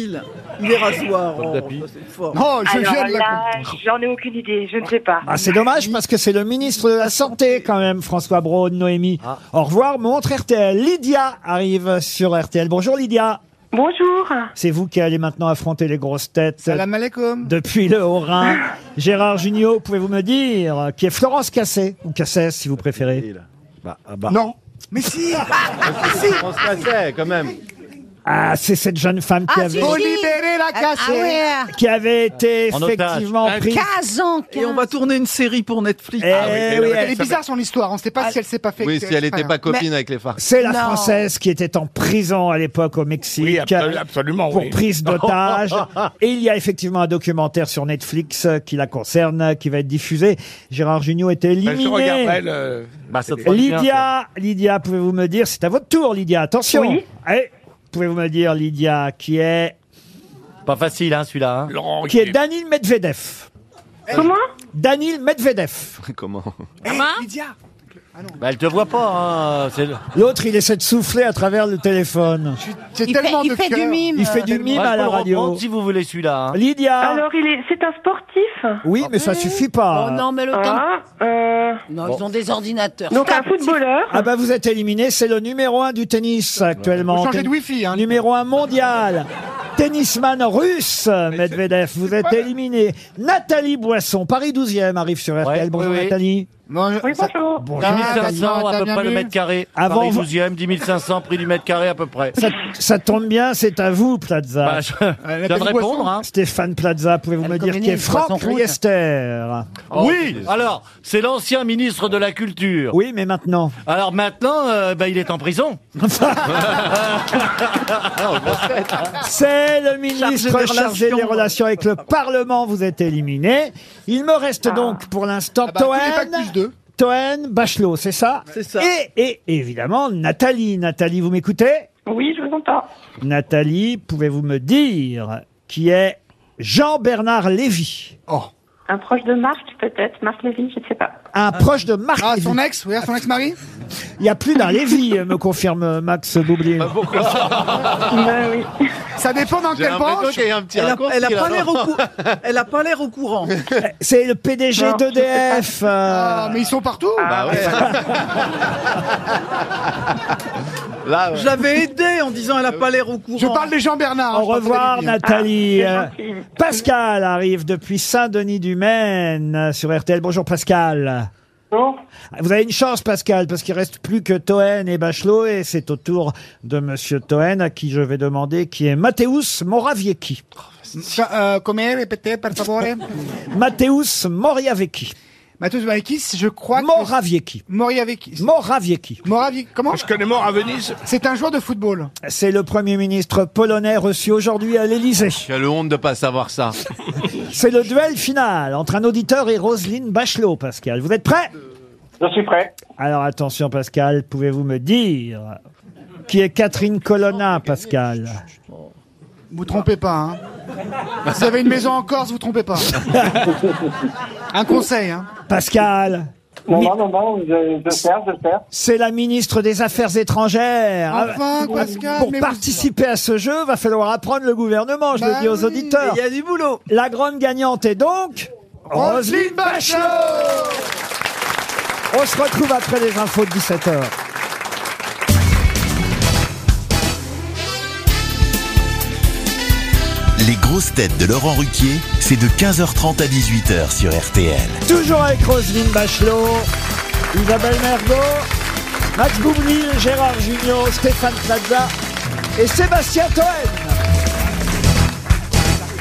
Speaker 4: Il est rasoir.
Speaker 7: oh,
Speaker 2: Comme tapis.
Speaker 5: Oh,
Speaker 11: Alors là, j'en ai aucune idée, je ne sais pas.
Speaker 2: Ah, c'est dommage parce que c'est le ministre de la Santé quand même, François Braun, Noémie. Au revoir, montre RTL. Lydia arrive sur RTL. Bonjour Lydia.
Speaker 11: Bonjour.
Speaker 2: C'est vous qui allez maintenant affronter les grosses têtes.
Speaker 3: Salam alaikum.
Speaker 2: Depuis le
Speaker 3: <laughs>
Speaker 2: Haut-Rhin. Gérard Junior, pouvez-vous me dire qui est Florence Cassé ou Cassès si vous préférez
Speaker 3: Non. Mais si
Speaker 6: On se passait quand même.
Speaker 2: Ah, c'est cette jeune femme qui
Speaker 5: Ah, si,
Speaker 2: avait...
Speaker 5: si. Ah, ah ouais.
Speaker 2: qui avait été
Speaker 4: En otage.
Speaker 2: effectivement
Speaker 4: Un
Speaker 2: prise.
Speaker 5: 15 ans,
Speaker 4: Et on va tourner une série pour Netflix.
Speaker 2: Eh Ah oui, mais oui, elle-
Speaker 3: Elle est bizarre son histoire, on ne sait
Speaker 4: Ah.
Speaker 3: pas si elle s'est pas fait.
Speaker 6: Oui,
Speaker 3: exprès.
Speaker 6: si elle n'était pas copine avec les farces.
Speaker 2: C'est la française qui était en prison à l'époque au Mexique.
Speaker 6: Oui, abso- absolument,
Speaker 2: Pour
Speaker 6: oui. <laughs>
Speaker 2: prise d'otage. Et il y a effectivement un documentaire sur Netflix euh, qui la concerne, euh, qui va être diffusé. Gérard Junior était
Speaker 6: Ben,
Speaker 7: Elle euh, se
Speaker 2: éliminé.
Speaker 7: regarderait le.
Speaker 2: Bah,
Speaker 7: Ah,
Speaker 2: Lydia, Lydia, pouvez-vous me dire, c'est à votre tour, Lydia, attention.
Speaker 7: Oui.
Speaker 2: Allez, pouvez-vous me dire, Lydia, qui est...
Speaker 9: Pas facile, hein, celui-là. hein.
Speaker 6: Oh,
Speaker 2: Qui est Danil Medvedev. Comment Danil Medvedev.
Speaker 6: Comment
Speaker 10: ah,
Speaker 3: Lydia
Speaker 9: Bah, elle te voit pas, hein. c'est le-
Speaker 2: L'autre, il essaie de souffler à travers le téléphone.
Speaker 3: C'est tellement de cœur.
Speaker 2: Il fait du mime
Speaker 9: Ouais,
Speaker 2: à la
Speaker 9: faut le
Speaker 2: radio.
Speaker 9: reprendre si vous voulez celui-là. hein.
Speaker 2: Lydia
Speaker 11: Alors, il est, c'est un sportif
Speaker 2: Oui, mais ça suffit pas.
Speaker 5: Oh non, mais le temps.
Speaker 11: Ah, euh,
Speaker 5: Non,
Speaker 2: Bon.
Speaker 5: ils ont des ordinateurs.
Speaker 2: Donc,
Speaker 5: Tape,
Speaker 2: un footballeur Ah bah vous êtes éliminé, c'est le numéro un du tennis actuellement.
Speaker 3: Faut changer de
Speaker 2: wifi, hein. Numéro un mondial. Tennisman russe, Medvedev, vous êtes éliminé. Nathalie Boisson, Paris 12e, arrive sur RTL. bonjour
Speaker 9: oui, oui.
Speaker 2: Nathalie.
Speaker 11: bonjour.
Speaker 2: Bonjour. Ah,
Speaker 9: 1500 à peu près le mètre carré.
Speaker 2: Avant
Speaker 9: Avant
Speaker 2: vous-
Speaker 9: 12 e 10 500 prix du mètre carré à peu près.
Speaker 2: Ça, ça tombe bien, c'est à vous, Plaza.
Speaker 9: Bah, je- je viens de Nathalie répondre, Boisson. hein.
Speaker 2: Stéphane Plaza, pouvez-vous me dire
Speaker 9: communise,
Speaker 2: qui est
Speaker 9: Poisson
Speaker 2: Franck
Speaker 9: rouge.
Speaker 2: Riester
Speaker 9: Oh, Alors, c'est l'ancien ministre de la Culture.
Speaker 2: Oui, mais maintenant.
Speaker 9: Alors maintenant, euh, bah, il est
Speaker 2: <laughs>
Speaker 9: en prison. <laughs>
Speaker 2: C'est le ministre
Speaker 9: Chargé des
Speaker 2: chargé des
Speaker 9: relations.
Speaker 2: relations avec le Parlement. Vous êtes éliminé. Il me reste donc pour l'instant
Speaker 3: bah, tous les
Speaker 2: Toen.
Speaker 3: bacs plus deux.
Speaker 2: Toen Bachelot, c'est ça
Speaker 4: C'est ça.
Speaker 2: Et, et évidemment, Nathalie. Nathalie, vous m'écoutez
Speaker 11: Oui, je vous entends.
Speaker 2: Nathalie, pouvez-vous me dire qui est Jean-Bernard Lévy
Speaker 11: Un proche de Marc, peut-être. Marc Lévy, je ne sais pas.
Speaker 2: Un proche de Marc
Speaker 3: Ah,
Speaker 2: Lévy.
Speaker 3: son ex, oui,
Speaker 4: <laughs>
Speaker 3: son ex-mari
Speaker 2: Il n'y a plus d'un Lévy, me confirme Max Boublil.
Speaker 11: <laughs> Ben oui.
Speaker 3: Ça dépend dans quelle branche.
Speaker 4: Elle a, elle a pas l'air
Speaker 6: <laughs>
Speaker 4: au cou- elle a pas l'air au courant.
Speaker 2: C'est le PDG
Speaker 3: Non.
Speaker 2: d'EDF.
Speaker 4: euh.
Speaker 3: Ah, mais ils sont partout.
Speaker 6: Bah
Speaker 3: Ah
Speaker 6: Là,
Speaker 4: Je l'avais aidée en disant elle a pas l'air au courant.
Speaker 3: Je parle des Jean-Bernard.
Speaker 2: Au revoir Nathalie.
Speaker 11: Ah, c'est gentil.
Speaker 2: Pascal arrive depuis Saint-Denis du Maine euh, sur RTL. Bonjour Pascal.
Speaker 11: Bon.
Speaker 2: Vous avez une chance Pascal parce qu'il reste plus que Toen et Bachelot et c'est au tour de monsieur Toen à qui je vais demander qui est Mateusz Morawiecki.
Speaker 3: Comment euh, répétez, per
Speaker 2: <laughs>
Speaker 3: favore
Speaker 2: Mateusz Morawiecki.
Speaker 3: Mathieu Baekis, je crois que...
Speaker 2: Morawiecki.
Speaker 3: Morawiecki.
Speaker 2: Morawiecki.
Speaker 3: Morawiecki, comment
Speaker 7: Je connais mort à Venise.
Speaker 3: C'est un joueur de football.
Speaker 2: C'est le premier ministre polonais reçu aujourd'hui à l'Élysée.
Speaker 6: Tu as le honte de pas savoir
Speaker 2: <laughs>
Speaker 6: ça.
Speaker 2: C'est le duel final entre un auditeur et Roselyne Bachelot Pascal. Vous êtes prêts
Speaker 16: Je suis prêt.
Speaker 2: Alors attention Pascal, pouvez-vous me dire qui est Catherine Colonna Pascal
Speaker 3: Vous trompez pas, hein. Si vous avez une maison en Corse, vous
Speaker 2: <laughs>
Speaker 3: trompez pas. un conseil, hein.
Speaker 2: Pascal
Speaker 16: Non,
Speaker 2: mi-
Speaker 16: non, non, non, je, je sers, je sers.
Speaker 2: c'est la ministre des Affaires étrangères.
Speaker 3: Enfin,
Speaker 2: Pour-
Speaker 3: Pascal,
Speaker 2: Pour
Speaker 3: mais vous-
Speaker 2: participer à ce jeu, va falloir apprendre le gouvernement, je
Speaker 3: Bah
Speaker 2: le dis aux
Speaker 3: oui.
Speaker 4: Et
Speaker 2: auditeurs.
Speaker 4: Il y a du boulot.
Speaker 2: La grande gagnante est donc Roselyne Bachelot On se retrouve après les infos de 17h.
Speaker 1: Les grosses têtes de Laurent Ruquier, c'est de 15h30 à 18h sur RTL.
Speaker 2: Toujours avec Roselyne Bachelot, Isabelle Mergot, Max Boublil, Gérard Junior, Stéphane Plaza et Sébastien Toen.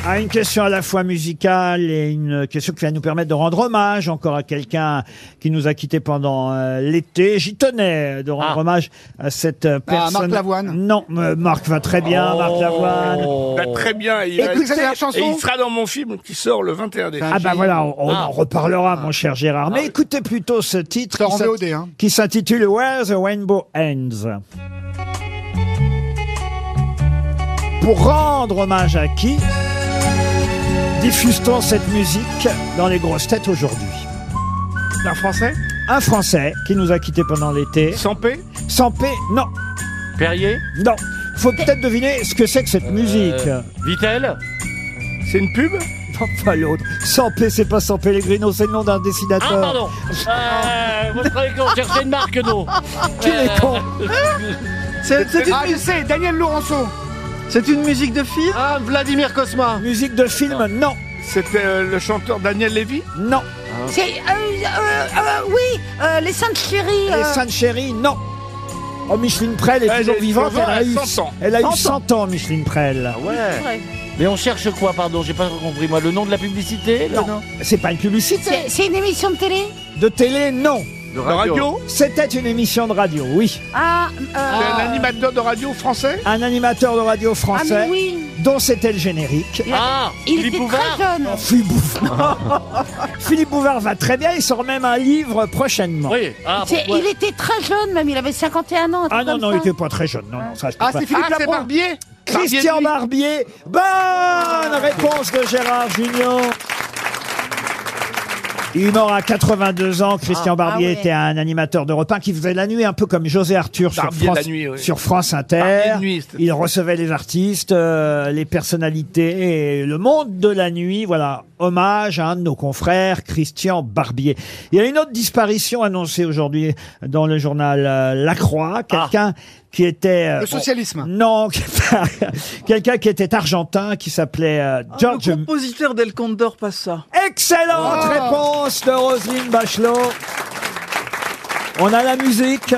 Speaker 2: Ah, une question à la fois musicale et une question qui va nous permettre de rendre hommage encore à quelqu'un qui nous a quittés pendant euh, l'été. J'y tenais euh, de
Speaker 7: Ah.
Speaker 2: rendre hommage à cette euh,
Speaker 3: Ah,
Speaker 2: personne.
Speaker 3: Marc Lavoine.
Speaker 2: Non, euh, Marc va très bien, Marc Lavoine.
Speaker 7: Bah, Oh. très bien. Il,
Speaker 3: Écoutez la chanson.
Speaker 7: et il sera dans mon film qui sort le 21 décembre.
Speaker 2: Ah bah voilà, on, on en reparlera, mon cher Gérard. Mais écoutez plutôt ce titre
Speaker 3: Sort
Speaker 2: qui
Speaker 3: en
Speaker 2: s'int-
Speaker 3: VOD, hein.
Speaker 2: qui s'intitule Where the Rainbow Ends. Pour rendre hommage à qui diffuse-t-on cette musique dans les grosses têtes aujourd'hui
Speaker 7: Un français
Speaker 2: Un Français qui nous a quittés pendant l'été.
Speaker 7: Sans paix
Speaker 2: Sans P, non,
Speaker 9: Perrier
Speaker 2: non. Faut peut-être deviner ce que c'est que cette musique.
Speaker 9: Euh, Vitel
Speaker 7: C'est une pub
Speaker 2: <laughs> Non, pas l'autre. Sans P, c'est pas sans Pellegrino, c'est le nom d'un dessinateur.
Speaker 8: Ah, pardon. Euh, vous savez qu'on cherchait une marque d'eau.
Speaker 2: Qui est con
Speaker 4: C'est c'est
Speaker 3: Ah, je
Speaker 4: une,
Speaker 3: sais, Daniel Laurenceau.
Speaker 4: c'est une musique de film.
Speaker 6: Ah, Vladimir Cosma.
Speaker 2: Musique de film, non,
Speaker 7: C'était euh, le chanteur Daniel Lévy Ah.
Speaker 2: non.
Speaker 5: C'est. euh, euh, euh, oui, euh, les Saintes Chéries.
Speaker 2: Les
Speaker 5: euh,
Speaker 2: Saintes Chéries, non. Oh, Micheline Prel est
Speaker 7: Elle
Speaker 2: toujours
Speaker 7: est
Speaker 2: vivante.
Speaker 7: toujours
Speaker 2: Elle a, eu,
Speaker 7: vivante, 100 ans.
Speaker 2: elle a eu 100 ans, Micheline
Speaker 5: Ah
Speaker 2: Prel.
Speaker 9: Ouais. Mais on cherche quoi, pardon J'ai pas compris, moi. Le nom de la publicité le nom
Speaker 2: C'est pas une publicité.
Speaker 5: c'est- c'est une émission de télé
Speaker 2: De télé, non.
Speaker 7: De radio.
Speaker 2: C'était une émission de radio, oui.
Speaker 13: Ah,
Speaker 7: Un animateur de radio français
Speaker 2: Un animateur de radio français
Speaker 13: Ah, mais oui.
Speaker 2: dont c'était le générique.
Speaker 13: Il- Ah, il Philippe était très Bouvard jeune.
Speaker 2: Oh, Philippe Bouvard. <laughs> Philippe Bouvard va très bien, il sort même un livre prochainement. Oui.
Speaker 7: Ah,
Speaker 13: C'est- il était très jeune même, il avait 51 ans. un truc
Speaker 2: Ah non,
Speaker 13: comme
Speaker 2: non,
Speaker 13: ça.
Speaker 2: il était pas très jeune. Non, non, ça, je peux
Speaker 13: Ah,
Speaker 2: pas.
Speaker 13: c'est Philippe Ah, c'est Labro- Barbier
Speaker 2: Christian Barbier. Bonne réponse de Gérard Junior. Il meurt à 82 ans. Christian
Speaker 7: Ah,
Speaker 2: Barbier
Speaker 7: ah ouais.
Speaker 2: était un animateur de repas qui faisait la nuit, un peu comme José Arthur sur
Speaker 7: Barbier de la
Speaker 2: France,
Speaker 7: nuit, oui.
Speaker 2: sur France Inter.
Speaker 7: Barbier de nuit, c'était-
Speaker 2: Il recevait les artistes, euh, les personnalités et le monde de la nuit. Voilà, hommage à un de nos confrères, Christian Barbier. Il y a une autre disparition annoncée aujourd'hui dans le journal euh, La
Speaker 7: Ah.
Speaker 2: Croix. Quelqu'un qui était... euh,
Speaker 3: Le
Speaker 2: bon,
Speaker 3: socialisme.
Speaker 2: non, <laughs> quelqu'un qui était argentin, qui s'appelait euh,
Speaker 7: Oh,
Speaker 2: George...
Speaker 4: Le compositeur d'El Condor Passa.
Speaker 2: Excellente
Speaker 4: Oh.
Speaker 2: réponse de Roselyne Bachelot. On a la musique.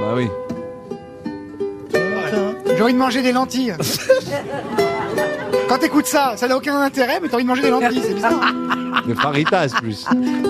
Speaker 6: Bah oui.
Speaker 3: J'ai envie de manger des lentilles. Quand t'écoutes ça, ça n'a aucun intérêt, mais t'as envie de manger des lentilles, c'est bizarre.
Speaker 6: De Faritas, plus.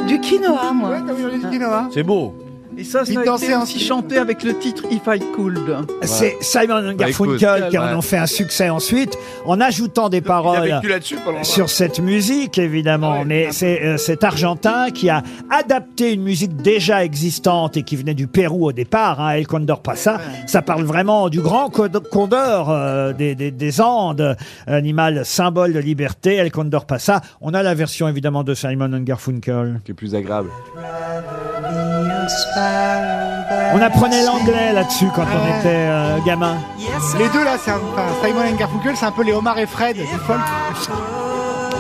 Speaker 3: Du quinoa, moi. Ouais, t'as envie de manger du quinoa.
Speaker 6: C'est beau.
Speaker 4: Ah. Et ça,
Speaker 3: Il
Speaker 4: ça a
Speaker 3: dansait
Speaker 4: été
Speaker 3: en-
Speaker 4: aussi chanté avec le titre If I Could.
Speaker 2: C'est Simon and Garfunkel
Speaker 4: Bah, écoute,
Speaker 2: qui en
Speaker 4: ouais.
Speaker 2: ont fait un succès ensuite en ajoutant des paroles
Speaker 7: vécu là-dessus pendant-
Speaker 2: sur cette musique évidemment. Mais c'est euh, cet Argentin qui a adapté une musique déjà existante et qui venait du Pérou au départ, hein, El Condor Pasa. Ça parle vraiment du grand co- condor euh, des, des- des Andes, animal symbole de liberté, El Condor Pasa. On a la version évidemment de Simon and Garfunkel.
Speaker 6: Qui est plus agréable.
Speaker 2: On apprenait l'anglais là-dessus quand
Speaker 3: Ah ouais.
Speaker 2: on était euh, gamin.
Speaker 3: Les deux là, c'est un, enfin, Simon and Garfunkel, c'est un peu les Omar et Fred du folk.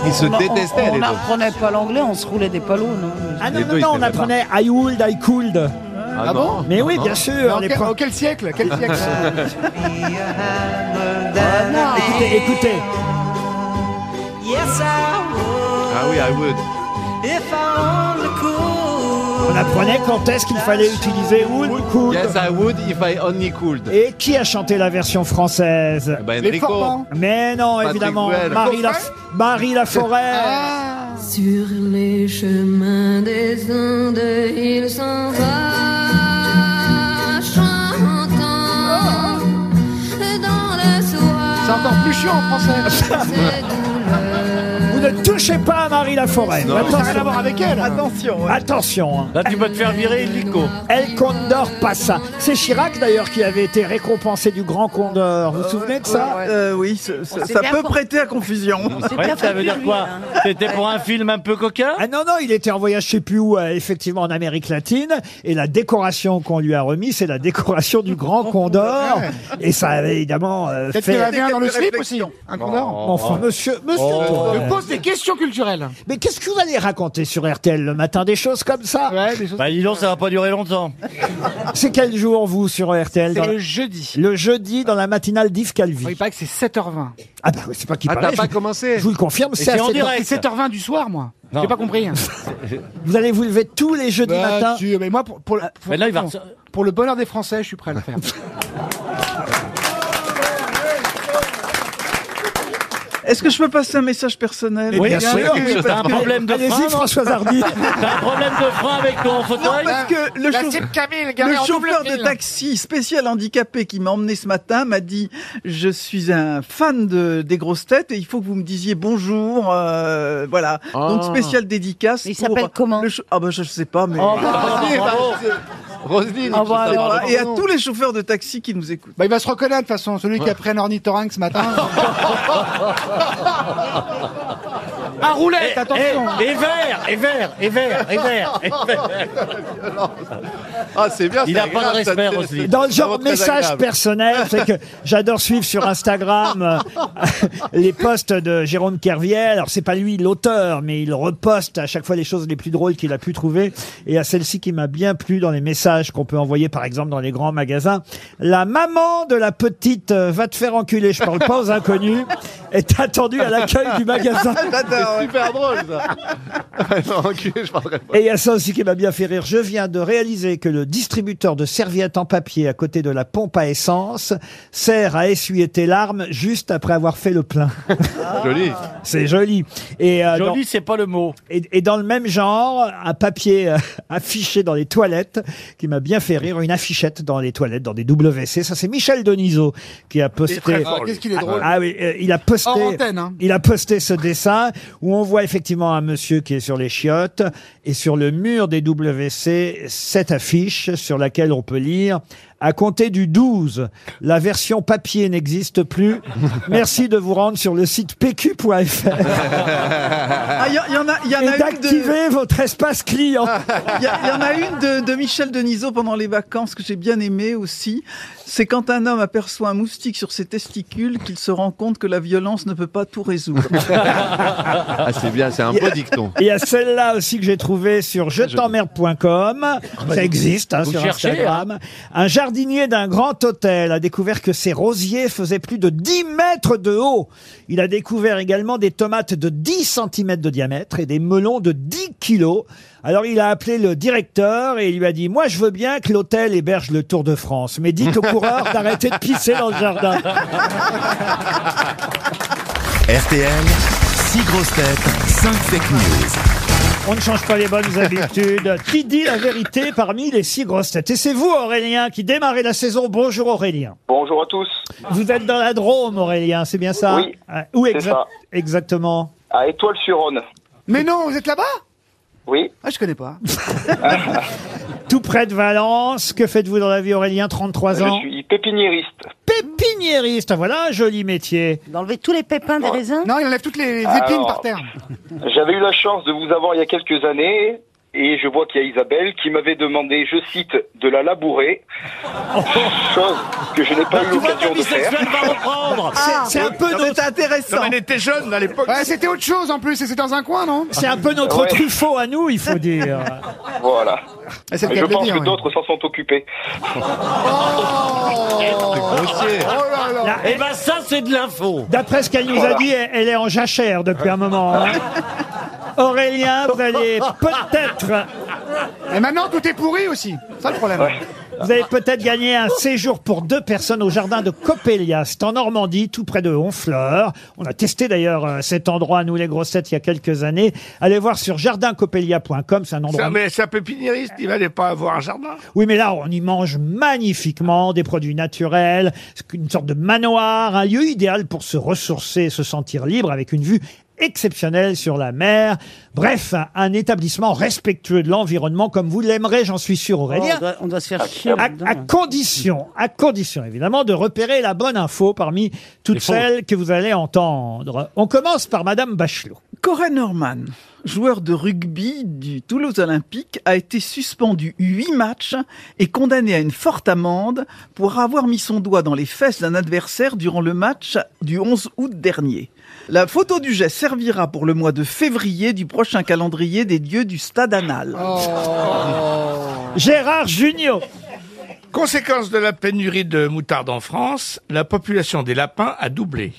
Speaker 6: Ils se détestaient,
Speaker 5: On
Speaker 6: les deux.
Speaker 5: n'apprenait pas l'anglais, on se roulait des palos, non
Speaker 2: Ah
Speaker 6: Les
Speaker 2: non, non,
Speaker 6: deux,
Speaker 2: non,
Speaker 6: ils
Speaker 2: on
Speaker 6: s'aimaient
Speaker 2: apprenait I would, I could.
Speaker 6: Ah, bon
Speaker 2: Mais oui, bien
Speaker 3: Mais
Speaker 2: sûr.
Speaker 3: en
Speaker 2: les
Speaker 3: quel,
Speaker 2: pre-
Speaker 3: au quel siècle Quel siècle
Speaker 2: <laughs> Écoutez, écoutez.
Speaker 10: Yes,
Speaker 6: Ah oui, I would.
Speaker 10: if I only could.
Speaker 2: On apprenait quand est-ce qu'il fallait utiliser would ou could.
Speaker 6: Yes, I would if I only could.
Speaker 2: Et qui a chanté la version
Speaker 3: Eh
Speaker 2: française
Speaker 6: ben, Les Enrico. Formans.
Speaker 2: Mais non,
Speaker 6: Patrick
Speaker 2: évidemment.
Speaker 6: Bruel.
Speaker 2: Marie, la... Marie Laforêt.
Speaker 10: Sur les chemins des Andes, il s'en va chantant dans le soir.
Speaker 3: C'est encore plus chiant en français.
Speaker 2: Vous ne touchez pas à Marie Laforêt.
Speaker 3: Non. Ça n'a rien à voir avec elle.
Speaker 2: <laughs> Attention. Attention. hein.
Speaker 9: Là, tu peux te faire virer illico.
Speaker 2: El Condor Passa. C'est Chirac d'ailleurs qui avait été récompensé du Grand Condor. Vous vous souvenez de ça
Speaker 4: Euh, oui, ce- ce-
Speaker 2: s'est
Speaker 4: ça
Speaker 2: bien
Speaker 4: peut
Speaker 2: for-
Speaker 4: prêter à confusion.
Speaker 9: Ouais, ça veut dire quoi C'était pour un film un peu coquin
Speaker 2: Ah non, non, il était en voyage je sais plus où, euh, effectivement en Amérique latine, et la décoration qu'on lui a remise, c'est la décoration du
Speaker 3: <laughs>
Speaker 2: Grand Condor, et ça avait évidemment euh,
Speaker 3: Peut-être qu'il y en
Speaker 2: fait...
Speaker 3: avait un dans le slip aussi. Un condor
Speaker 2: Enfin, monsieur, monsieur,
Speaker 3: Je pose des questions culturelles.
Speaker 2: mais qu'est-ce que vous allez raconter sur RTL le matin Des choses comme ça
Speaker 9: Bah dis donc, ça va pas durer longtemps.
Speaker 2: <laughs> C'est quel jour, vous, sur RTL
Speaker 9: C'est
Speaker 2: dans la-
Speaker 9: le
Speaker 3: jeudi.
Speaker 2: Le jeudi, dans la matinale d'Yves Calvi.
Speaker 3: Il paraît que c'est 7h20.
Speaker 2: Ah bah, c'est pas qui
Speaker 6: Ah, t'as
Speaker 2: parlait.
Speaker 6: pas
Speaker 2: je-
Speaker 6: commencé
Speaker 2: Je vous le confirme,
Speaker 3: Et
Speaker 2: c'est à
Speaker 3: c'est en
Speaker 2: 7h20.
Speaker 3: direct. C'est 7h20 du soir, moi. J'ai pas <laughs> compris.
Speaker 2: Vous allez vous lever tous les jeudis
Speaker 3: Bah,
Speaker 2: matin Ah,
Speaker 3: tu- mais moi, pour, pour- pour-
Speaker 9: mais là, il va
Speaker 3: non.
Speaker 9: rece-
Speaker 3: pour le bonheur des Français, je suis prêt à le faire.
Speaker 4: Est-ce que je peux passer un message personnel
Speaker 2: Oui, bien sûr.
Speaker 9: T'as un problème de frein
Speaker 2: Allez-y,
Speaker 9: non
Speaker 2: François
Speaker 9: <laughs>
Speaker 2: Hardy.
Speaker 9: T'as un problème de frein avec ton fauteuil
Speaker 4: parce que le,
Speaker 3: La
Speaker 4: chauff-
Speaker 3: cible Bah, Camille, garée
Speaker 4: le
Speaker 3: en double
Speaker 4: chauffeur
Speaker 3: fil.
Speaker 4: de taxi spécial handicapé qui m'a emmené ce matin m'a dit Je suis un fan de, des grosses têtes et il faut que vous me disiez bonjour. euh, voilà.
Speaker 9: Ah.
Speaker 4: Donc, spécial dédicace. Il s'appelle
Speaker 5: comment
Speaker 4: Ah, bah, je sais pas, mais.
Speaker 9: Oh,
Speaker 4: <laughs>
Speaker 9: bravo,
Speaker 4: Et
Speaker 9: bravo.
Speaker 6: Roselyne, il
Speaker 4: à-
Speaker 6: faut savoir le
Speaker 4: et à
Speaker 6: nom.
Speaker 4: tous les chauffeurs de taxi qui nous écoutent.
Speaker 3: Bah, il va se reconnaître de toute façon, celui qui a pris un ornithorynque ce matin.
Speaker 9: <laughs>
Speaker 3: un Ah, roulette, attention.
Speaker 9: Eh, Et vert, et vert, et vert, et vert, et vert.
Speaker 6: Ah, c'est bien,
Speaker 9: Il
Speaker 6: c'est
Speaker 9: a pas de
Speaker 6: agréable, ça
Speaker 9: respect,
Speaker 6: te-
Speaker 9: Roselyne.
Speaker 2: Dans le genre
Speaker 6: Vraiment très
Speaker 2: message
Speaker 6: agréable.
Speaker 2: personnel, c'est que j'adore suivre sur Instagram euh, <laughs> les posts de Jérôme Kerviel. Alors c'est pas lui l'auteur, mais il reposte à chaque fois les choses les plus drôles qu'il a pu trouver. Et à celle-ci qui m'a bien plu dans les messages message qu'on peut envoyer, par exemple, dans les grands magasins. La maman de la petite euh, va te faire enculer, je parle pas aux inconnus, est attendue à l'accueil du
Speaker 6: <laughs>
Speaker 2: magasin.
Speaker 6: C'est super drôle, ça. non, ok, je parlerai pas.
Speaker 2: Et il y a ça aussi qui m'a bien fait rire. Je viens de réaliser que le distributeur de serviettes en papier à côté de la pompe à essence sert à essuyer tes larmes juste après avoir fait le plein. <laughs> Ah.
Speaker 6: Joli.
Speaker 2: C'est joli. Et,
Speaker 9: Joli,
Speaker 2: c'est pas le mot. Et, et dans le même genre, un papier euh, <laughs> affiché dans les toilettes qui m'a bien fait rire, une affichette dans les toilettes, dans des WC. Ça, c'est Michel Denisot qui a posté.
Speaker 3: très fort, lui. Qu'est-ce qu'il est drôle.
Speaker 2: Ah, ah oui, euh, il a posté.
Speaker 3: Hors antenne, hein.
Speaker 2: Il a posté ce dessin où on voit effectivement un monsieur qui est sur les chiottes et sur le mur des WC, cette affiche sur laquelle on peut lire à compter du 12, la version papier n'existe
Speaker 4: <laughs>
Speaker 2: plus. Merci de vous rendre sur le site pq.fr
Speaker 4: Ah, il y, en a, il y en a
Speaker 2: et
Speaker 4: une de-
Speaker 2: d'activer votre espace client.
Speaker 4: Ah, Il y, a- il y en a une de, de Michel Denisot pendant les vacances que j'ai bien aimée aussi. C'est quand un homme aperçoit un moustique sur ses testicules qu'il se rend compte que la violence ne peut pas tout
Speaker 2: <laughs>
Speaker 4: résoudre.
Speaker 6: Ah, c'est bien, c'est un beau dicton.
Speaker 2: Il y a celle-là aussi que j'ai trouvée sur je t'emmerde.com. Ça existe hein,
Speaker 6: Vous
Speaker 2: sur
Speaker 6: cherchez,
Speaker 2: Instagram. Un jardinier d'un grand hôtel a découvert que ses rosiers faisaient plus de 10 mètres de haut. Il a découvert également des tomates de 10 cm de diamètre et des melons de 10 kilos. Alors il a appelé le directeur et il lui a dit Moi je veux bien que l'hôtel héberge le Tour de France, mais dites au coureur d'arrêter de pisser dans le jardin.
Speaker 1: RTL, 6 grosses têtes, 5 fake news.
Speaker 2: On ne change pas les bonnes
Speaker 3: <laughs>
Speaker 2: habitudes. Qui dit la vérité parmi les six grosses têtes Et c'est vous, Aurélien, qui démarrez la saison. Bonjour, Aurélien.
Speaker 17: Bonjour à tous.
Speaker 2: Vous êtes dans la Drôme, Aurélien, c'est bien ça
Speaker 17: Oui,
Speaker 2: Ah, Où
Speaker 17: c'est
Speaker 2: exact-
Speaker 17: ça.
Speaker 2: exactement
Speaker 17: À Étoile-sur-Rhône.
Speaker 3: Mais non, vous êtes là-bas
Speaker 17: Oui.
Speaker 3: Ah, je connais pas.
Speaker 2: Tout près de Valence. Que faites-vous dans la vie, Aurélien 33 ans
Speaker 17: Je suis pépiniériste.
Speaker 2: Pépiniériste, voilà un joli métier.
Speaker 5: D'enlever tous les pépins des raisins
Speaker 3: Non, il enlève toutes les
Speaker 17: Oh. Alors.
Speaker 3: épines par terre.
Speaker 17: J'avais eu la chance de vous avoir il y a quelques années. Et je vois qu'il y a Isabelle qui m'avait demandé, je cite, de la
Speaker 9: <laughs>
Speaker 17: labourer, chose que je n'ai pas eu l'occasion de faire.
Speaker 9: reprendre.
Speaker 3: Ah.
Speaker 2: C'est un peu notre...
Speaker 3: intéressant.
Speaker 7: elle était jeune à l'époque.
Speaker 3: Ouais, c'était autre chose en plus, et c'était dans un coin, non
Speaker 2: C'est un peu notre
Speaker 17: Ouais.
Speaker 2: Truffaut à nous,
Speaker 17: <laughs>
Speaker 2: il <laughs> faut dire.
Speaker 17: Voilà.
Speaker 3: Ah, c'est le
Speaker 17: je
Speaker 3: cas de le
Speaker 17: pense
Speaker 3: dire,
Speaker 17: que
Speaker 3: ouais.
Speaker 17: d'autres s'en sont occupés.
Speaker 3: Oh.
Speaker 10: Ah,
Speaker 2: Là,
Speaker 9: Eh ben ça, c'est de l'info.
Speaker 2: D'après ce qu'elle nous a
Speaker 9: Voilà.
Speaker 2: dit, elle, elle est en jachère depuis un moment. <laughs> hein. Aurélien, vous allez peut-être
Speaker 3: Et maintenant, tout est pourri aussi. C'est ça le problème.
Speaker 2: Vous avez peut-être gagné un séjour pour deux personnes au jardin de Coppelia. C'est en Normandie, tout près de Honfleur. On a testé d'ailleurs euh, cet endroit, nous les grossettes, il y a quelques années. Allez voir sur jardincopelia.com, c'est un endroit...
Speaker 7: Ça, mais c'est un pépiniériste, il n'allait pas avoir un jardin.
Speaker 2: Oui, mais là, on y mange magnifiquement des produits naturels, une sorte de manoir, un lieu idéal pour se ressourcer et se sentir libre avec une vue exceptionnelle sur la mer. Bref, un, un établissement respectueux de l'environnement comme vous l'aimerez, j'en suis sûr,
Speaker 5: Oh,
Speaker 2: Aurélien.
Speaker 5: on, doit, on doit se
Speaker 3: Ah,
Speaker 5: faire chier.
Speaker 2: À,
Speaker 5: dedans.
Speaker 2: à condition, à condition évidemment de repérer la bonne info parmi toutes celles que vous allez entendre. On commence par Madame Bachelot.
Speaker 4: Corey Norman, joueur de rugby du Toulouse Olympique, a été suspendu huit matchs et condamné à une forte amende pour avoir mis son doigt dans les fesses d'un adversaire durant le match du 11 août dernier. La photo du geste servira pour le mois de février du prochain calendrier des dieux du stade anal.
Speaker 2: Oh. Gérard Junior.
Speaker 7: Conséquence de la pénurie de moutarde en France, la population des lapins a doublé.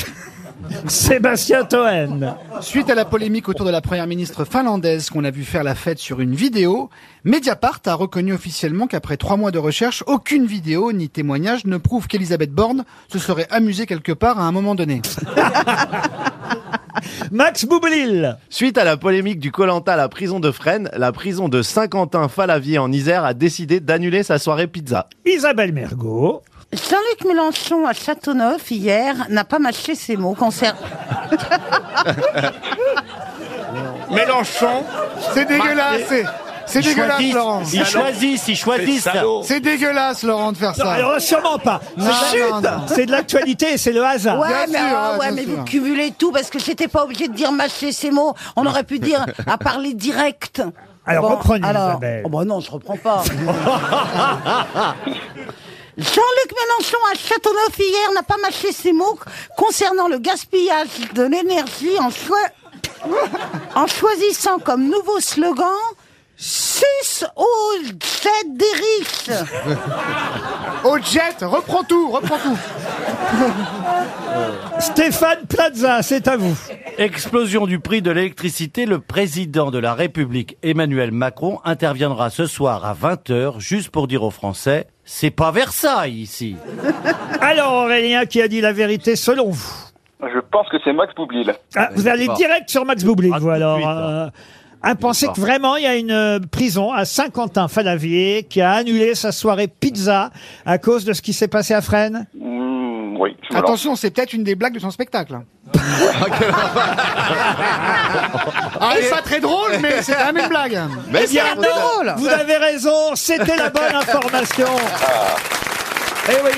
Speaker 2: Sébastien Toen.
Speaker 3: Suite à la polémique autour de la première ministre finlandaise qu'on a vu faire la fête sur une vidéo, Mediapart a reconnu officiellement qu'après trois mois de recherche, aucune vidéo ni témoignage ne prouve qu'Elisabeth Borne se serait amusée quelque part à un moment donné.
Speaker 2: Max Boublil.
Speaker 6: Suite à la polémique du Colanta à la prison de Fresnes, la prison de Saint-Quentin-Falavier en Isère a décidé d'annuler sa soirée pizza.
Speaker 2: Isabelle Mergot.
Speaker 5: Jean-Luc Mélenchon à Châteauneuf, hier, n'a pas mâché ses mots concernant...
Speaker 2: <laughs> <laughs>
Speaker 7: Mélenchon.
Speaker 3: C'est dégueulasse, c'est, c'est
Speaker 9: Ils
Speaker 3: dégueulasse,
Speaker 9: choisissent,
Speaker 3: Laurent.
Speaker 9: Ils choisissent, ils choisissent.
Speaker 3: C'est dégueulasse, Laurent, de faire
Speaker 2: Non,
Speaker 3: ça.
Speaker 2: alors sûrement pas.
Speaker 3: Non, non, non.
Speaker 2: C'est de l'actualité et c'est le hasard.
Speaker 5: Ouais,
Speaker 3: Bien
Speaker 5: mais,
Speaker 3: sûr,
Speaker 5: ah,
Speaker 3: ouais,
Speaker 5: ouais,
Speaker 3: bien
Speaker 5: mais
Speaker 3: sûr.
Speaker 5: vous cumulez tout parce que j'étais pas obligé de dire mâcher ces mots. On aurait pu dire à parler direct.
Speaker 2: Alors, reprenez,
Speaker 5: alors-
Speaker 2: Isabelle.
Speaker 5: Oh, bah non, je reprends pas. <laughs> Jean-Luc Mélenchon à Châteauneuf hier n'a pas mâché ses mots concernant le gaspillage de <laughs> l'énergie en, choi- en choisissant comme nouveau slogan Suce tous au jet d'Eric.
Speaker 3: Au jet, reprends tout, reprends tout.
Speaker 2: <laughs> Stéphane Plaza, c'est à vous.
Speaker 9: Explosion du prix de l'électricité, le président de la République Emmanuel Macron interviendra ce soir à 20h juste pour dire aux Français, c'est pas
Speaker 2: <laughs>
Speaker 9: Versailles ici.
Speaker 2: Alors Aurélien qui a dit la vérité selon vous.
Speaker 17: Je pense que c'est Max Boublil.
Speaker 2: Ah, vous allez direct sur Max Boublil, vous alors. euh, à penser que vraiment, il y a une euh, prison à Saint-Quentin-Falavier qui a annulé sa soirée pizza à cause de ce qui s'est passé à Fresnes.
Speaker 17: Mmh, oui. je me lance.
Speaker 3: Attention, c'est peut-être une des blagues de son spectacle. ah, c'est pas très drôle, mais c'est quand même une blague.
Speaker 2: Eh bien, Vous avez raison, c'était
Speaker 10: <laughs>
Speaker 2: la bonne information.
Speaker 17: <laughs>
Speaker 10: Ah.
Speaker 2: Eh oui.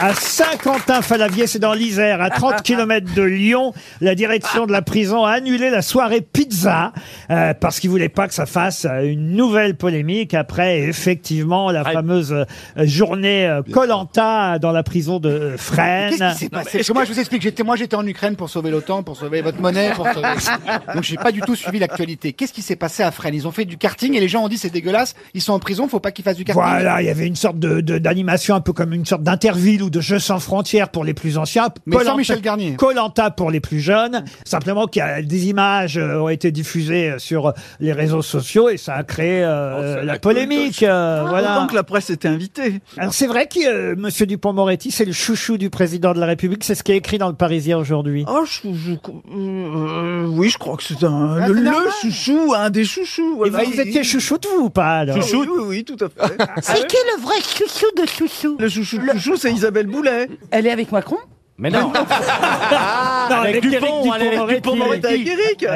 Speaker 2: À Saint-Quentin-Falavier, c'est dans l'Isère, à
Speaker 3: <laughs>
Speaker 2: 30 km de Lyon, la direction de la prison a annulé la soirée pizza euh, parce qu'ils voulaient pas que ça fasse euh, une nouvelle polémique après effectivement
Speaker 3: Ah,
Speaker 2: la fameuse euh, journée euh, Colanta dans la prison de euh, Fresnes.
Speaker 3: Qu'est-ce qui s'est passé Parce que moi, je vous explique, j'étais, moi, j'étais en Ukraine pour sauver l'OTAN, pour sauver votre monnaie, pour sauver...
Speaker 9: <laughs>
Speaker 3: donc j'ai pas du tout suivi l'actualité. Qu'est-ce qui s'est passé à Fresnes Ils ont fait du karting et les gens ont dit c'est dégueulasse, ils sont en prison, faut pas qu'ils fassent du karting.
Speaker 2: Voilà, il y avait une sorte de de- d'animation un peu comme une sorte d'interville ou de jeu sans frontières pour les plus anciens.
Speaker 3: Mais sans
Speaker 2: Koh-Lanta-
Speaker 3: Michel Garnier.
Speaker 2: Koh-Lanta pour les plus jeunes. Simplement qu'il y a des images euh, ont été diffusées euh, sur les réseaux sociaux et ça a créé euh, la polémique. euh, voilà.
Speaker 4: Donc la presse était invitée.
Speaker 2: Alors c'est vrai que euh, Monsieur Dupont-Moretti, c'est le chouchou du président de la République. C'est ce qui est écrit dans le Parisien aujourd'hui.
Speaker 4: <laughs> Oh, je- je- euh, oui, je crois que c'est un,
Speaker 2: Ah,
Speaker 4: le,
Speaker 2: c'est normal.
Speaker 4: le chouchou, un des chouchous.
Speaker 2: Et
Speaker 4: voilà.
Speaker 2: Eh ben, vous, vous étiez chouchoute, vous ou pas alors
Speaker 4: Chouchou oui, oui, oui, tout à fait.
Speaker 5: <laughs>
Speaker 6: Ah
Speaker 5: C'est qui le vrai chouchou de chouchou
Speaker 4: Le chouchou de chouchou, c'est Isabelle Boulet.
Speaker 5: Elle est avec Macron
Speaker 9: Mais non.
Speaker 2: Non,
Speaker 9: Ah, avec
Speaker 2: Ah, Eric Euh,
Speaker 9: Dupont, allez, avec
Speaker 2: Dupond-Moretti.
Speaker 9: Dupond-Moretti.
Speaker 4: Avec Eric.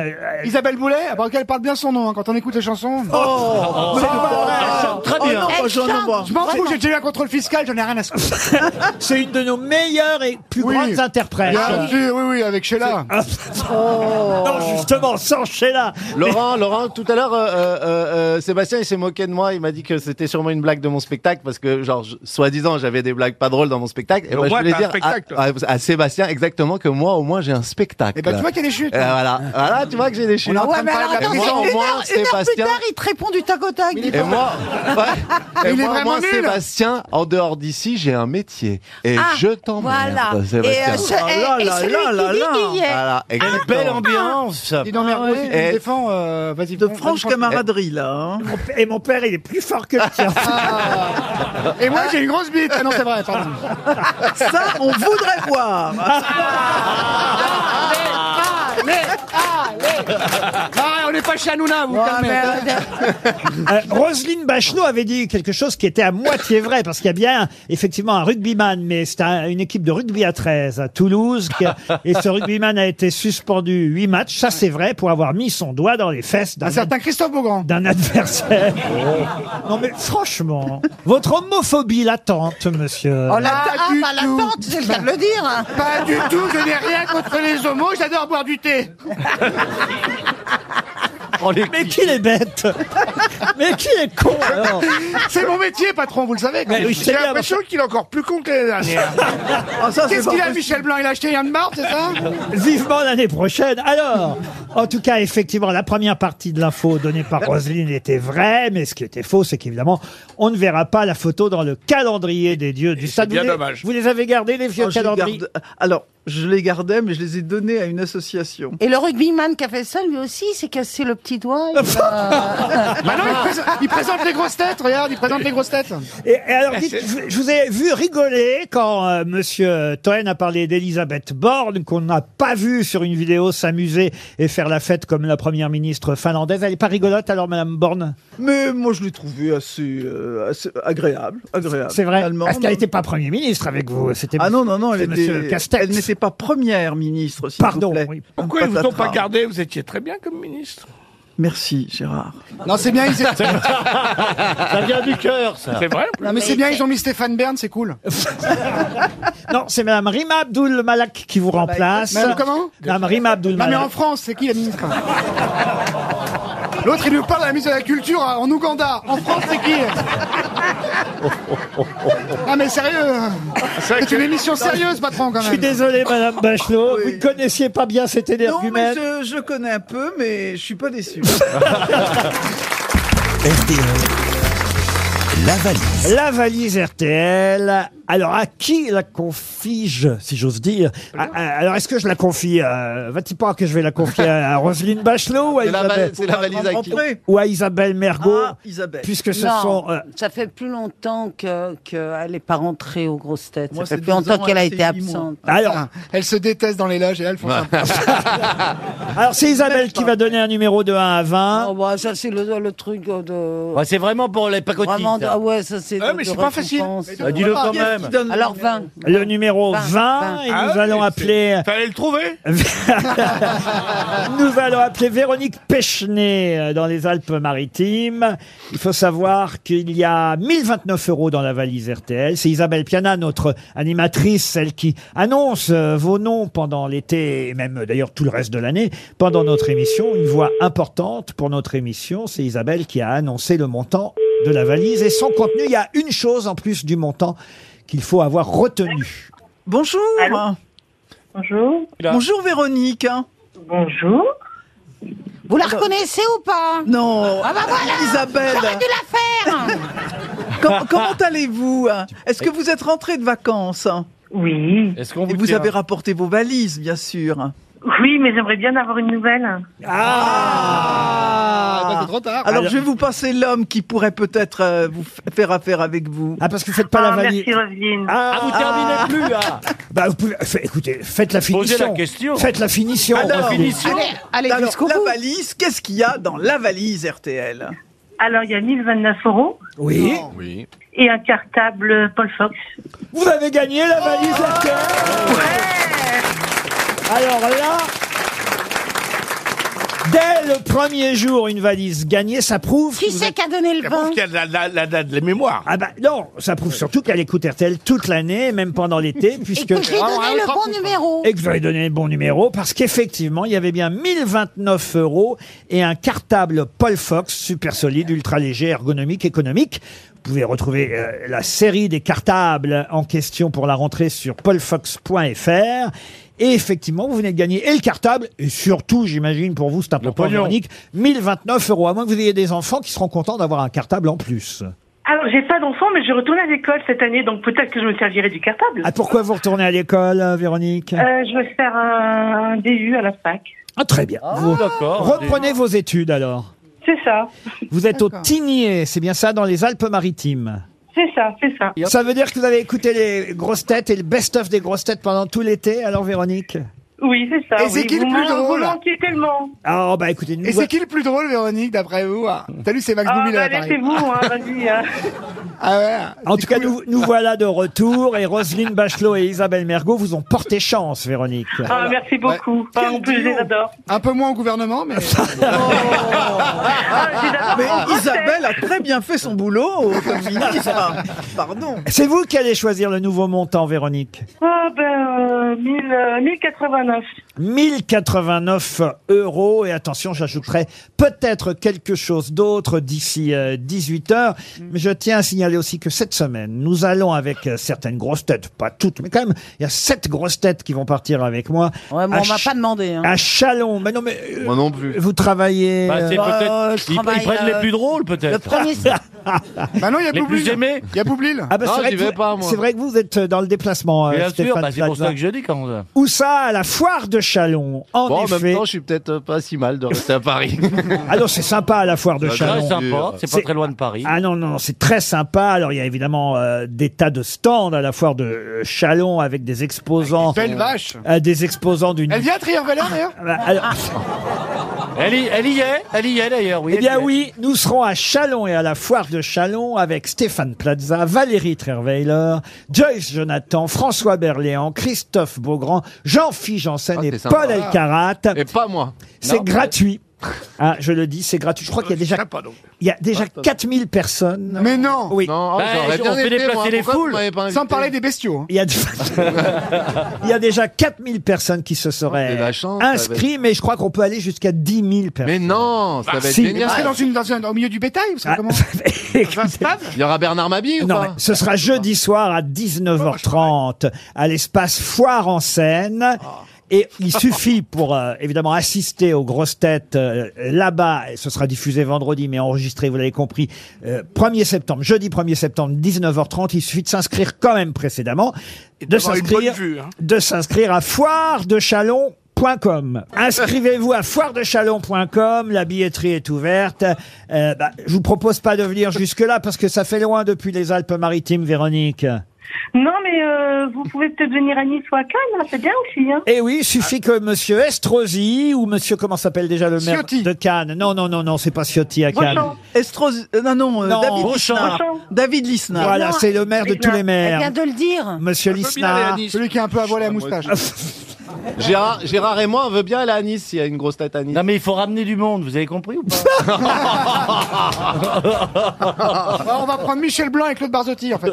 Speaker 3: Isabelle Boulet, ah bah, elle parle bien son nom hein, quand on écoute les chansons.
Speaker 4: Oh,
Speaker 3: C'est
Speaker 4: oh,
Speaker 3: pas vrai.
Speaker 4: elle chante très
Speaker 3: Oh
Speaker 4: bien.
Speaker 3: non,
Speaker 4: Elle
Speaker 3: je m'en
Speaker 4: chante.
Speaker 3: fous, Je m'en fous, j'ai déjà eu un contrôle fiscal, j'en ai rien à se
Speaker 2: <laughs> C'est une de nos meilleures et plus
Speaker 3: Oui.
Speaker 2: grandes interprètes.
Speaker 3: Bien sûr, oui, oui, avec Sheila.
Speaker 10: Oh.
Speaker 2: Non, justement, sans Sheila.
Speaker 6: Laurent, Laurent, tout à l'heure, euh, euh, euh, Sébastien, il s'est moqué de moi. Il m'a dit que c'était sûrement une blague de mon spectacle parce que, genre, je- soi-disant, j'avais des blagues pas drôles dans mon spectacle.
Speaker 7: Mais au
Speaker 6: moi,
Speaker 7: moins,
Speaker 6: je voulais
Speaker 7: t'as un
Speaker 6: dire ah,
Speaker 7: spectacle,
Speaker 6: à, à- à Sébastien exactement que moi, au moins, j'ai un spectacle.
Speaker 3: Eh ben, tu vois qu'il y a des chutes.
Speaker 6: Euh, voilà. voilà, tu vois que j'ai des chutes.
Speaker 3: On est en train
Speaker 5: Ouais,
Speaker 3: de
Speaker 5: mais
Speaker 3: parler
Speaker 5: alors
Speaker 3: de la
Speaker 5: attends,
Speaker 6: prison,
Speaker 5: une
Speaker 6: au
Speaker 5: heure-
Speaker 6: moins,
Speaker 5: une heure plus
Speaker 6: Sébastien-
Speaker 5: tard, il te répond du tac au tac.
Speaker 6: Et moi, ouais. Et
Speaker 3: Il est
Speaker 6: moi,
Speaker 3: vraiment
Speaker 6: moi,
Speaker 3: nul.
Speaker 6: Sébastien, en dehors d'ici, j'ai un métier. Et
Speaker 5: Ah,
Speaker 6: je t'emmerde,
Speaker 5: Voilà. Et, euh, ce-
Speaker 6: Sébastien.
Speaker 9: Ah,
Speaker 5: et-
Speaker 4: là
Speaker 5: et
Speaker 4: là
Speaker 5: celui
Speaker 4: là là
Speaker 5: qui dit
Speaker 4: là.
Speaker 5: qu'il y est.
Speaker 6: Voilà, exactement.
Speaker 9: Belle
Speaker 2: Ah.
Speaker 9: ambiance.
Speaker 3: Dis donc, merde, aussi, tu
Speaker 6: Eh.
Speaker 3: me défends, euh, vas-y.
Speaker 4: De
Speaker 3: vas-y,
Speaker 4: franche
Speaker 3: prends-
Speaker 4: camaraderie, là. hein.
Speaker 2: Mon p- Et mon père, il est plus fort que le
Speaker 3: <laughs>
Speaker 2: tien.
Speaker 3: Et moi, j'ai une grosse bite. Ah non, c'est vrai, pardon.
Speaker 4: <laughs> Ça, on voudrait
Speaker 3: <laughs>
Speaker 4: voir.
Speaker 3: Ah, on n'est pas chez Hanouna, vous
Speaker 5: Ah,
Speaker 3: calmez.
Speaker 5: mais-
Speaker 2: Euh, Roselyne Bachelot avait dit quelque chose qui était à moitié vrai, parce qu'il y a bien effectivement un rugbyman, mais c'est un- une équipe de rugby à 13 à Toulouse, qui a- et ce rugbyman a été suspendu 8 matchs, ça c'est vrai, pour avoir mis son doigt dans les fesses d'un
Speaker 3: Un certain Christophe Beaugrand.
Speaker 2: d'un adversaire. Non mais franchement, votre homophobie latente, monsieur.
Speaker 5: Oh, la,
Speaker 3: Pas
Speaker 5: ah,
Speaker 3: du
Speaker 5: bah, la
Speaker 3: tout.
Speaker 5: tante, c'est le cas de le dire. hein.
Speaker 3: Pas du tout, je n'ai rien contre les homos, j'adore boire du thé.
Speaker 9: On les-
Speaker 2: Mais qu'il
Speaker 10: <laughs>
Speaker 2: est bête Mais qu'il est con alors
Speaker 3: C'est mon métier, patron, vous le savez.
Speaker 2: Mais oui, je sais
Speaker 7: J'ai
Speaker 2: bien,
Speaker 7: l'impression qu'il est encore plus con que l'année dernière.
Speaker 2: <laughs>
Speaker 4: Ah, ça, c'est
Speaker 3: Qu'est-ce
Speaker 4: pas
Speaker 3: qu'il a,
Speaker 4: possible.
Speaker 3: Michel Blanc Il a acheté un de marre, c'est ça
Speaker 2: Vivement l'année prochaine. Alors, en tout cas, effectivement, la première partie de l'info donnée par Roselyne était vraie, mais ce qui était faux, c'est qu'évidemment, on ne verra pas la photo dans le calendrier des dieux du stade.
Speaker 7: bien
Speaker 2: vous les,
Speaker 7: dommage.
Speaker 2: Vous les avez gardés, les vieux
Speaker 4: Oh, je les
Speaker 2: calendriers
Speaker 4: garde- Alors, je les gardais, mais je les ai donnés à une association.
Speaker 5: Et le rugbyman qui a fait ça, lui aussi, il s'est cassé le petit doigt. il va-
Speaker 3: <laughs> Bah
Speaker 7: Ah.
Speaker 3: non, il, présente- il présente les grosses têtes, regarde, il présente les grosses têtes.
Speaker 2: Et, et alors, dites, je- je vous ai vu rigoler quand euh, Monsieur Toen a parlé d'Elisabeth Borne, qu'on n'a pas vu sur une vidéo s'amuser et faire la fête comme la première ministre finlandaise. Elle est pas rigolote alors, Madame Borne
Speaker 4: Mais moi, je l'ai trouvé assez, euh, assez agréable. agréable
Speaker 2: C'est vrai
Speaker 4: Finalement,
Speaker 2: Parce qu'elle
Speaker 4: non.
Speaker 2: n'était pas Premier ministre avec vous. C'était
Speaker 4: Ah non, non, non, elle,
Speaker 2: c'est monsieur
Speaker 4: était-
Speaker 2: Castex.
Speaker 4: elle n'était pas première ministre, s'il
Speaker 2: Pardon,
Speaker 4: vous plaît.
Speaker 2: oui.
Speaker 7: Pourquoi ils vous ont
Speaker 4: Patatras.
Speaker 7: pas gardé Vous étiez très bien comme ministre.
Speaker 4: Merci, Gérard.
Speaker 3: Non, c'est
Speaker 2: <laughs>
Speaker 3: bien, ils...
Speaker 9: Ça vient du cœur, ça.
Speaker 7: C'est vrai
Speaker 3: non, mais c'est bien, ils ont mis Stéphane Bern, c'est cool.
Speaker 2: <laughs> Non, c'est Madame Rima Abdul Malak qui vous remplace.
Speaker 3: Madame Bah, comment
Speaker 2: Madame Rima Abdul
Speaker 3: Non, mais en
Speaker 2: Malak. <laughs>
Speaker 3: France, c'est qui la ministre euh, L'autre, il nous parle de la ministre de la Culture hein, en Ouganda. En France, c'est qui Ah mais sérieux
Speaker 2: vrai
Speaker 3: C'est
Speaker 2: que-
Speaker 3: une émission sérieuse, patron, quand même Ah
Speaker 2: Je suis désolé, Madame Bachelot, vous ne connaissiez pas bien cet
Speaker 4: Non, mais
Speaker 2: énergumène.
Speaker 4: je, je connais un peu, mais je suis pas
Speaker 2: <laughs>
Speaker 4: déçu.
Speaker 10: Ah,
Speaker 2: La valise. La valise RTL. Alors, à qui la confie-je, si j'ose dire À- à- Alors, est-ce que je la confie à... Va-t-il pas que je vais la confier
Speaker 3: <laughs>
Speaker 2: à à Roselyne Bachelot ou à
Speaker 6: C'est la
Speaker 2: Isabelle
Speaker 6: val- c'est la valise à qui
Speaker 2: Ou à Isabelle Mergot
Speaker 3: Ah,
Speaker 2: Puisque ce
Speaker 5: Non,
Speaker 2: sont... euh,
Speaker 5: Ça fait plus longtemps qu'elle que n'est pas rentrée aux grosses têtes.
Speaker 3: Moi,
Speaker 5: ça
Speaker 3: c'est
Speaker 5: fait plus longtemps qu'elle a été absente. Ah,
Speaker 2: Alors,
Speaker 3: Ah, elle se déteste dans les loges et là, elle fait
Speaker 5: <laughs>
Speaker 2: Alors, c'est Isabelle qui va donner un numéro de 1 à 20.
Speaker 5: Oh, bah, ça, c'est le, le truc euh,
Speaker 6: ah,
Speaker 5: de.
Speaker 9: Ouais, c'est vraiment pour les pacotilles.
Speaker 5: Vraiment,
Speaker 9: ça.
Speaker 5: ah ouais, ça c'est.
Speaker 9: Ouais,
Speaker 5: de-
Speaker 9: mais
Speaker 5: de
Speaker 9: c'est pas facile.
Speaker 5: récompense.
Speaker 9: Mais tu Bah, dis-le vois quand pas. même. Qui donne le
Speaker 5: Alors 20.
Speaker 2: Le numéro 20,
Speaker 5: vingt.
Speaker 2: et nous
Speaker 5: Ah oui,
Speaker 2: allons appeler...
Speaker 7: Fallait le trouver
Speaker 2: Nous allons appeler Véronique Pechenet euh, dans les Alpes-Maritimes. Il faut savoir qu'il y a 1029 euros dans la valise RTL. C'est Isabelle Piana, notre animatrice, celle qui annonce euh, vos noms pendant l'été et même euh, d'ailleurs tout le reste de l'année. Pendant notre émission, une voix importante pour notre émission, c'est Isabelle qui a annoncé le montant de la valise et son contenu. Il y a une chose en plus du montant qu'il faut avoir retenu.
Speaker 4: Bonjour.
Speaker 11: Bonjour.
Speaker 4: Bonjour Véronique.
Speaker 11: Bonjour.
Speaker 4: Vous la reconnaissez ou pas Non.
Speaker 10: Ah bah voilà
Speaker 4: Isabelle.
Speaker 10: J'aurais dû
Speaker 4: la faire. comment, allez-vous Est-ce que vous êtes rentrée de vacances
Speaker 11: Oui.
Speaker 4: Est-ce qu'on vous, vous avez rapporté vos valises, bien sûr.
Speaker 11: Oui, mais j'aimerais bien avoir une nouvelle.
Speaker 4: Ah,
Speaker 11: bah, c'est trop tard.
Speaker 4: Alors,
Speaker 11: Alors-
Speaker 4: je vais vous passer l'homme qui pourrait peut-être euh, vous f- faire affaire avec vous.
Speaker 2: Ah parce que vous faites
Speaker 11: Ah, merci, Roselyne.
Speaker 2: Ah,
Speaker 4: vous terminez plus,
Speaker 11: ah.
Speaker 2: Bah, vous pouvez, fa- écoutez, faites la finition.
Speaker 9: la question.
Speaker 2: Faites la finition.
Speaker 4: Alors,
Speaker 11: Allez, allez,
Speaker 4: alors,
Speaker 11: jusqu'au
Speaker 4: la
Speaker 11: bout.
Speaker 4: valise, qu'est-ce qu'il y a dans la valise RTL
Speaker 11: Alors, il y a 1029 euros
Speaker 2: Oui.
Speaker 6: Oui.
Speaker 11: et un cartable Paul Fox.
Speaker 2: Vous avez gagné la valise RTL. Alors là, dès le premier jour, une valise gagnée, ça prouve. Qui c'est
Speaker 5: qui a donné le
Speaker 2: vin
Speaker 7: Il y a de la, la, la, la- de la mémoire.
Speaker 2: Ah bah non, ça prouve surtout qu'elle écoute RTL toute l'année, même pendant l'été, puisque...
Speaker 5: Et que j'ai
Speaker 7: Ah,
Speaker 5: donné le bon numéro.
Speaker 2: Et que vous avez donné le bon numéro, parce qu'effectivement, il y avait bien 1029 euros et un cartable Paul Fox, super solide, ultra léger, ergonomique, économique. Vous pouvez retrouver euh, la série des cartables en question pour la rentrée sur paulfox.fr. Et effectivement, vous venez de gagner et le cartable, et surtout, j'imagine, pour vous, c'est important,
Speaker 9: pognon.
Speaker 2: Véronique, 1029 euros. À moins que vous ayez des enfants qui seront contents d'avoir un cartable en plus.
Speaker 11: Alors, j'ai pas d'enfant, mais je retourne à l'école cette année, donc peut-être que je me servirai du cartable.
Speaker 2: Ah, pourquoi vous retournez à l'école, euh, Véronique
Speaker 11: Euh, je vais faire un, un DU à la fac.
Speaker 2: Ah, très bien. Vous reprenez vos études alors.
Speaker 11: C'est ça,
Speaker 2: Vous êtes au Tigné, c'est bien ça, dans les Alpes-Maritimes.
Speaker 11: c'est ça, c'est ça.
Speaker 2: Ça veut dire que vous avez écouté les grosses têtes et le best-of des grosses têtes pendant tout l'été, alors Véronique
Speaker 11: Oui, c'est ça.
Speaker 3: Et c'est
Speaker 11: oui.
Speaker 3: qui le
Speaker 11: Vous
Speaker 3: plus
Speaker 11: m'en-
Speaker 3: drôle
Speaker 11: Vous manquez tellement.
Speaker 2: Ah, bah écoutez, nous
Speaker 3: Et c'est qui le plus drôle, Véronique, d'après vous hein T'as lu, c'est Max
Speaker 11: Ah,
Speaker 3: Boublil à
Speaker 11: bah,
Speaker 3: l'appareil.
Speaker 11: laissez-vous,
Speaker 3: <laughs>
Speaker 11: hein, vas-y. hein.
Speaker 3: Ah ouais
Speaker 2: En tout cas, nous, nous voilà de retour et Roselyne Bachelot et Isabelle Mergot vous ont porté chance, Véronique.
Speaker 11: Ah, merci beaucoup. Ah, en plus, je les adore. Oh.
Speaker 3: Un peu moins au
Speaker 11: <laughs>
Speaker 3: gouvernement, mais. <laughs> ah,
Speaker 4: Mais Isabelle a très bien fait son boulot, comme ministre. Pardon.
Speaker 2: C'est vous qui allez choisir le nouveau montant, Véronique
Speaker 11: Ah, ben, euh, 1000, euh, 1089.
Speaker 2: 1089 euros. Et attention, j'ajouterai peut-être quelque chose d'autre d'ici 18h.
Speaker 11: Mm.
Speaker 2: Mais je tiens à signaler aussi que cette semaine, nous allons avec euh, certaines grosses têtes, pas toutes, mais quand même, il y a sept grosses têtes qui vont partir avec moi.
Speaker 5: Ouais, moi,
Speaker 2: À
Speaker 5: on m'a
Speaker 2: Ch-
Speaker 5: pas demandé. hein.
Speaker 2: À Chalon. Mais non, mais. euh,
Speaker 6: Moi non plus.
Speaker 2: Vous travaillez.
Speaker 9: Bah, c'est
Speaker 2: euh,
Speaker 9: peut-être-
Speaker 5: euh, je
Speaker 9: ils, ils
Speaker 5: travaille,
Speaker 9: prennent
Speaker 5: euh,
Speaker 9: les plus drôles, peut-être.
Speaker 5: Le
Speaker 9: <laughs>
Speaker 5: premier.
Speaker 3: Bah non, il y a
Speaker 9: Les
Speaker 3: Boublil.
Speaker 9: plus aimés
Speaker 3: Il y a Boublil.
Speaker 2: Ah bah,
Speaker 9: Non,
Speaker 2: c'est vrai,
Speaker 9: j'y
Speaker 2: que
Speaker 9: vais
Speaker 2: vous-
Speaker 9: pas, moi.
Speaker 2: c'est vrai que vous êtes euh, dans le déplacement, euh,
Speaker 9: Bien sûr,
Speaker 2: Stéphane
Speaker 9: bah, c'est pour
Speaker 2: Plaza.
Speaker 9: ça que je dis quand même.
Speaker 2: Où ça À la foire de Chalon. En
Speaker 6: Bon, en
Speaker 2: effet.
Speaker 6: même temps, je suis peut-être pas si mal de rester à Paris. Ah,
Speaker 2: Alors c'est sympa à la foire de
Speaker 6: C'est
Speaker 2: Chalon.
Speaker 6: très sympa,
Speaker 9: c'est pas très loin
Speaker 7: <laughs>
Speaker 9: de Paris.
Speaker 2: Ah non non, c'est très sympa. Alors il y a évidemment euh, des tas de stands à la foire de euh, Chalon avec des exposants,
Speaker 3: Belle vache
Speaker 2: euh, des exposants d'une.
Speaker 3: Elle vient à Triangle-Air, d'ailleurs
Speaker 2: Ah, alors-
Speaker 9: Elle y, elle y est, elle y est d'ailleurs, oui.
Speaker 2: eh
Speaker 9: elle
Speaker 2: bien
Speaker 9: y est.
Speaker 2: oui, nous serons à Chalon et à la foire de Chalon avec Stéphane Plaza, Valérie Trierweiler, Joyce Jonathan, François Berléand, Christophe Beaugrand, Jean-Philippe Janssen et
Speaker 6: Ah, c'est sympa.
Speaker 2: Paul Elkarat.
Speaker 6: Et pas moi. <laughs>
Speaker 2: C'est gratuit. Ah, je le dis, c'est gratuit. Je crois qu'il y a déjà, il y a déjà 4000 personnes.
Speaker 3: Mais non
Speaker 2: Oui.
Speaker 6: oh,
Speaker 3: Non,
Speaker 8: Bah, j'aurais bien on fait été, déplacer moi. les Pourquoi vous foules. m'avez pas
Speaker 3: Sans
Speaker 8: invité
Speaker 3: parler des bestiaux. hein.
Speaker 2: Il y a
Speaker 6: <laughs>
Speaker 2: Il y a déjà 4000 personnes qui se
Speaker 6: Oh,
Speaker 2: seraient inscrites, mais je crois qu'on peut aller jusqu'à 10 000 personnes. Ah, Mais non,
Speaker 6: ça va être génial.
Speaker 3: Parce
Speaker 2: <laughs>
Speaker 3: que dans une, dans une- au milieu du bétail, parce que
Speaker 2: Ah,
Speaker 3: comment
Speaker 6: Il y aura Ah, Bernard Mabille ou
Speaker 2: Non,
Speaker 6: pas
Speaker 2: mais
Speaker 7: hein.
Speaker 2: ce sera jeudi soir à 19h30 à l'espace Foire en
Speaker 7: Ah.
Speaker 2: Seine. Et il suffit pour euh, évidemment assister aux grosses têtes euh, là-bas. et Ce sera diffusé vendredi, mais enregistré, vous l'avez compris, euh, 1er septembre, jeudi 1er septembre, 19h30. Il suffit de s'inscrire quand même précédemment, de
Speaker 7: d'avoir une bonne
Speaker 2: s'inscrire,
Speaker 7: vue, hein.
Speaker 2: de s'inscrire à foiredechalon.com. Inscrivez-vous à foiredechalon.com, la billetterie est ouverte. Euh, bah, je vous propose pas de venir jusque-là parce que ça fait loin depuis les Alpes-Maritimes, Véronique.
Speaker 11: Non, mais euh, vous pouvez peut-être venir à Nice ou à Cannes, hein, c'est bien aussi. Hein.
Speaker 2: Eh oui, il suffit que monsieur Estrosi ou monsieur, comment s'appelle déjà le maire de Cannes Non, non, non, non, c'est pas Ciotti à Cannes.
Speaker 4: Estrosi- euh, non, non, euh,
Speaker 2: Non,
Speaker 4: David
Speaker 2: Beauchamp.
Speaker 4: Lisnard.
Speaker 2: Beauchamp.
Speaker 4: David Lisnard.
Speaker 2: Voilà, c'est le maire de tous les maires.
Speaker 5: Elle vient de le dire.
Speaker 2: Monsieur Lisnard.
Speaker 3: Celui qui a un peu avoué
Speaker 2: <laughs>
Speaker 3: la moustache.
Speaker 6: Gérard, Gérard et moi, on veut bien aller à Nice s'il y a une grosse tête à Nice. Non, mais il faut ramener du monde, vous avez compris ou <laughs> pas
Speaker 3: Ah, on va prendre Michel Blanc et Claude Barzotti, en fait.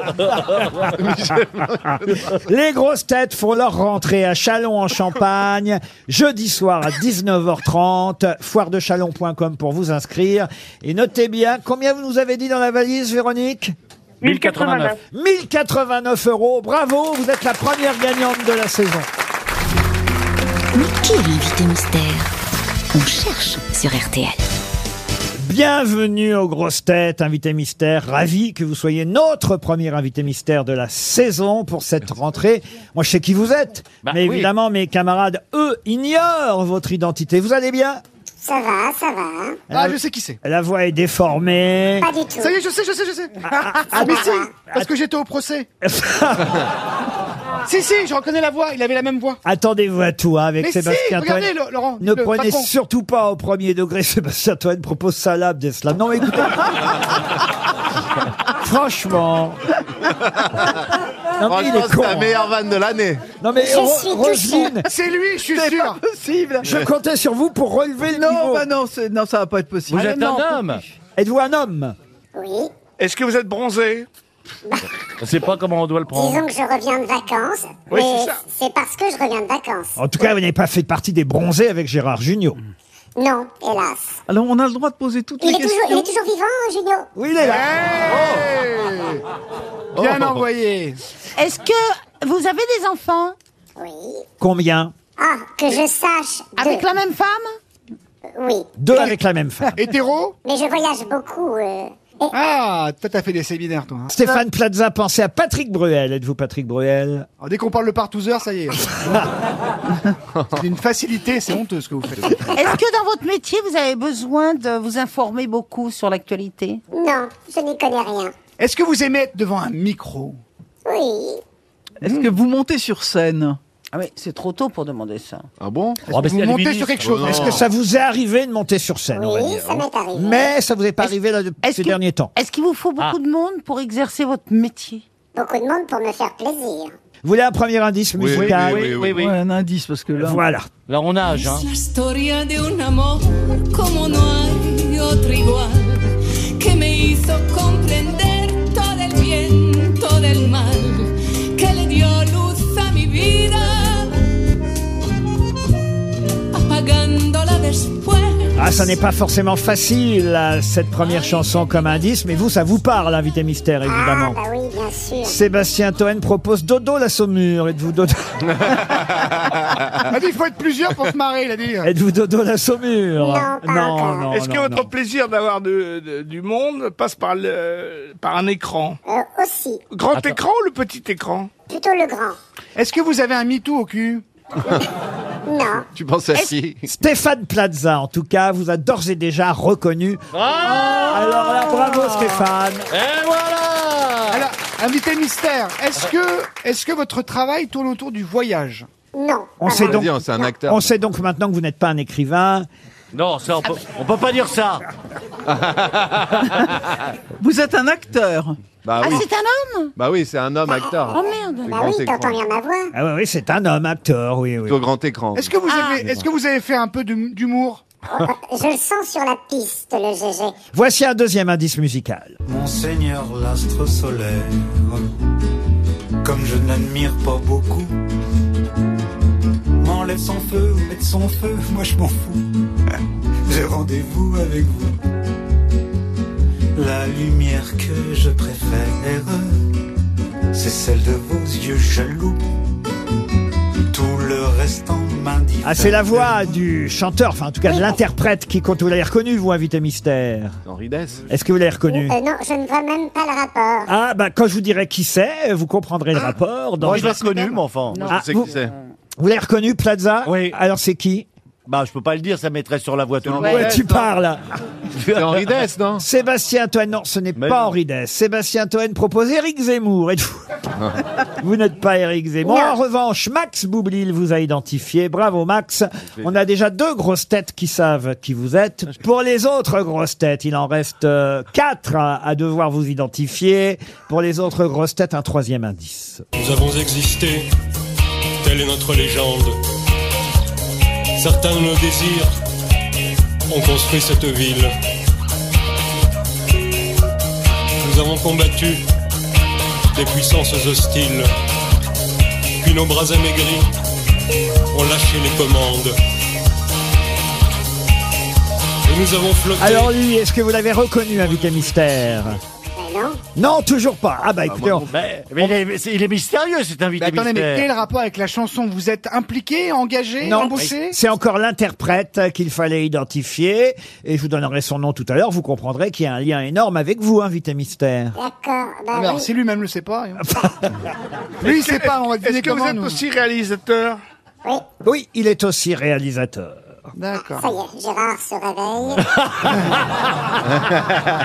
Speaker 2: Les grosses têtes font leur rentrée à Chalon en Champagne, jeudi soir à 19h30, foiredechalon.com pour vous inscrire. Et notez bien, combien vous nous avez dit dans la valise, Véronique
Speaker 8: 1089.
Speaker 2: 1089 euros, bravo, vous êtes la première gagnante de la saison.
Speaker 14: Mais qui est l'invité mystère On cherche sur RTL.
Speaker 2: Bienvenue aux grosses têtes, invité mystère. Ravi que vous soyez notre premier invité mystère de la saison pour cette rentrée. Moi, je sais qui vous êtes,
Speaker 3: Bah
Speaker 2: mais
Speaker 8: oui.
Speaker 2: évidemment, mes camarades, eux, ignorent votre identité. Vous allez bien
Speaker 13: Ça va, ça va.
Speaker 3: Ah, je sais qui c'est.
Speaker 2: La voix est déformée.
Speaker 13: Pas du tout.
Speaker 3: Ça y est, je sais, je sais, je sais.
Speaker 2: ah,
Speaker 3: mais
Speaker 2: ah,
Speaker 3: si, parce que j'étais au procès.
Speaker 2: <laughs>
Speaker 3: si, si, je reconnais la voix, il avait la même voix.
Speaker 2: Attendez-vous à tout hein, avec
Speaker 3: Mais si,
Speaker 2: Sébastien Toen.
Speaker 3: regardez, le- Laurent,
Speaker 2: Ne
Speaker 3: le
Speaker 2: prenez
Speaker 3: patron.
Speaker 2: surtout pas au premier degré <laughs> Sébastien Toen propose Salab d'Eslam. Non, mais
Speaker 3: <laughs>
Speaker 2: écoutez. Franchement. Non, mais il
Speaker 6: Franchement,
Speaker 2: est con,
Speaker 6: c'est la
Speaker 2: hein.
Speaker 6: meilleure vanne de l'année.
Speaker 2: Non mais Ro- Roselyne,
Speaker 3: C'est lui, je suis sûr.
Speaker 4: possible.
Speaker 2: je comptais sur vous pour relever le
Speaker 4: non,
Speaker 2: niveau.
Speaker 4: bah non, c'est- non, ça va pas être possible. Ah, non, non.
Speaker 2: Êtes-vous un homme
Speaker 13: Oui.
Speaker 7: Est-ce que vous êtes bronzé
Speaker 8: Je sais pas comment on doit le prendre.
Speaker 13: Disons que je reviens de vacances.
Speaker 8: Oui,
Speaker 13: mais
Speaker 8: c'est ça.
Speaker 13: c'est parce que je reviens de vacances.
Speaker 2: En tout cas, vous n'avez pas fait partie des bronzés avec Gérard Junior.
Speaker 13: Non, hélas.
Speaker 4: Alors, on a le droit de poser toutes
Speaker 13: Il
Speaker 4: les
Speaker 13: est, toujours, il
Speaker 4: questions.
Speaker 13: est toujours vivant,
Speaker 5: <laughs>
Speaker 13: Junio
Speaker 2: Oui, il est
Speaker 3: Bien
Speaker 2: Oh.
Speaker 3: envoyé.
Speaker 5: Est-ce que vous avez des enfants
Speaker 2: Combien
Speaker 13: Ah, que je sache.
Speaker 5: Avec la même femme
Speaker 13: Oui.
Speaker 2: Deux avec la même femme.
Speaker 3: Hétéro
Speaker 13: Mais je voyage beaucoup. euh, et-
Speaker 3: Ah, toi, t'as fait des séminaires, toi. hein.
Speaker 2: Stéphane Plaza, pensez à Patrick Bruel. Êtes-vous Patrick Bruel
Speaker 3: Alors, dès qu'on parle le partouzeur, ça y
Speaker 2: <laughs>
Speaker 3: est. c'est une facilité, c'est honteux ce que vous faites.
Speaker 5: Est-ce que dans votre métier, vous avez besoin de vous informer beaucoup sur l'actualité
Speaker 13: Non, je n'y connais rien.
Speaker 3: Est-ce que vous aimez être devant un micro
Speaker 13: Oui.
Speaker 4: Est-ce que vous montez sur scène
Speaker 5: Ah oui, c'est trop tôt pour demander ça.
Speaker 6: Ah bon
Speaker 2: Oh, mais
Speaker 4: Vous
Speaker 2: c'est
Speaker 4: montez
Speaker 2: Albinis.
Speaker 4: sur quelque chose.
Speaker 2: Oh, Est-ce que ça vous est arrivé de monter sur scène on va
Speaker 13: Oui,
Speaker 2: dire
Speaker 13: ça m'est arrivé.
Speaker 2: Mais ça vous est pas arrivé là depuis ces derniers temps.
Speaker 5: Est-ce qu'il vous faut beaucoup
Speaker 2: Ah.
Speaker 5: de monde pour exercer votre métier
Speaker 13: Beaucoup de monde pour me faire plaisir.
Speaker 2: Vous voulez un premier indice
Speaker 4: oui,
Speaker 2: musical
Speaker 4: oui, oui, oui. Ouais, un indice parce que là.
Speaker 2: Voilà.
Speaker 8: Là, on nage. Hein.
Speaker 18: La historia de un amor como no hay otro igual, que me hizo comprender todo el bien, todo el mal, que le dio luz a mi vida, apagándola después.
Speaker 2: Ah, ça n'est pas forcément facile, là, cette première chanson comme indice, mais vous, ça vous parle, invité mystère, évidemment.
Speaker 13: Ah. Ah, bah oui, bien sûr.
Speaker 2: Sébastien Toen propose Dodo la Saumure. Êtes-vous Dodo
Speaker 3: Il a dit, Ah, il faut être plusieurs pour se marrer, il a dit.
Speaker 2: Êtes-vous Dodo la Saumure non, non,
Speaker 7: Est-ce que
Speaker 2: non,
Speaker 7: votre <laughs>
Speaker 2: non.
Speaker 7: plaisir d'avoir de- de- du monde passe par, le, par un écran
Speaker 13: Euh, aussi.
Speaker 7: Grand écran ou le petit écran
Speaker 13: Plutôt le grand.
Speaker 3: Est-ce que vous avez un MeToo au cul
Speaker 13: Non.
Speaker 6: Tu penses à qui
Speaker 2: Stéphane Plaza, en tout cas, vous a d'ores et déjà reconnu.
Speaker 19: Ah
Speaker 2: Alors là, bravo Stéphane.
Speaker 3: Et voilà Oh. Alors, invité mystère, est-ce que, est que votre travail tourne autour du voyage
Speaker 13: Non.
Speaker 2: On sait donc,
Speaker 6: C'est un acteur.
Speaker 2: on sait donc maintenant que vous n'êtes pas un écrivain.
Speaker 8: Non, ça, on peut, on peut pas dire
Speaker 7: <laughs>
Speaker 8: ça.
Speaker 4: Vous êtes un acteur.
Speaker 6: Bah oui,
Speaker 5: Ah, c'est un homme
Speaker 6: bah oui, c'est un homme acteur.
Speaker 5: Oh merde
Speaker 13: Bah
Speaker 6: grand
Speaker 13: oui,
Speaker 6: écran.
Speaker 13: t'entends bien ma voix.
Speaker 2: Ah oui, oui, c'est un homme acteur, oui, oui.
Speaker 6: Plutôt grand écran.
Speaker 3: Est-ce que, vous
Speaker 5: Ah.
Speaker 3: avez, est que vous avez fait un peu d'hum- d'humour
Speaker 20: Je le sens sur la piste, le GG.
Speaker 2: Voici un deuxième indice musical.
Speaker 19: Monseigneur l'astre solaire, comme je n'admire pas beaucoup, m'enlève son feu, mette son feu, <laughs> moi je m'en fous. J'ai rendez-vous avec vous. La lumière que je préfère, c'est celle de vos yeux jaloux. Tout le reste en main
Speaker 2: Ah, c'est la voix du chanteur, enfin en tout cas de l'interprète qui compte. Vous l'avez reconnu, vous, invité mystère
Speaker 6: Henri Dess.
Speaker 2: Est-ce que vous l'avez reconnu
Speaker 20: Euh, non, je ne vois même pas le
Speaker 19: <laughs>
Speaker 20: rapport.
Speaker 2: Ah, bah quand je vous dirai qui c'est, vous comprendrez le rapport.
Speaker 9: Moi, je l'ai reconnu, mon enfant.
Speaker 2: Ah, vous vous l'avez reconnu, Plaza Oui. Alors, c'est qui
Speaker 9: Bah, je peux pas le dire, ça mettrait sur la voie tout le monde.
Speaker 2: Ouais, tu parles
Speaker 9: C'est Henri Dess,
Speaker 2: non Sébastien Toen, non, ce n'est pas Henri Dess. Sébastien Toen propose Éric Zemmour. Êtes-vous- vous n'êtes pas Éric Zemmour.
Speaker 8: Non.
Speaker 2: En revanche, Max Boublil vous a identifié. Bravo, Max. On a déjà deux grosses têtes qui savent qui vous êtes. Pour les autres grosses têtes, il en reste euh, quatre à, à devoir vous identifier. Pour les autres grosses têtes, un troisième indice.
Speaker 21: Nous avons existé, telle est notre légende. Certains de nos désirs ont construit cette ville. Nous avons combattu des puissances hostiles, puis nos bras amaigris ont lâché les commandes. Et nous avons flotté.
Speaker 2: Alors lui, est-ce que vous l'avez reconnu, invité mystère non, toujours pas. Ah bah écoutez, on-
Speaker 9: Mais, mais il, est, mais c'est- il est mystérieux cet invité
Speaker 3: Attendez, mais
Speaker 9: mystère.
Speaker 3: quel rapport avec la chanson Vous êtes impliqué, engagé,
Speaker 2: Non,
Speaker 3: embauché
Speaker 2: c'est encore l'interprète qu'il fallait identifier. Et je vous donnerai son nom tout à l'heure. Vous comprendrez qu'il y a un lien énorme avec vous, invité mystère.
Speaker 20: D'accord. Bah,
Speaker 3: Ah, mais alors,
Speaker 20: oui.
Speaker 3: si lui-même le sait pas. hein.
Speaker 7: <laughs>
Speaker 3: Lui, il sait pas, on va deviner
Speaker 7: Est-ce que vous
Speaker 3: comment,
Speaker 7: êtes
Speaker 3: nous.
Speaker 7: aussi réalisateur
Speaker 2: Oui, il est aussi réalisateur.
Speaker 3: D'accord. <laughs>
Speaker 20: Ça y est, Gérard se réveille.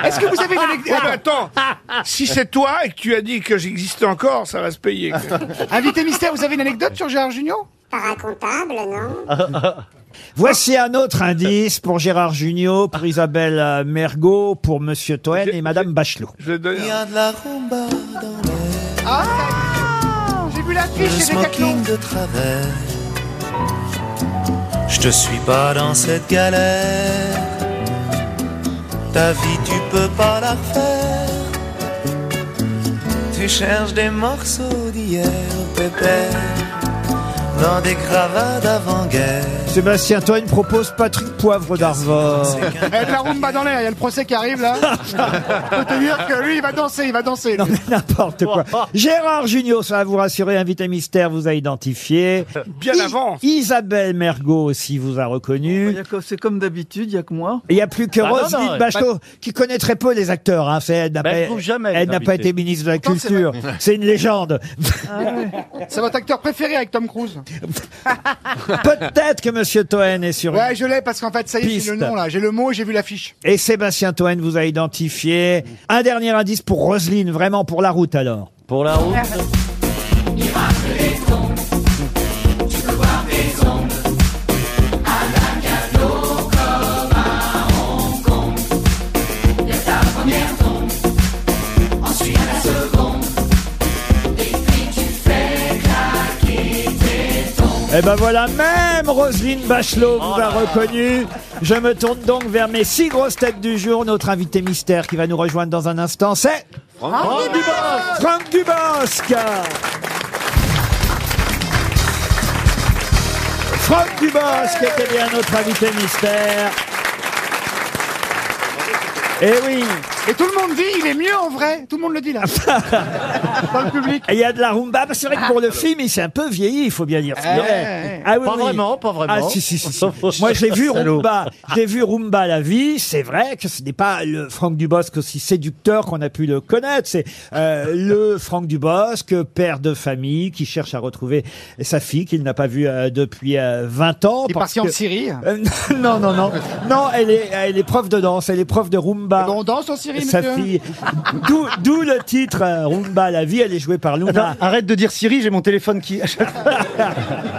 Speaker 7: Est-ce que vous avez une anecdote
Speaker 20: Ah,
Speaker 7: Attends, si c'est toi et que tu as dit que j'existe encore, ça va se payer.
Speaker 3: Invité mystère, vous avez une anecdote sur Gérard Junior
Speaker 20: Paracomptable, non
Speaker 2: Voici un autre indice pour Gérard Junior, pour Isabelle euh, Mergot, pour Monsieur Toen et Madame Bachelot.
Speaker 7: Il
Speaker 19: y a de la rumba dans
Speaker 3: Ah, ça- J'ai vu
Speaker 19: le
Speaker 3: l'affiche chez Decathlon.
Speaker 19: smoking de travers. Je te suis pas dans cette galère. Ta vie, tu peux pas la refaire. Tu cherches des morceaux d'hier, pépère, dans des gravats d'avant-guerre.
Speaker 2: Sébastien Toen propose Patrick Poivre d'Arvor. <laughs>
Speaker 3: Eh, de la rumba dans l'air, il y a le procès qui arrive là. Je peux te dire que lui, il va danser, il va danser. lui.
Speaker 2: N'importe quoi. Gérard Junior, ça va vous rassurer, invité mystère vous a identifié.
Speaker 7: Bien
Speaker 2: avant. Isabelle Mergot aussi vous a reconnu.
Speaker 4: Il y a que- C'est comme d'habitude, il y a que moi.
Speaker 2: Il n'y a plus que
Speaker 4: Ah non,
Speaker 2: Roselyne
Speaker 4: non,
Speaker 2: Bachelot,
Speaker 4: bah-
Speaker 2: qui connaît très peu les acteurs. Hein. C'est- Elle n'a
Speaker 4: Bah, elle
Speaker 2: pas,
Speaker 4: trouve jamais
Speaker 2: elle
Speaker 4: les
Speaker 2: n'a pas
Speaker 4: invités.
Speaker 2: été ministre de la
Speaker 4: Pourtant, c'est
Speaker 2: Culture.
Speaker 4: vrai.
Speaker 2: C'est une légende. <laughs>
Speaker 3: C'est votre acteur préféré avec Tom Cruise.
Speaker 2: Peut-être que Monsieur Toen est sur
Speaker 3: Ouais, je l'ai parce qu'en fait, ça y est, j'ai le
Speaker 2: Piste.
Speaker 3: nom là, j'ai le mot et j'ai vu l'affiche.
Speaker 2: Et Sébastien Toen vous a identifié. Un dernier indice pour Roselyne, vraiment pour la route alors.
Speaker 9: Pour la route.
Speaker 10: Ensuite à la seconde, et puis tu fais claquer tes tons.
Speaker 2: Eh ben voilà, même Roselyne Bachelot
Speaker 4: Oh
Speaker 2: vous a reconnu. Je me tourne donc vers mes six grosses têtes du jour. Notre invité mystère qui va nous rejoindre dans un instant, c'est
Speaker 10: Franck Dubosc.
Speaker 2: Franck Dubosc. Franck Dubosc était bien notre invité mystère. Eh oui.
Speaker 3: Et tout le monde dit, il est mieux en vrai. Tout le monde le
Speaker 2: <laughs>
Speaker 3: dit là. Dans le public. Ah.
Speaker 2: Il y a de la rumba. Bah, C'est vrai que pour le film, il s'est un peu vieilli, il faut bien dire. ce qu'il
Speaker 9: Eh,
Speaker 2: est.
Speaker 9: eh. Pas vraiment, pas vraiment.
Speaker 2: Ah, si, si, si.
Speaker 9: <laughs>
Speaker 2: si. Moi, j'ai vu
Speaker 9: Salaud.
Speaker 2: rumba.
Speaker 3: Ah.
Speaker 2: J'ai vu rumba la vie. C'est vrai que ce n'est pas le Franck Dubosc aussi séducteur qu'on a pu le connaître. C'est euh,
Speaker 3: <laughs>
Speaker 2: le Franck Dubosc, père de famille, qui cherche à retrouver sa fille qu'il n'a pas vue euh, depuis euh, 20 ans.
Speaker 3: Il est
Speaker 2: parce
Speaker 3: parti en
Speaker 2: que-
Speaker 3: Syrie.
Speaker 2: Euh, <laughs> non, non, non. Non, elle est, elle est prof de danse, elle est prof de rumba.
Speaker 3: Eh ben, on danse en Syrie,
Speaker 2: Sa
Speaker 3: monsieur.
Speaker 2: fille. D'où, d'où le titre euh, Rumba la vie, elle est jouée
Speaker 3: Eh ben,
Speaker 2: par Luna.
Speaker 8: Arrête de dire Siri, j'ai mon téléphone qui.
Speaker 2: <laughs>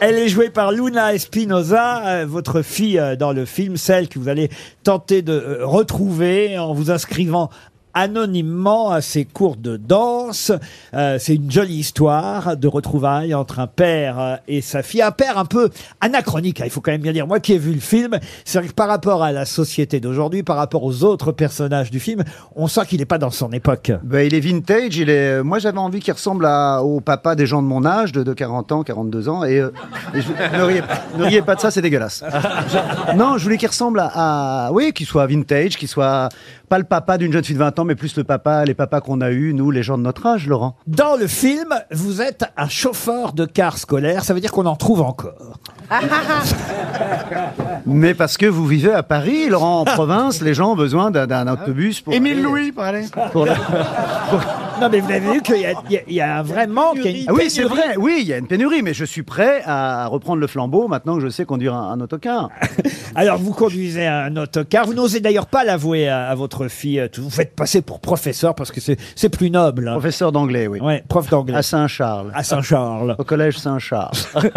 Speaker 2: Elle est jouée par Luna Espinosa, euh, votre fille euh, dans le film, celle que vous allez tenter de euh, retrouver en vous inscrivant anonymement à ses cours de danse. Euh, c'est une jolie histoire de retrouvailles entre un père euh, et sa fille. Un père un peu anachronique, hein, il faut quand même bien dire. Moi qui ai vu le film, c'est vrai que par rapport à la société d'aujourd'hui, par rapport aux autres personnages du film, on sent qu'il n'est pas dans son époque.
Speaker 22: Ben, il est vintage, il est... euh, moi j'avais envie qu'il ressemble à- au papa des gens de mon âge, de, de 40 ans, 42 ans, et, euh, et je- ne, riez, pas- ne riez pas de ça, c'est dégueulasse. Je- Non, je voulais qu'il ressemble à, à- Oui, qu'il soit vintage, qu'il soit pas le papa d'une jeune fille de 20 ans, mais plus le papa, les papas qu'on a eus, nous, les gens de notre âge, Laurent.
Speaker 2: Dans le film, vous êtes un chauffeur de car scolaire, ça veut dire qu'on en trouve encore.
Speaker 22: Mais parce que vous vivez à Paris, Laurent,
Speaker 2: <laughs>
Speaker 22: en province, les gens ont besoin d'un- d'un autobus pour...
Speaker 3: Émile
Speaker 22: aller-
Speaker 3: Louis, pour aller.
Speaker 22: pour la-
Speaker 2: Non, mais vous avez vu qu'il y a, il y a- il y a un vrai manque. il y a une
Speaker 22: Ah oui, c'est
Speaker 2: pénurie.
Speaker 22: vrai. Oui, il y a une pénurie, mais je suis prêt à reprendre le flambeau maintenant que je sais conduire un, un
Speaker 2: <laughs>
Speaker 22: autocar.
Speaker 2: Alors, vous conduisez un autocar. Vous n'osez d'ailleurs pas l'avouer à, à votre fille. euh, tout. Vous faites passer pour professeur parce que c'est c'est plus noble. hein.
Speaker 22: Professeur d'anglais, oui.
Speaker 2: Ouais, prof d'anglais.
Speaker 22: À Saint-Charles.
Speaker 2: À Saint-Charles.
Speaker 22: Au collège Saint-Charles.
Speaker 2: <laughs>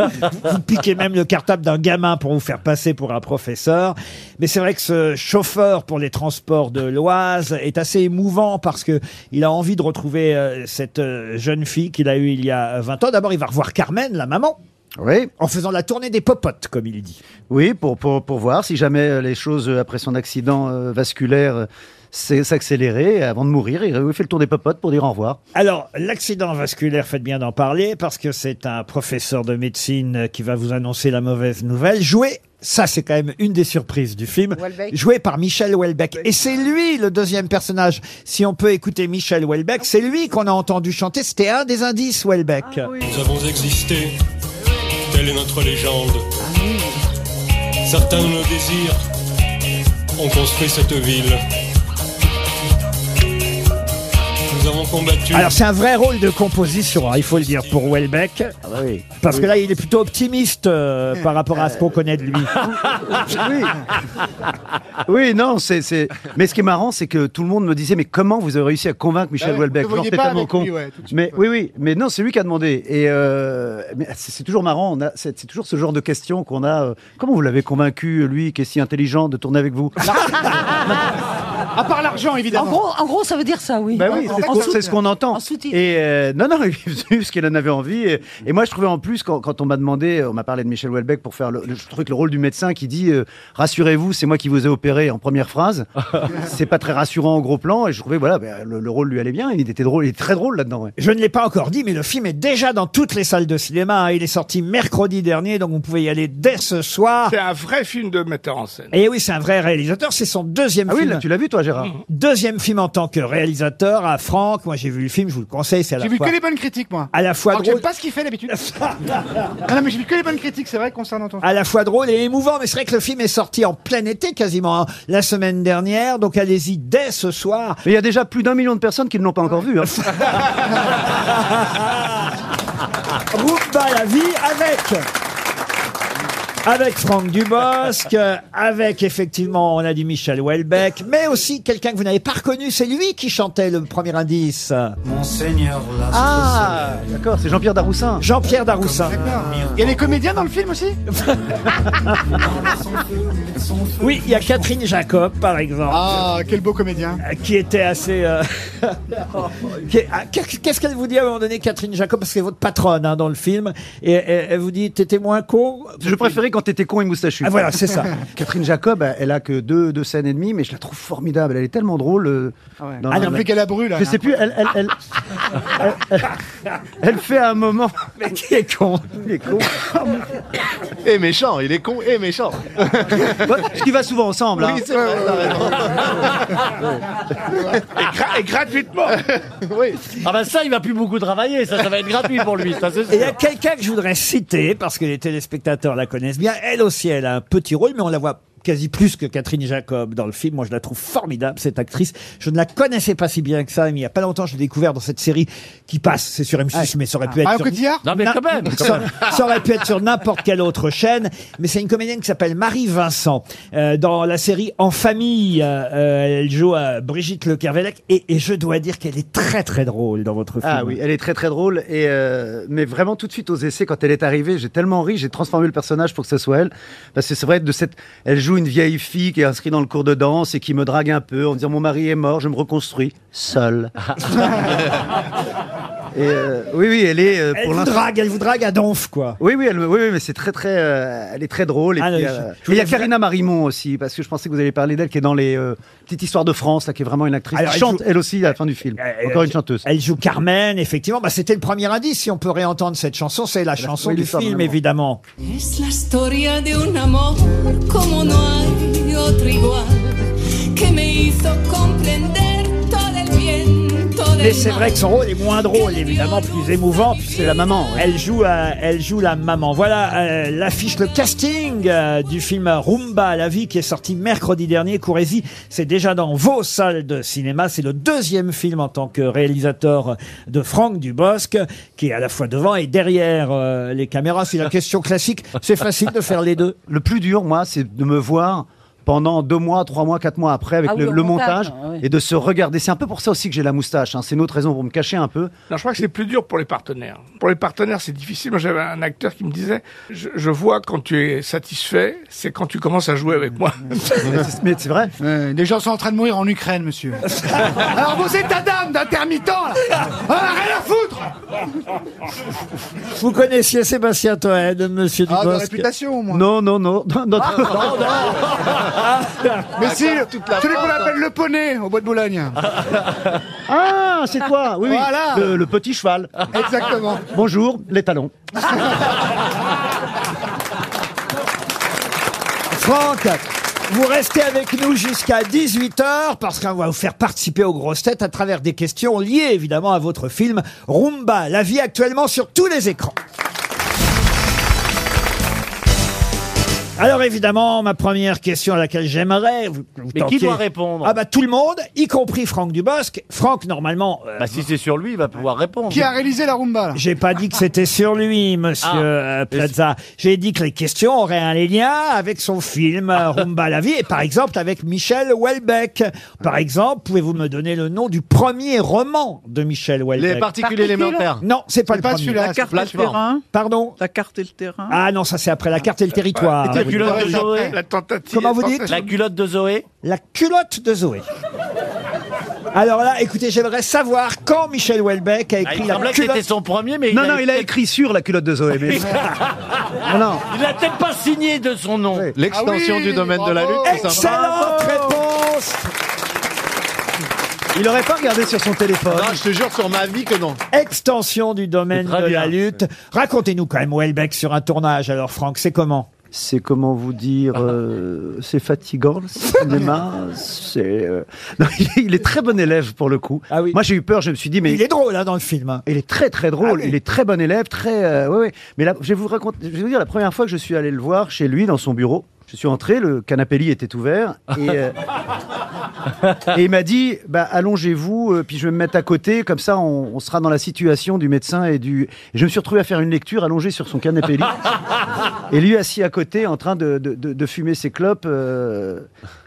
Speaker 2: vous piquez même le cartable d'un gamin pour vous faire passer pour un professeur. Mais c'est vrai que ce chauffeur pour les transports de l'Oise est assez émouvant parce que il a envie de retrouver euh, cette euh, jeune fille qu'il a eue il y a 20 ans. D'abord, il va revoir Carmen, la maman.
Speaker 22: Oui.
Speaker 2: En faisant la tournée des popotes, comme il dit.
Speaker 22: Oui, pour, pour, pour voir si jamais euh, les choses, euh, après son accident euh, vasculaire, euh, s'est- s'accéléraient. Avant de mourir, il euh, fait le tour des popotes pour dire au revoir.
Speaker 2: Alors, l'accident vasculaire, faites bien d'en parler, parce que c'est un professeur de médecine euh, qui va vous annoncer la mauvaise nouvelle. Joué, ça c'est quand même une des surprises du film,
Speaker 5: Houellebecq.
Speaker 2: joué par Michel Houellebecq. Et c'est lui le deuxième personnage. Si on peut écouter Michel Houellebecq, c'est lui qu'on a entendu chanter, c'était un des indices Houellebecq.
Speaker 21: Nous avons existé, telle est notre légende. Certains de nos désirs ont construit cette ville. Nous avons combattu.
Speaker 2: Alors c'est un vrai rôle de composition, hein, il faut le dire, pour Houellebecq. Parce que là, il est plutôt optimiste euh, par rapport à ce qu'on connaît de lui.
Speaker 22: oui. <laughs> Oui, non, c'est. c'est- Mais ce qui est marrant, c'est que tout le monde me disait Mais comment vous avez réussi à convaincre Michel
Speaker 3: Bah oui,
Speaker 22: Houellebecq
Speaker 3: vous ne
Speaker 22: Genre,
Speaker 3: voyez
Speaker 22: t'es
Speaker 3: pas
Speaker 22: tellement
Speaker 3: avec
Speaker 22: con.
Speaker 3: lui, ouais, tout de
Speaker 22: mais oui, oui, mais non, c'est lui qui a demandé. Et euh, mais c'est c'est toujours marrant, on a- c'est c'est toujours ce genre de questions qu'on a. euh, comment vous l'avez convaincu, lui, qui est si intelligent, de tourner avec vous
Speaker 3: À part l'argent, évidemment.
Speaker 5: En gros, en gros, ça veut dire ça, oui.
Speaker 22: Bah oui,
Speaker 5: En-
Speaker 22: c'est ce
Speaker 5: en
Speaker 22: qu'on-
Speaker 5: sous-
Speaker 22: c'est ce qu'on entend.
Speaker 5: En sous-titre.
Speaker 22: Et euh, non, non, il est venu parce qu'il en avait envie. Et, et moi, je trouvais en plus, quand, quand on m'a demandé, euh, on m'a parlé de Michel Houellebecq pour faire le, le truc, le rôle du médecin qui dit euh, Rassurez-vous, c'est moi qui vous ai opéré en première phrase. c'est pas très rassurant en gros plan. Et je trouvais, voilà, ben, le, le rôle lui allait bien. Il était drôle, il est très drôle là-dedans. ouais.
Speaker 2: Je ne l'ai pas encore dit, mais le film est déjà dans toutes les salles de cinéma. hein. Il est sorti mercredi dernier, donc vous pouvez y aller dès ce soir.
Speaker 7: C'est un vrai film de metteur en scène.
Speaker 2: Et oui, c'est un vrai réalisateur. C'est son deuxième
Speaker 22: Ah oui,
Speaker 2: film.
Speaker 22: là, tu l'as vu, toi, Gérard
Speaker 3: Mhm.
Speaker 2: Deuxième film en tant que réalisateur à Franck. Moi, j'ai vu le film, je vous le conseille. C'est à la
Speaker 3: J'ai vu
Speaker 2: fois-
Speaker 3: que les bonnes critiques, moi.
Speaker 2: À la fois
Speaker 3: Alors que j'aime
Speaker 2: drôle.
Speaker 3: pas ce qu'il fait d'habitude. Ah non, non, mais j'ai vu que les bonnes critiques, c'est vrai, concernant ton.
Speaker 2: À la fois drôle et émouvant, mais c'est vrai que le film est sorti en plein été quasiment hein, la semaine dernière, donc allez-y dès ce soir.
Speaker 22: Mais il y a déjà plus d'un million de personnes qui ne l'ont pas encore
Speaker 2: <laughs>
Speaker 22: vu. hein.
Speaker 2: Rumba la vie avec avec Franck Dubosc, euh, avec effectivement, on a dit Michel Houellebecq, mais aussi quelqu'un que vous n'avez pas reconnu, c'est lui qui chantait le premier indice.
Speaker 19: Monseigneur là.
Speaker 22: Ah, d'accord, c'est Jean-Pierre Daroussin.
Speaker 2: Jean-Pierre Daroussin.
Speaker 3: Il y a des comédiens dans le film aussi
Speaker 2: <laughs> Oui, il y a Catherine Jacob, par exemple.
Speaker 3: Ah, quel beau comédien.
Speaker 2: Qui était assez. euh, <laughs> qui est- ah, Qu'est-ce qu'elle vous dit à un moment donné, Catherine Jacob Parce que c'est votre patronne hein, dans le film. Et elle, elle vous dit T'étais moins con
Speaker 22: Je préférais quand t'étais con et moustachu.
Speaker 2: Ah, voilà, c'est ça.
Speaker 22: <laughs> Catherine Jacob, elle a que deux, deux scènes et demie, mais je la trouve formidable. Elle est tellement drôle. euh, dans
Speaker 3: Ah
Speaker 22: la-
Speaker 3: non, mais qu'elle a brûlé.
Speaker 22: Je sais plus, elle, elle, elle,
Speaker 3: <laughs>
Speaker 22: elle- elle- elle fait à un moment.
Speaker 2: Mais qui est con
Speaker 22: Il est con.
Speaker 6: Et méchant, il est con et méchant.
Speaker 22: Ce qui va souvent ensemble. hein.
Speaker 6: Oui, c'est vrai, t'as raison.
Speaker 7: Et, gra- et
Speaker 9: <laughs>
Speaker 7: gratuitement.
Speaker 6: Oui.
Speaker 8: Ah
Speaker 9: ben
Speaker 8: bah ça, il va plus beaucoup travailler, ça, ça va être gratuit pour lui, ça c'est
Speaker 2: Et il y a
Speaker 8: sûr.
Speaker 2: quelqu'un que je voudrais citer, parce que les téléspectateurs la connaissent bien. Elle aussi, elle a un petit rôle, mais on la voit quasi plus que Catherine Jacob dans le film. Moi, je la trouve formidable, cette actrice. Je ne la connaissais pas si bien que ça, mais il n'y a pas longtemps, je l'ai découvert dans cette série qui passe. C'est sur M6, mais
Speaker 22: Ah,
Speaker 2: ça aurait pu être
Speaker 3: Marion
Speaker 2: sur...
Speaker 3: Cotillard
Speaker 8: Non mais
Speaker 2: Na-
Speaker 8: quand même, quand
Speaker 2: ça,
Speaker 8: même.
Speaker 2: <laughs> ça aurait pu être sur n'importe quelle autre chaîne, mais c'est une comédienne qui s'appelle Marie Vincent. Euh, dans la série En famille, euh, euh, elle joue à Brigitte Le Kervelec et, et je dois dire qu'elle est très très drôle dans votre film.
Speaker 22: Ah oui, elle est très très drôle. Et euh, mais vraiment tout de suite aux essais, quand elle est arrivée, j'ai tellement ri, j'ai transformé le personnage pour que ce soit elle. Parce que c'est vrai, de cette, elle joue joue une vieille fille qui est inscrite dans le cours de danse et qui me drague un peu en disant Mon mari est mort, je me reconstruis
Speaker 2: <laughs>
Speaker 22: seul. Et, euh, oui, oui, elle est euh,
Speaker 2: Elle
Speaker 22: pour
Speaker 2: vous
Speaker 22: l'instant-
Speaker 2: drague, elle vous drague à donf, quoi.
Speaker 22: Oui, oui, elle- oui, oui, mais c'est très, très, euh, elle est très drôle. Et
Speaker 2: Ah,
Speaker 22: puis, euh,
Speaker 2: non, je- je
Speaker 22: mais il
Speaker 2: voulais
Speaker 22: y a
Speaker 2: vous-
Speaker 22: Karina Marimont aussi, parce que je pensais que vous alliez parler d'elle, qui est dans les euh, petites histoires de France, là, qui est vraiment une actrice.
Speaker 2: Alors,
Speaker 22: qui
Speaker 2: elle
Speaker 22: chante
Speaker 2: joue- Euh,
Speaker 22: elle aussi à la fin du film. Encore une chanteuse.
Speaker 2: Elle joue Carmen, effectivement. Bah, C'était le premier indice. Si on peut réentendre cette chanson, c'est la chanson
Speaker 22: oui,
Speaker 2: du
Speaker 22: l'histoire
Speaker 2: film,
Speaker 22: d'un amour.
Speaker 2: évidemment.
Speaker 18: Es la historia de un amor como no hay otro igual que me hizo comprender todo el bien, todo
Speaker 2: Mais
Speaker 18: el
Speaker 2: c'est
Speaker 18: mal.
Speaker 2: vrai que son rôle est moins drôle, évidemment, plus émouvant. C'est la maman. Elle joue, euh, elle joue la maman. Voilà euh, l'affiche, le casting euh, du film Rumba à la vie qui est sorti mercredi dernier. Courresi, c'est déjà dans vos salles de cinéma. C'est le deuxième film en tant que réalisateur de Franck Dubosc, qui est à la fois devant et derrière euh, les caméras. C'est la question classique. C'est facile de faire les deux.
Speaker 22: Le plus dur, moi, c'est de me voir pendant deux mois, trois mois, quatre mois après avec
Speaker 2: Ah
Speaker 22: le,
Speaker 2: oui, au
Speaker 22: le
Speaker 2: montage,
Speaker 22: montage,
Speaker 2: ah oui.
Speaker 22: et de se regarder. C'est un peu pour ça aussi que j'ai la moustache. hein. C'est une autre raison pour me cacher un peu.
Speaker 7: Non, je crois que c'est plus dur pour les partenaires. Pour les partenaires, c'est difficile. Moi, j'avais un acteur qui me disait Je, je vois quand tu es satisfait, c'est quand tu commences à jouer avec
Speaker 3: <laughs>
Speaker 7: moi.
Speaker 22: Mais c'est vrai.
Speaker 3: des gens sont en train
Speaker 2: <laughs>
Speaker 3: de mourir en Ukraine, monsieur. Alors vous êtes ta dame d'intermittent, là Ah, Rien à foutre
Speaker 2: Vous connaissiez Sébastien Toed, monsieur
Speaker 3: Ah,
Speaker 2: Dubosc
Speaker 3: de réputation, au moins. Ah,
Speaker 22: Non, non,
Speaker 2: <laughs>
Speaker 22: non. Notre-
Speaker 2: Ah,
Speaker 3: <laughs> Mais si,
Speaker 22: D'accord, toute la
Speaker 3: celui qu'on
Speaker 22: pente, hein.
Speaker 3: appelle le poney au bois de Boulogne.
Speaker 22: Ah, c'est toi. Oui, oui.
Speaker 3: Voilà.
Speaker 22: Le, le petit cheval.
Speaker 3: Exactement.
Speaker 22: Bonjour, les talons.
Speaker 2: Franck, vous restez avec nous jusqu'à 18h parce qu'on va vous faire participer aux grosses têtes à travers des questions liées évidemment à votre film Rumba, la vie actuellement sur tous les écrans. Alors évidemment, ma première question à laquelle j'aimerais vous, que vous
Speaker 9: Mais qui
Speaker 2: tentiez-
Speaker 9: doit répondre
Speaker 2: Ah bah tout le monde, y compris Franck Dubosc. Franck normalement euh,
Speaker 9: Bah, si c'est sur lui, il va pouvoir répondre.
Speaker 3: Qui a réalisé la rumba, là
Speaker 2: j'ai pas dit que c'était sur lui, monsieur
Speaker 9: Ah.
Speaker 2: euh, Plaza. J'ai dit que les questions auraient un lien avec son film euh, Rumba la vie et par exemple avec Michel Houellebecq. Par exemple, pouvez-vous me donner le nom du premier roman de Michel Houellebecq
Speaker 6: Particules élémentaires.
Speaker 2: Non, c'est pas le premier.
Speaker 4: La carte et le terrain.
Speaker 2: Pardon
Speaker 4: La carte et le terrain.
Speaker 2: Ah non, ça c'est après la carte et le
Speaker 3: Ah,
Speaker 2: territoire.
Speaker 9: La culotte de Zoé.
Speaker 7: La tentative.
Speaker 2: Comment vous dites
Speaker 9: La culotte de Zoé.
Speaker 2: La culotte de Zoé. Alors là, écoutez, j'aimerais savoir quand Michel Houellebecq a
Speaker 9: Ah,
Speaker 2: écrit
Speaker 9: il
Speaker 2: la
Speaker 9: semblait que c'était
Speaker 2: culotte.
Speaker 9: son premier, mais
Speaker 22: Non,
Speaker 9: il
Speaker 22: non, il a écrit sur la culotte de Zoé.
Speaker 6: <laughs>
Speaker 22: mais- Non, non.
Speaker 9: Ah Il n'a peut-être pas signé de son nom.
Speaker 6: L'extension
Speaker 7: Ah
Speaker 9: Ah
Speaker 6: du domaine de la lutte. tout simplement.
Speaker 2: Excellente réponse
Speaker 22: Il aurait pas regardé sur son téléphone.
Speaker 6: Non, je te jure sur ma vie que non.
Speaker 2: extension du domaine
Speaker 9: C'est très
Speaker 2: de la
Speaker 9: bien.
Speaker 2: lutte. Racontez-nous quand même Welbeck sur un tournage. Alors Franck, c'est comment
Speaker 22: C'est comment vous dire, euh, c'est fatigant le cinéma. c'est, euh, non, il, est, il est très bon élève pour le coup.
Speaker 2: Ah oui.
Speaker 22: Moi j'ai eu peur, je me suis dit mais
Speaker 2: Il est drôle hein, dans le film. hein.
Speaker 22: Il est très très drôle, il est très bon élève, très. euh, ouais, ouais. Mais là, je vais vous raconter, je vais vous dire la première fois que je suis allé le voir chez lui dans son bureau. Je suis entré, le canapé lit était ouvert et, euh, et il m'a dit bah, allongez-vous, euh, puis je vais me mettre à côté, comme ça on, on sera dans la situation du médecin et du. Et je me suis retrouvé à faire une lecture allongé sur son canapé lit et lui assis à côté en train de, de- de- de fumer ses clopes euh,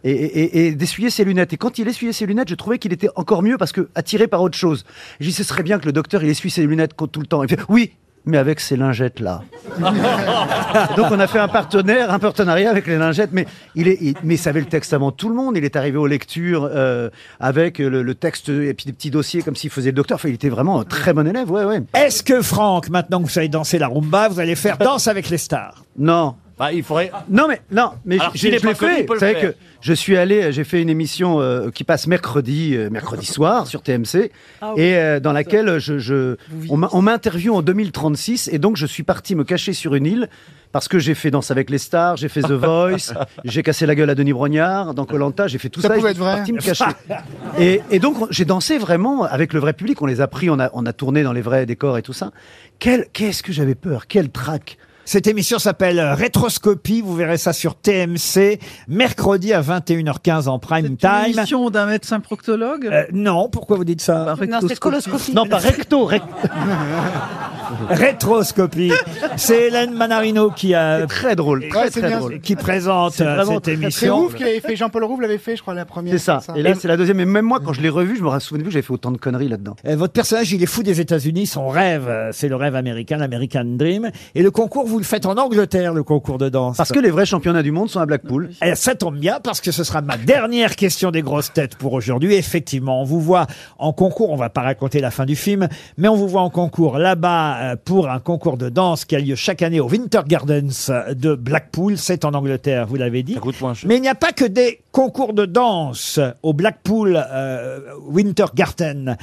Speaker 22: et, et- et d'essuyer ses lunettes. Et quand il essuyait ses lunettes, je trouvais qu'il était encore mieux parce que attiré par autre chose. J'ai dit ce serait bien que le docteur il essuie ses lunettes co- tout le temps. Il fait oui. Mais avec ces lingettes là. Donc on a fait un partenaire, un partenariat avec les lingettes, mais il est, il- mais il savait le texte avant tout le monde. Il est arrivé aux lectures euh, avec le, le texte et puis des petits dossiers comme s'il faisait le docteur. Enfin, il était vraiment un très bon élève, ouais, ouais.
Speaker 2: Est-ce que Franck, maintenant que vous savez danser la rumba, vous allez faire danse avec les stars
Speaker 22: Non,
Speaker 9: Bah, il faudrait.
Speaker 22: Non mais non mais
Speaker 9: Alors,
Speaker 22: j'ai-
Speaker 9: s'il est
Speaker 22: je
Speaker 9: pas
Speaker 22: l'ai
Speaker 9: connu,
Speaker 22: fait.
Speaker 9: il peut
Speaker 22: Vous
Speaker 9: le
Speaker 22: savez
Speaker 9: faire.
Speaker 22: que je suis allé, j'ai fait une émission euh, qui passe mercredi euh,
Speaker 9: <laughs>
Speaker 22: mercredi soir sur TMC
Speaker 4: Ah oui.
Speaker 22: et euh, dans laquelle je, je on m'a- on m'interviewe en 2036 et donc je suis parti me cacher sur une île parce que j'ai fait Danse avec les stars, j'ai
Speaker 9: <laughs>
Speaker 22: fait The Voice, j'ai cassé la gueule à Denis Brognard dans Colanta, j'ai fait tout ça.
Speaker 3: Ça
Speaker 22: et
Speaker 3: pouvait
Speaker 22: je
Speaker 3: être
Speaker 22: suis
Speaker 3: vrai. hein.
Speaker 22: parti me cacher. Et, et donc on- j'ai dansé vraiment avec le vrai public. On les a pris, on a on a tourné dans les vrais décors et tout ça. Quel qu'est-ce que j'avais peur, quel trac.
Speaker 2: Cette émission s'appelle Rétroscopie, vous verrez ça sur TMC, mercredi à 21h15 en prime
Speaker 4: Une
Speaker 2: time.
Speaker 4: mission d'un médecin proctologue. Bah,
Speaker 2: Euh, non, pourquoi vous dites ça
Speaker 5: Non, c'est coloscopie.
Speaker 22: Non pas
Speaker 5: <laughs>
Speaker 22: recto, recto.
Speaker 2: Rétroscopie. C'est Hélène Manarino qui, a,
Speaker 22: Très drôle, très
Speaker 3: Ouais, c'est
Speaker 22: très
Speaker 3: bien,
Speaker 22: drôle.
Speaker 2: qui présente
Speaker 22: C'est
Speaker 2: euh,
Speaker 22: vraiment
Speaker 2: cette
Speaker 22: très, très
Speaker 3: C'est
Speaker 2: émission.
Speaker 3: ouf qu'il avait fait, Jean-Paul Rouve l'avait fait, je crois, la première.
Speaker 22: C'est ça.
Speaker 3: comme
Speaker 22: Et là, c'est la deuxième. Et même moi, quand je l'ai revu, je me souviens que j'avais fait autant de conneries là-dedans.
Speaker 2: Euh, Votre personnage, il est fou des États-Unis. Son rêve, euh, c'est le rêve américain, l'American Dream. Et le concours vous le faites en Angleterre, le concours de danse.
Speaker 22: Parce que les vrais championnats du monde sont à Blackpool.
Speaker 2: Eh, ça tombe bien parce que ce sera ma dernière question des grosses têtes pour aujourd'hui. Effectivement, on vous voit en concours, on va pas raconter la fin du film, mais on vous voit en concours là-bas euh, pour un concours de danse qui a lieu chaque année au Winter Gardens euh, de Blackpool. C'est en Angleterre, vous l'avez dit. Mais il n'y a pas que des concours de danse au Blackpool euh, Winter Garden.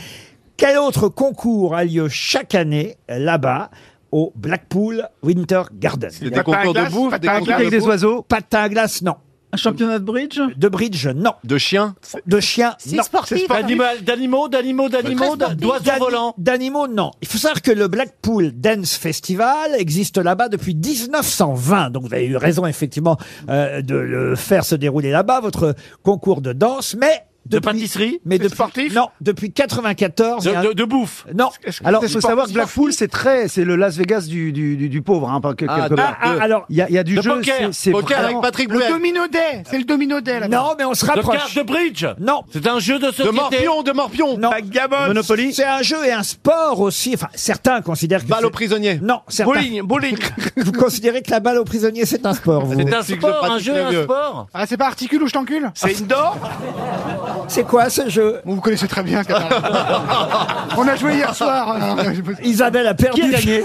Speaker 2: Quel autre concours a lieu chaque année euh, là-bas au Blackpool Winter Garden
Speaker 23: des Patin à concours de glace, bouffe, patin des à concours glace. de bouffe
Speaker 2: Patin à glace, non. Un championnat de bridge De bridge, non. De chiens De chiens, non.
Speaker 7: D'animal- D'animaux, d'animaux, d'animaux, d'oiseaux
Speaker 2: D'ani-
Speaker 7: volants.
Speaker 2: D'animaux, non. Il faut savoir que le Blackpool Dance Festival existe là-bas depuis 1920. Donc vous avez eu raison, effectivement, euh, de le faire se dérouler là-bas, votre concours de danse. Mais. De pâtisserie Mais depuis, sportif Non, depuis 94.
Speaker 22: De- de-
Speaker 2: bouffe Non.
Speaker 22: Alors, il faut savoir que Blackpool, c'est très, c'est le Las Vegas du, du, du, du pauvre, hein, pas que-
Speaker 2: Ah,
Speaker 22: quelque part.
Speaker 2: ah, ah, alors-
Speaker 22: il y a, il y a du
Speaker 2: De
Speaker 22: jeu.
Speaker 2: poker.
Speaker 22: c'est- c'est
Speaker 2: Poker avec
Speaker 22: vraiment-
Speaker 2: Patrick
Speaker 3: Le domino day, c'est le domino day là
Speaker 2: Non, mais on se rapproche.
Speaker 7: De bridge
Speaker 2: Non.
Speaker 7: C'est un jeu de société.
Speaker 2: de morpion. Non. Monopoly. C'est un jeu et un sport aussi. Enfin, certains considèrent que. Balle aux prisonniers. Non, certains.
Speaker 23: Bowling, bowling.
Speaker 2: <laughs> Vous considérez que la balle aux prisonniers, c'est un sport, vous
Speaker 3: C'est un sport, un jeu, un sport. Ah, c'est pas articule ou je t'encule C'est indoor
Speaker 2: Ah, C'est quoi ce jeu
Speaker 3: Vous connaissez très bien, Qatar. <laughs> On a joué hier
Speaker 7: euh,
Speaker 3: soir.
Speaker 2: Ah,
Speaker 3: hein.
Speaker 22: <laughs>
Speaker 3: <laughs>
Speaker 2: Isabelle a perdu.
Speaker 3: Qui a
Speaker 2: gagné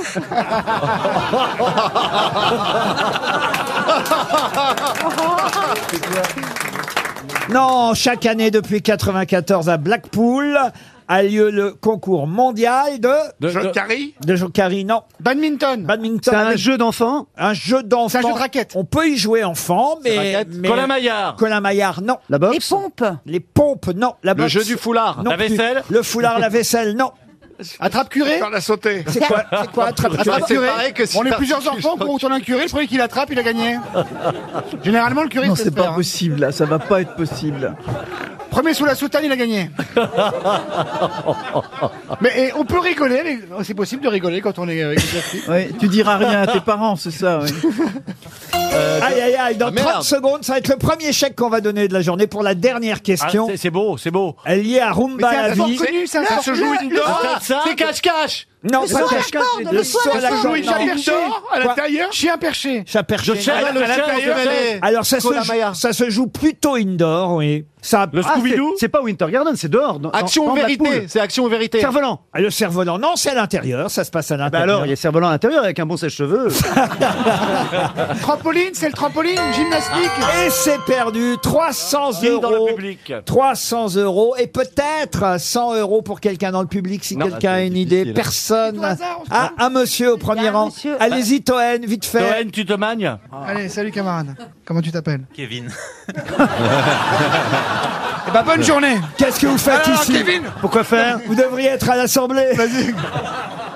Speaker 2: Non, chaque année depuis 94 à Blackpool a lieu le concours mondial de...
Speaker 23: De- de- Jokari
Speaker 2: De Jokari, non. Badminton Badminton.
Speaker 22: C'est un
Speaker 2: jeu d'enfant Un jeu d'enfant. C'est un jeu de raquette. On peut y jouer enfant, mais... mais-
Speaker 7: Colin Maillard.
Speaker 2: Colin Maillard, non. La boxe Les pompes Les pompes, non. La
Speaker 7: Le
Speaker 2: boxe,
Speaker 7: jeu du foulard.
Speaker 2: non
Speaker 7: La
Speaker 2: plus.
Speaker 7: vaisselle
Speaker 2: Le foulard, la vaisselle, non. Attrape curé
Speaker 23: Dans la sautée.
Speaker 2: C'est quoi, c'est quoi attrape
Speaker 3: Ah, bah,
Speaker 2: curé
Speaker 3: On est plusieurs enfants pour autour d'un curé. Le premier qui l'attrape, il a gagné. <laughs> Généralement, le curé
Speaker 4: Non,
Speaker 3: sait
Speaker 4: c'est
Speaker 3: se
Speaker 4: pas
Speaker 3: faire, hein.
Speaker 4: possible, là. Ça va pas
Speaker 5: <laughs>
Speaker 4: être possible.
Speaker 3: Premier sous la soutane, il a gagné. Mais et on peut rigoler. les- oh, C'est possible de rigoler quand on est avec les filles.
Speaker 4: Oui, tu diras rien à tes parents, c'est ça, oui.
Speaker 7: Euh,
Speaker 2: Aïe, aïe, aïe,
Speaker 7: Ah,
Speaker 2: dans 30 secondes, ça va être le premier chèque qu'on va donner de la journée pour la dernière question.
Speaker 7: Ah, c'est- c'est beau, c'est beau.
Speaker 2: liée à Rumba
Speaker 7: Mais c'est un
Speaker 2: la
Speaker 7: sport
Speaker 2: vie.
Speaker 7: connu, c'est un Ça sport- se joue le- indoor. le-
Speaker 2: Ah,
Speaker 7: ça-
Speaker 2: c'est cache-cache. Non,
Speaker 7: Le
Speaker 2: c'est pas
Speaker 7: soir à
Speaker 2: cache-cache.
Speaker 7: corde, le soir à
Speaker 2: à la
Speaker 7: corde.
Speaker 2: corde,
Speaker 7: Le soir à
Speaker 2: non.
Speaker 7: corde, indoor, à
Speaker 2: Quoi
Speaker 7: l'intériat
Speaker 3: Chien perché.
Speaker 2: Chat perché.
Speaker 7: Le chat, Ah, À la- le à chat, l'intérieur, le chat.
Speaker 2: Alors ça se,
Speaker 7: Colin
Speaker 2: joue, ça se joue plutôt indoor, oui. Ça, le
Speaker 22: Scooby-Doo
Speaker 2: C'est pas Winter Garden, c'est dehors.
Speaker 22: Action dans Blackpool. vérité, c'est
Speaker 2: action vérité.
Speaker 22: Cerf-volant.
Speaker 2: Le cerf-volant, non, c'est à l'intérieur. Ça se passe
Speaker 7: Ah,
Speaker 2: à
Speaker 22: Bah
Speaker 2: l'intérieur.
Speaker 22: alors, il y a cerf-volant à l'intérieur avec un bon
Speaker 2: <laughs>
Speaker 7: <laughs>
Speaker 22: sèche-cheveux.
Speaker 3: Trampoline, c'est le trampoline, gymnastique.
Speaker 2: Et c'est perdu. 300
Speaker 3: Vive
Speaker 2: euros.
Speaker 3: Ah, dans le
Speaker 7: public.
Speaker 2: 300 euros. Et peut-être 100 euros pour quelqu'un dans le public si quelqu'un a une idée. Personne. Ah, un monsieur au premier rang. Allez-y, Toen, vite fait.
Speaker 7: Toen, tu te <laughs> magnes
Speaker 3: Allez, salut camarade. Comment tu t'appelles
Speaker 7: Kevin.
Speaker 3: Eh ben, bonne journée.
Speaker 2: Euh, Qu'est-ce que vous faites
Speaker 3: Alors,
Speaker 2: ici
Speaker 3: Kevin
Speaker 2: Pourquoi faire Vous devriez être à l'Assemblée.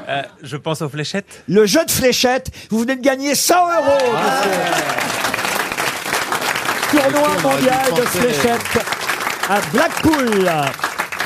Speaker 6: Euh, je pense aux fléchettes.
Speaker 2: Le jeu de fléchettes, vous venez de gagner 100 euros.
Speaker 3: Ah.
Speaker 2: monsieur. Tournoi
Speaker 9: Écoutez, on aurait dû
Speaker 2: mondial de
Speaker 9: penser-
Speaker 2: fléchettes à Blackpool.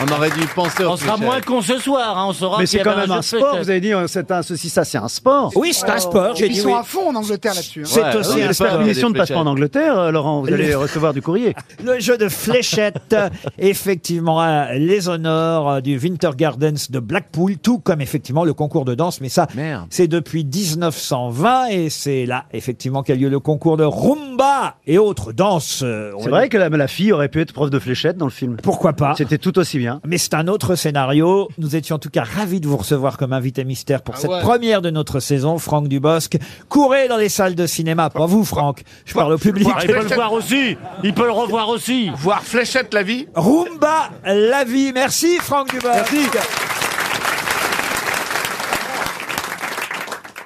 Speaker 9: On aurait dû penser au
Speaker 7: On sera moins con ce soir, hein, on
Speaker 2: Oh,
Speaker 7: saura
Speaker 22: Mais
Speaker 7: qu'il y
Speaker 22: c'est quand
Speaker 7: avait
Speaker 22: même un
Speaker 7: un jeu de
Speaker 22: sport.
Speaker 7: fête.
Speaker 22: Vous avez dit, euh, c'est un ceci, ça, c'est un sport.
Speaker 2: Oui, c'est un sport. J'ai
Speaker 3: Ils
Speaker 2: dit
Speaker 3: sont
Speaker 2: oui.
Speaker 3: à fond en Angleterre là-dessus. hein.
Speaker 22: C'est aussi
Speaker 2: un
Speaker 22: J'espère
Speaker 2: sport.
Speaker 22: que l'émission ne passe pas en Angleterre, euh, Laurent. Vous allez
Speaker 2: Le-
Speaker 22: recevoir du courrier.
Speaker 2: Le jeu de fléchettes, effectivement, a les honneurs euh, du Winter Gardens de Blackpool, tout comme effectivement le concours de danse, mais ça, c'est depuis 1920 et c'est là, effectivement, qu'a lieu le concours de rumba et autres danses. euh, on
Speaker 22: C'est vrai que la, la fille aurait pu être prof de fléchette dans le film.
Speaker 2: Pourquoi pas
Speaker 22: C'était tout aussi bien.
Speaker 2: Mais c'est un autre scénario. Nous étions en tout cas ravis de vous recevoir comme invité mystère pour cette première de notre saison, Franck Dubosc. Courez dans les salles de cinéma, pas vous Franck, je parle au public.
Speaker 7: Ah, Il peut le voir aussi. Il peut le revoir aussi.
Speaker 23: Voir fléchette la vie.
Speaker 2: Rumba, la vie. Merci Franck Dubosc.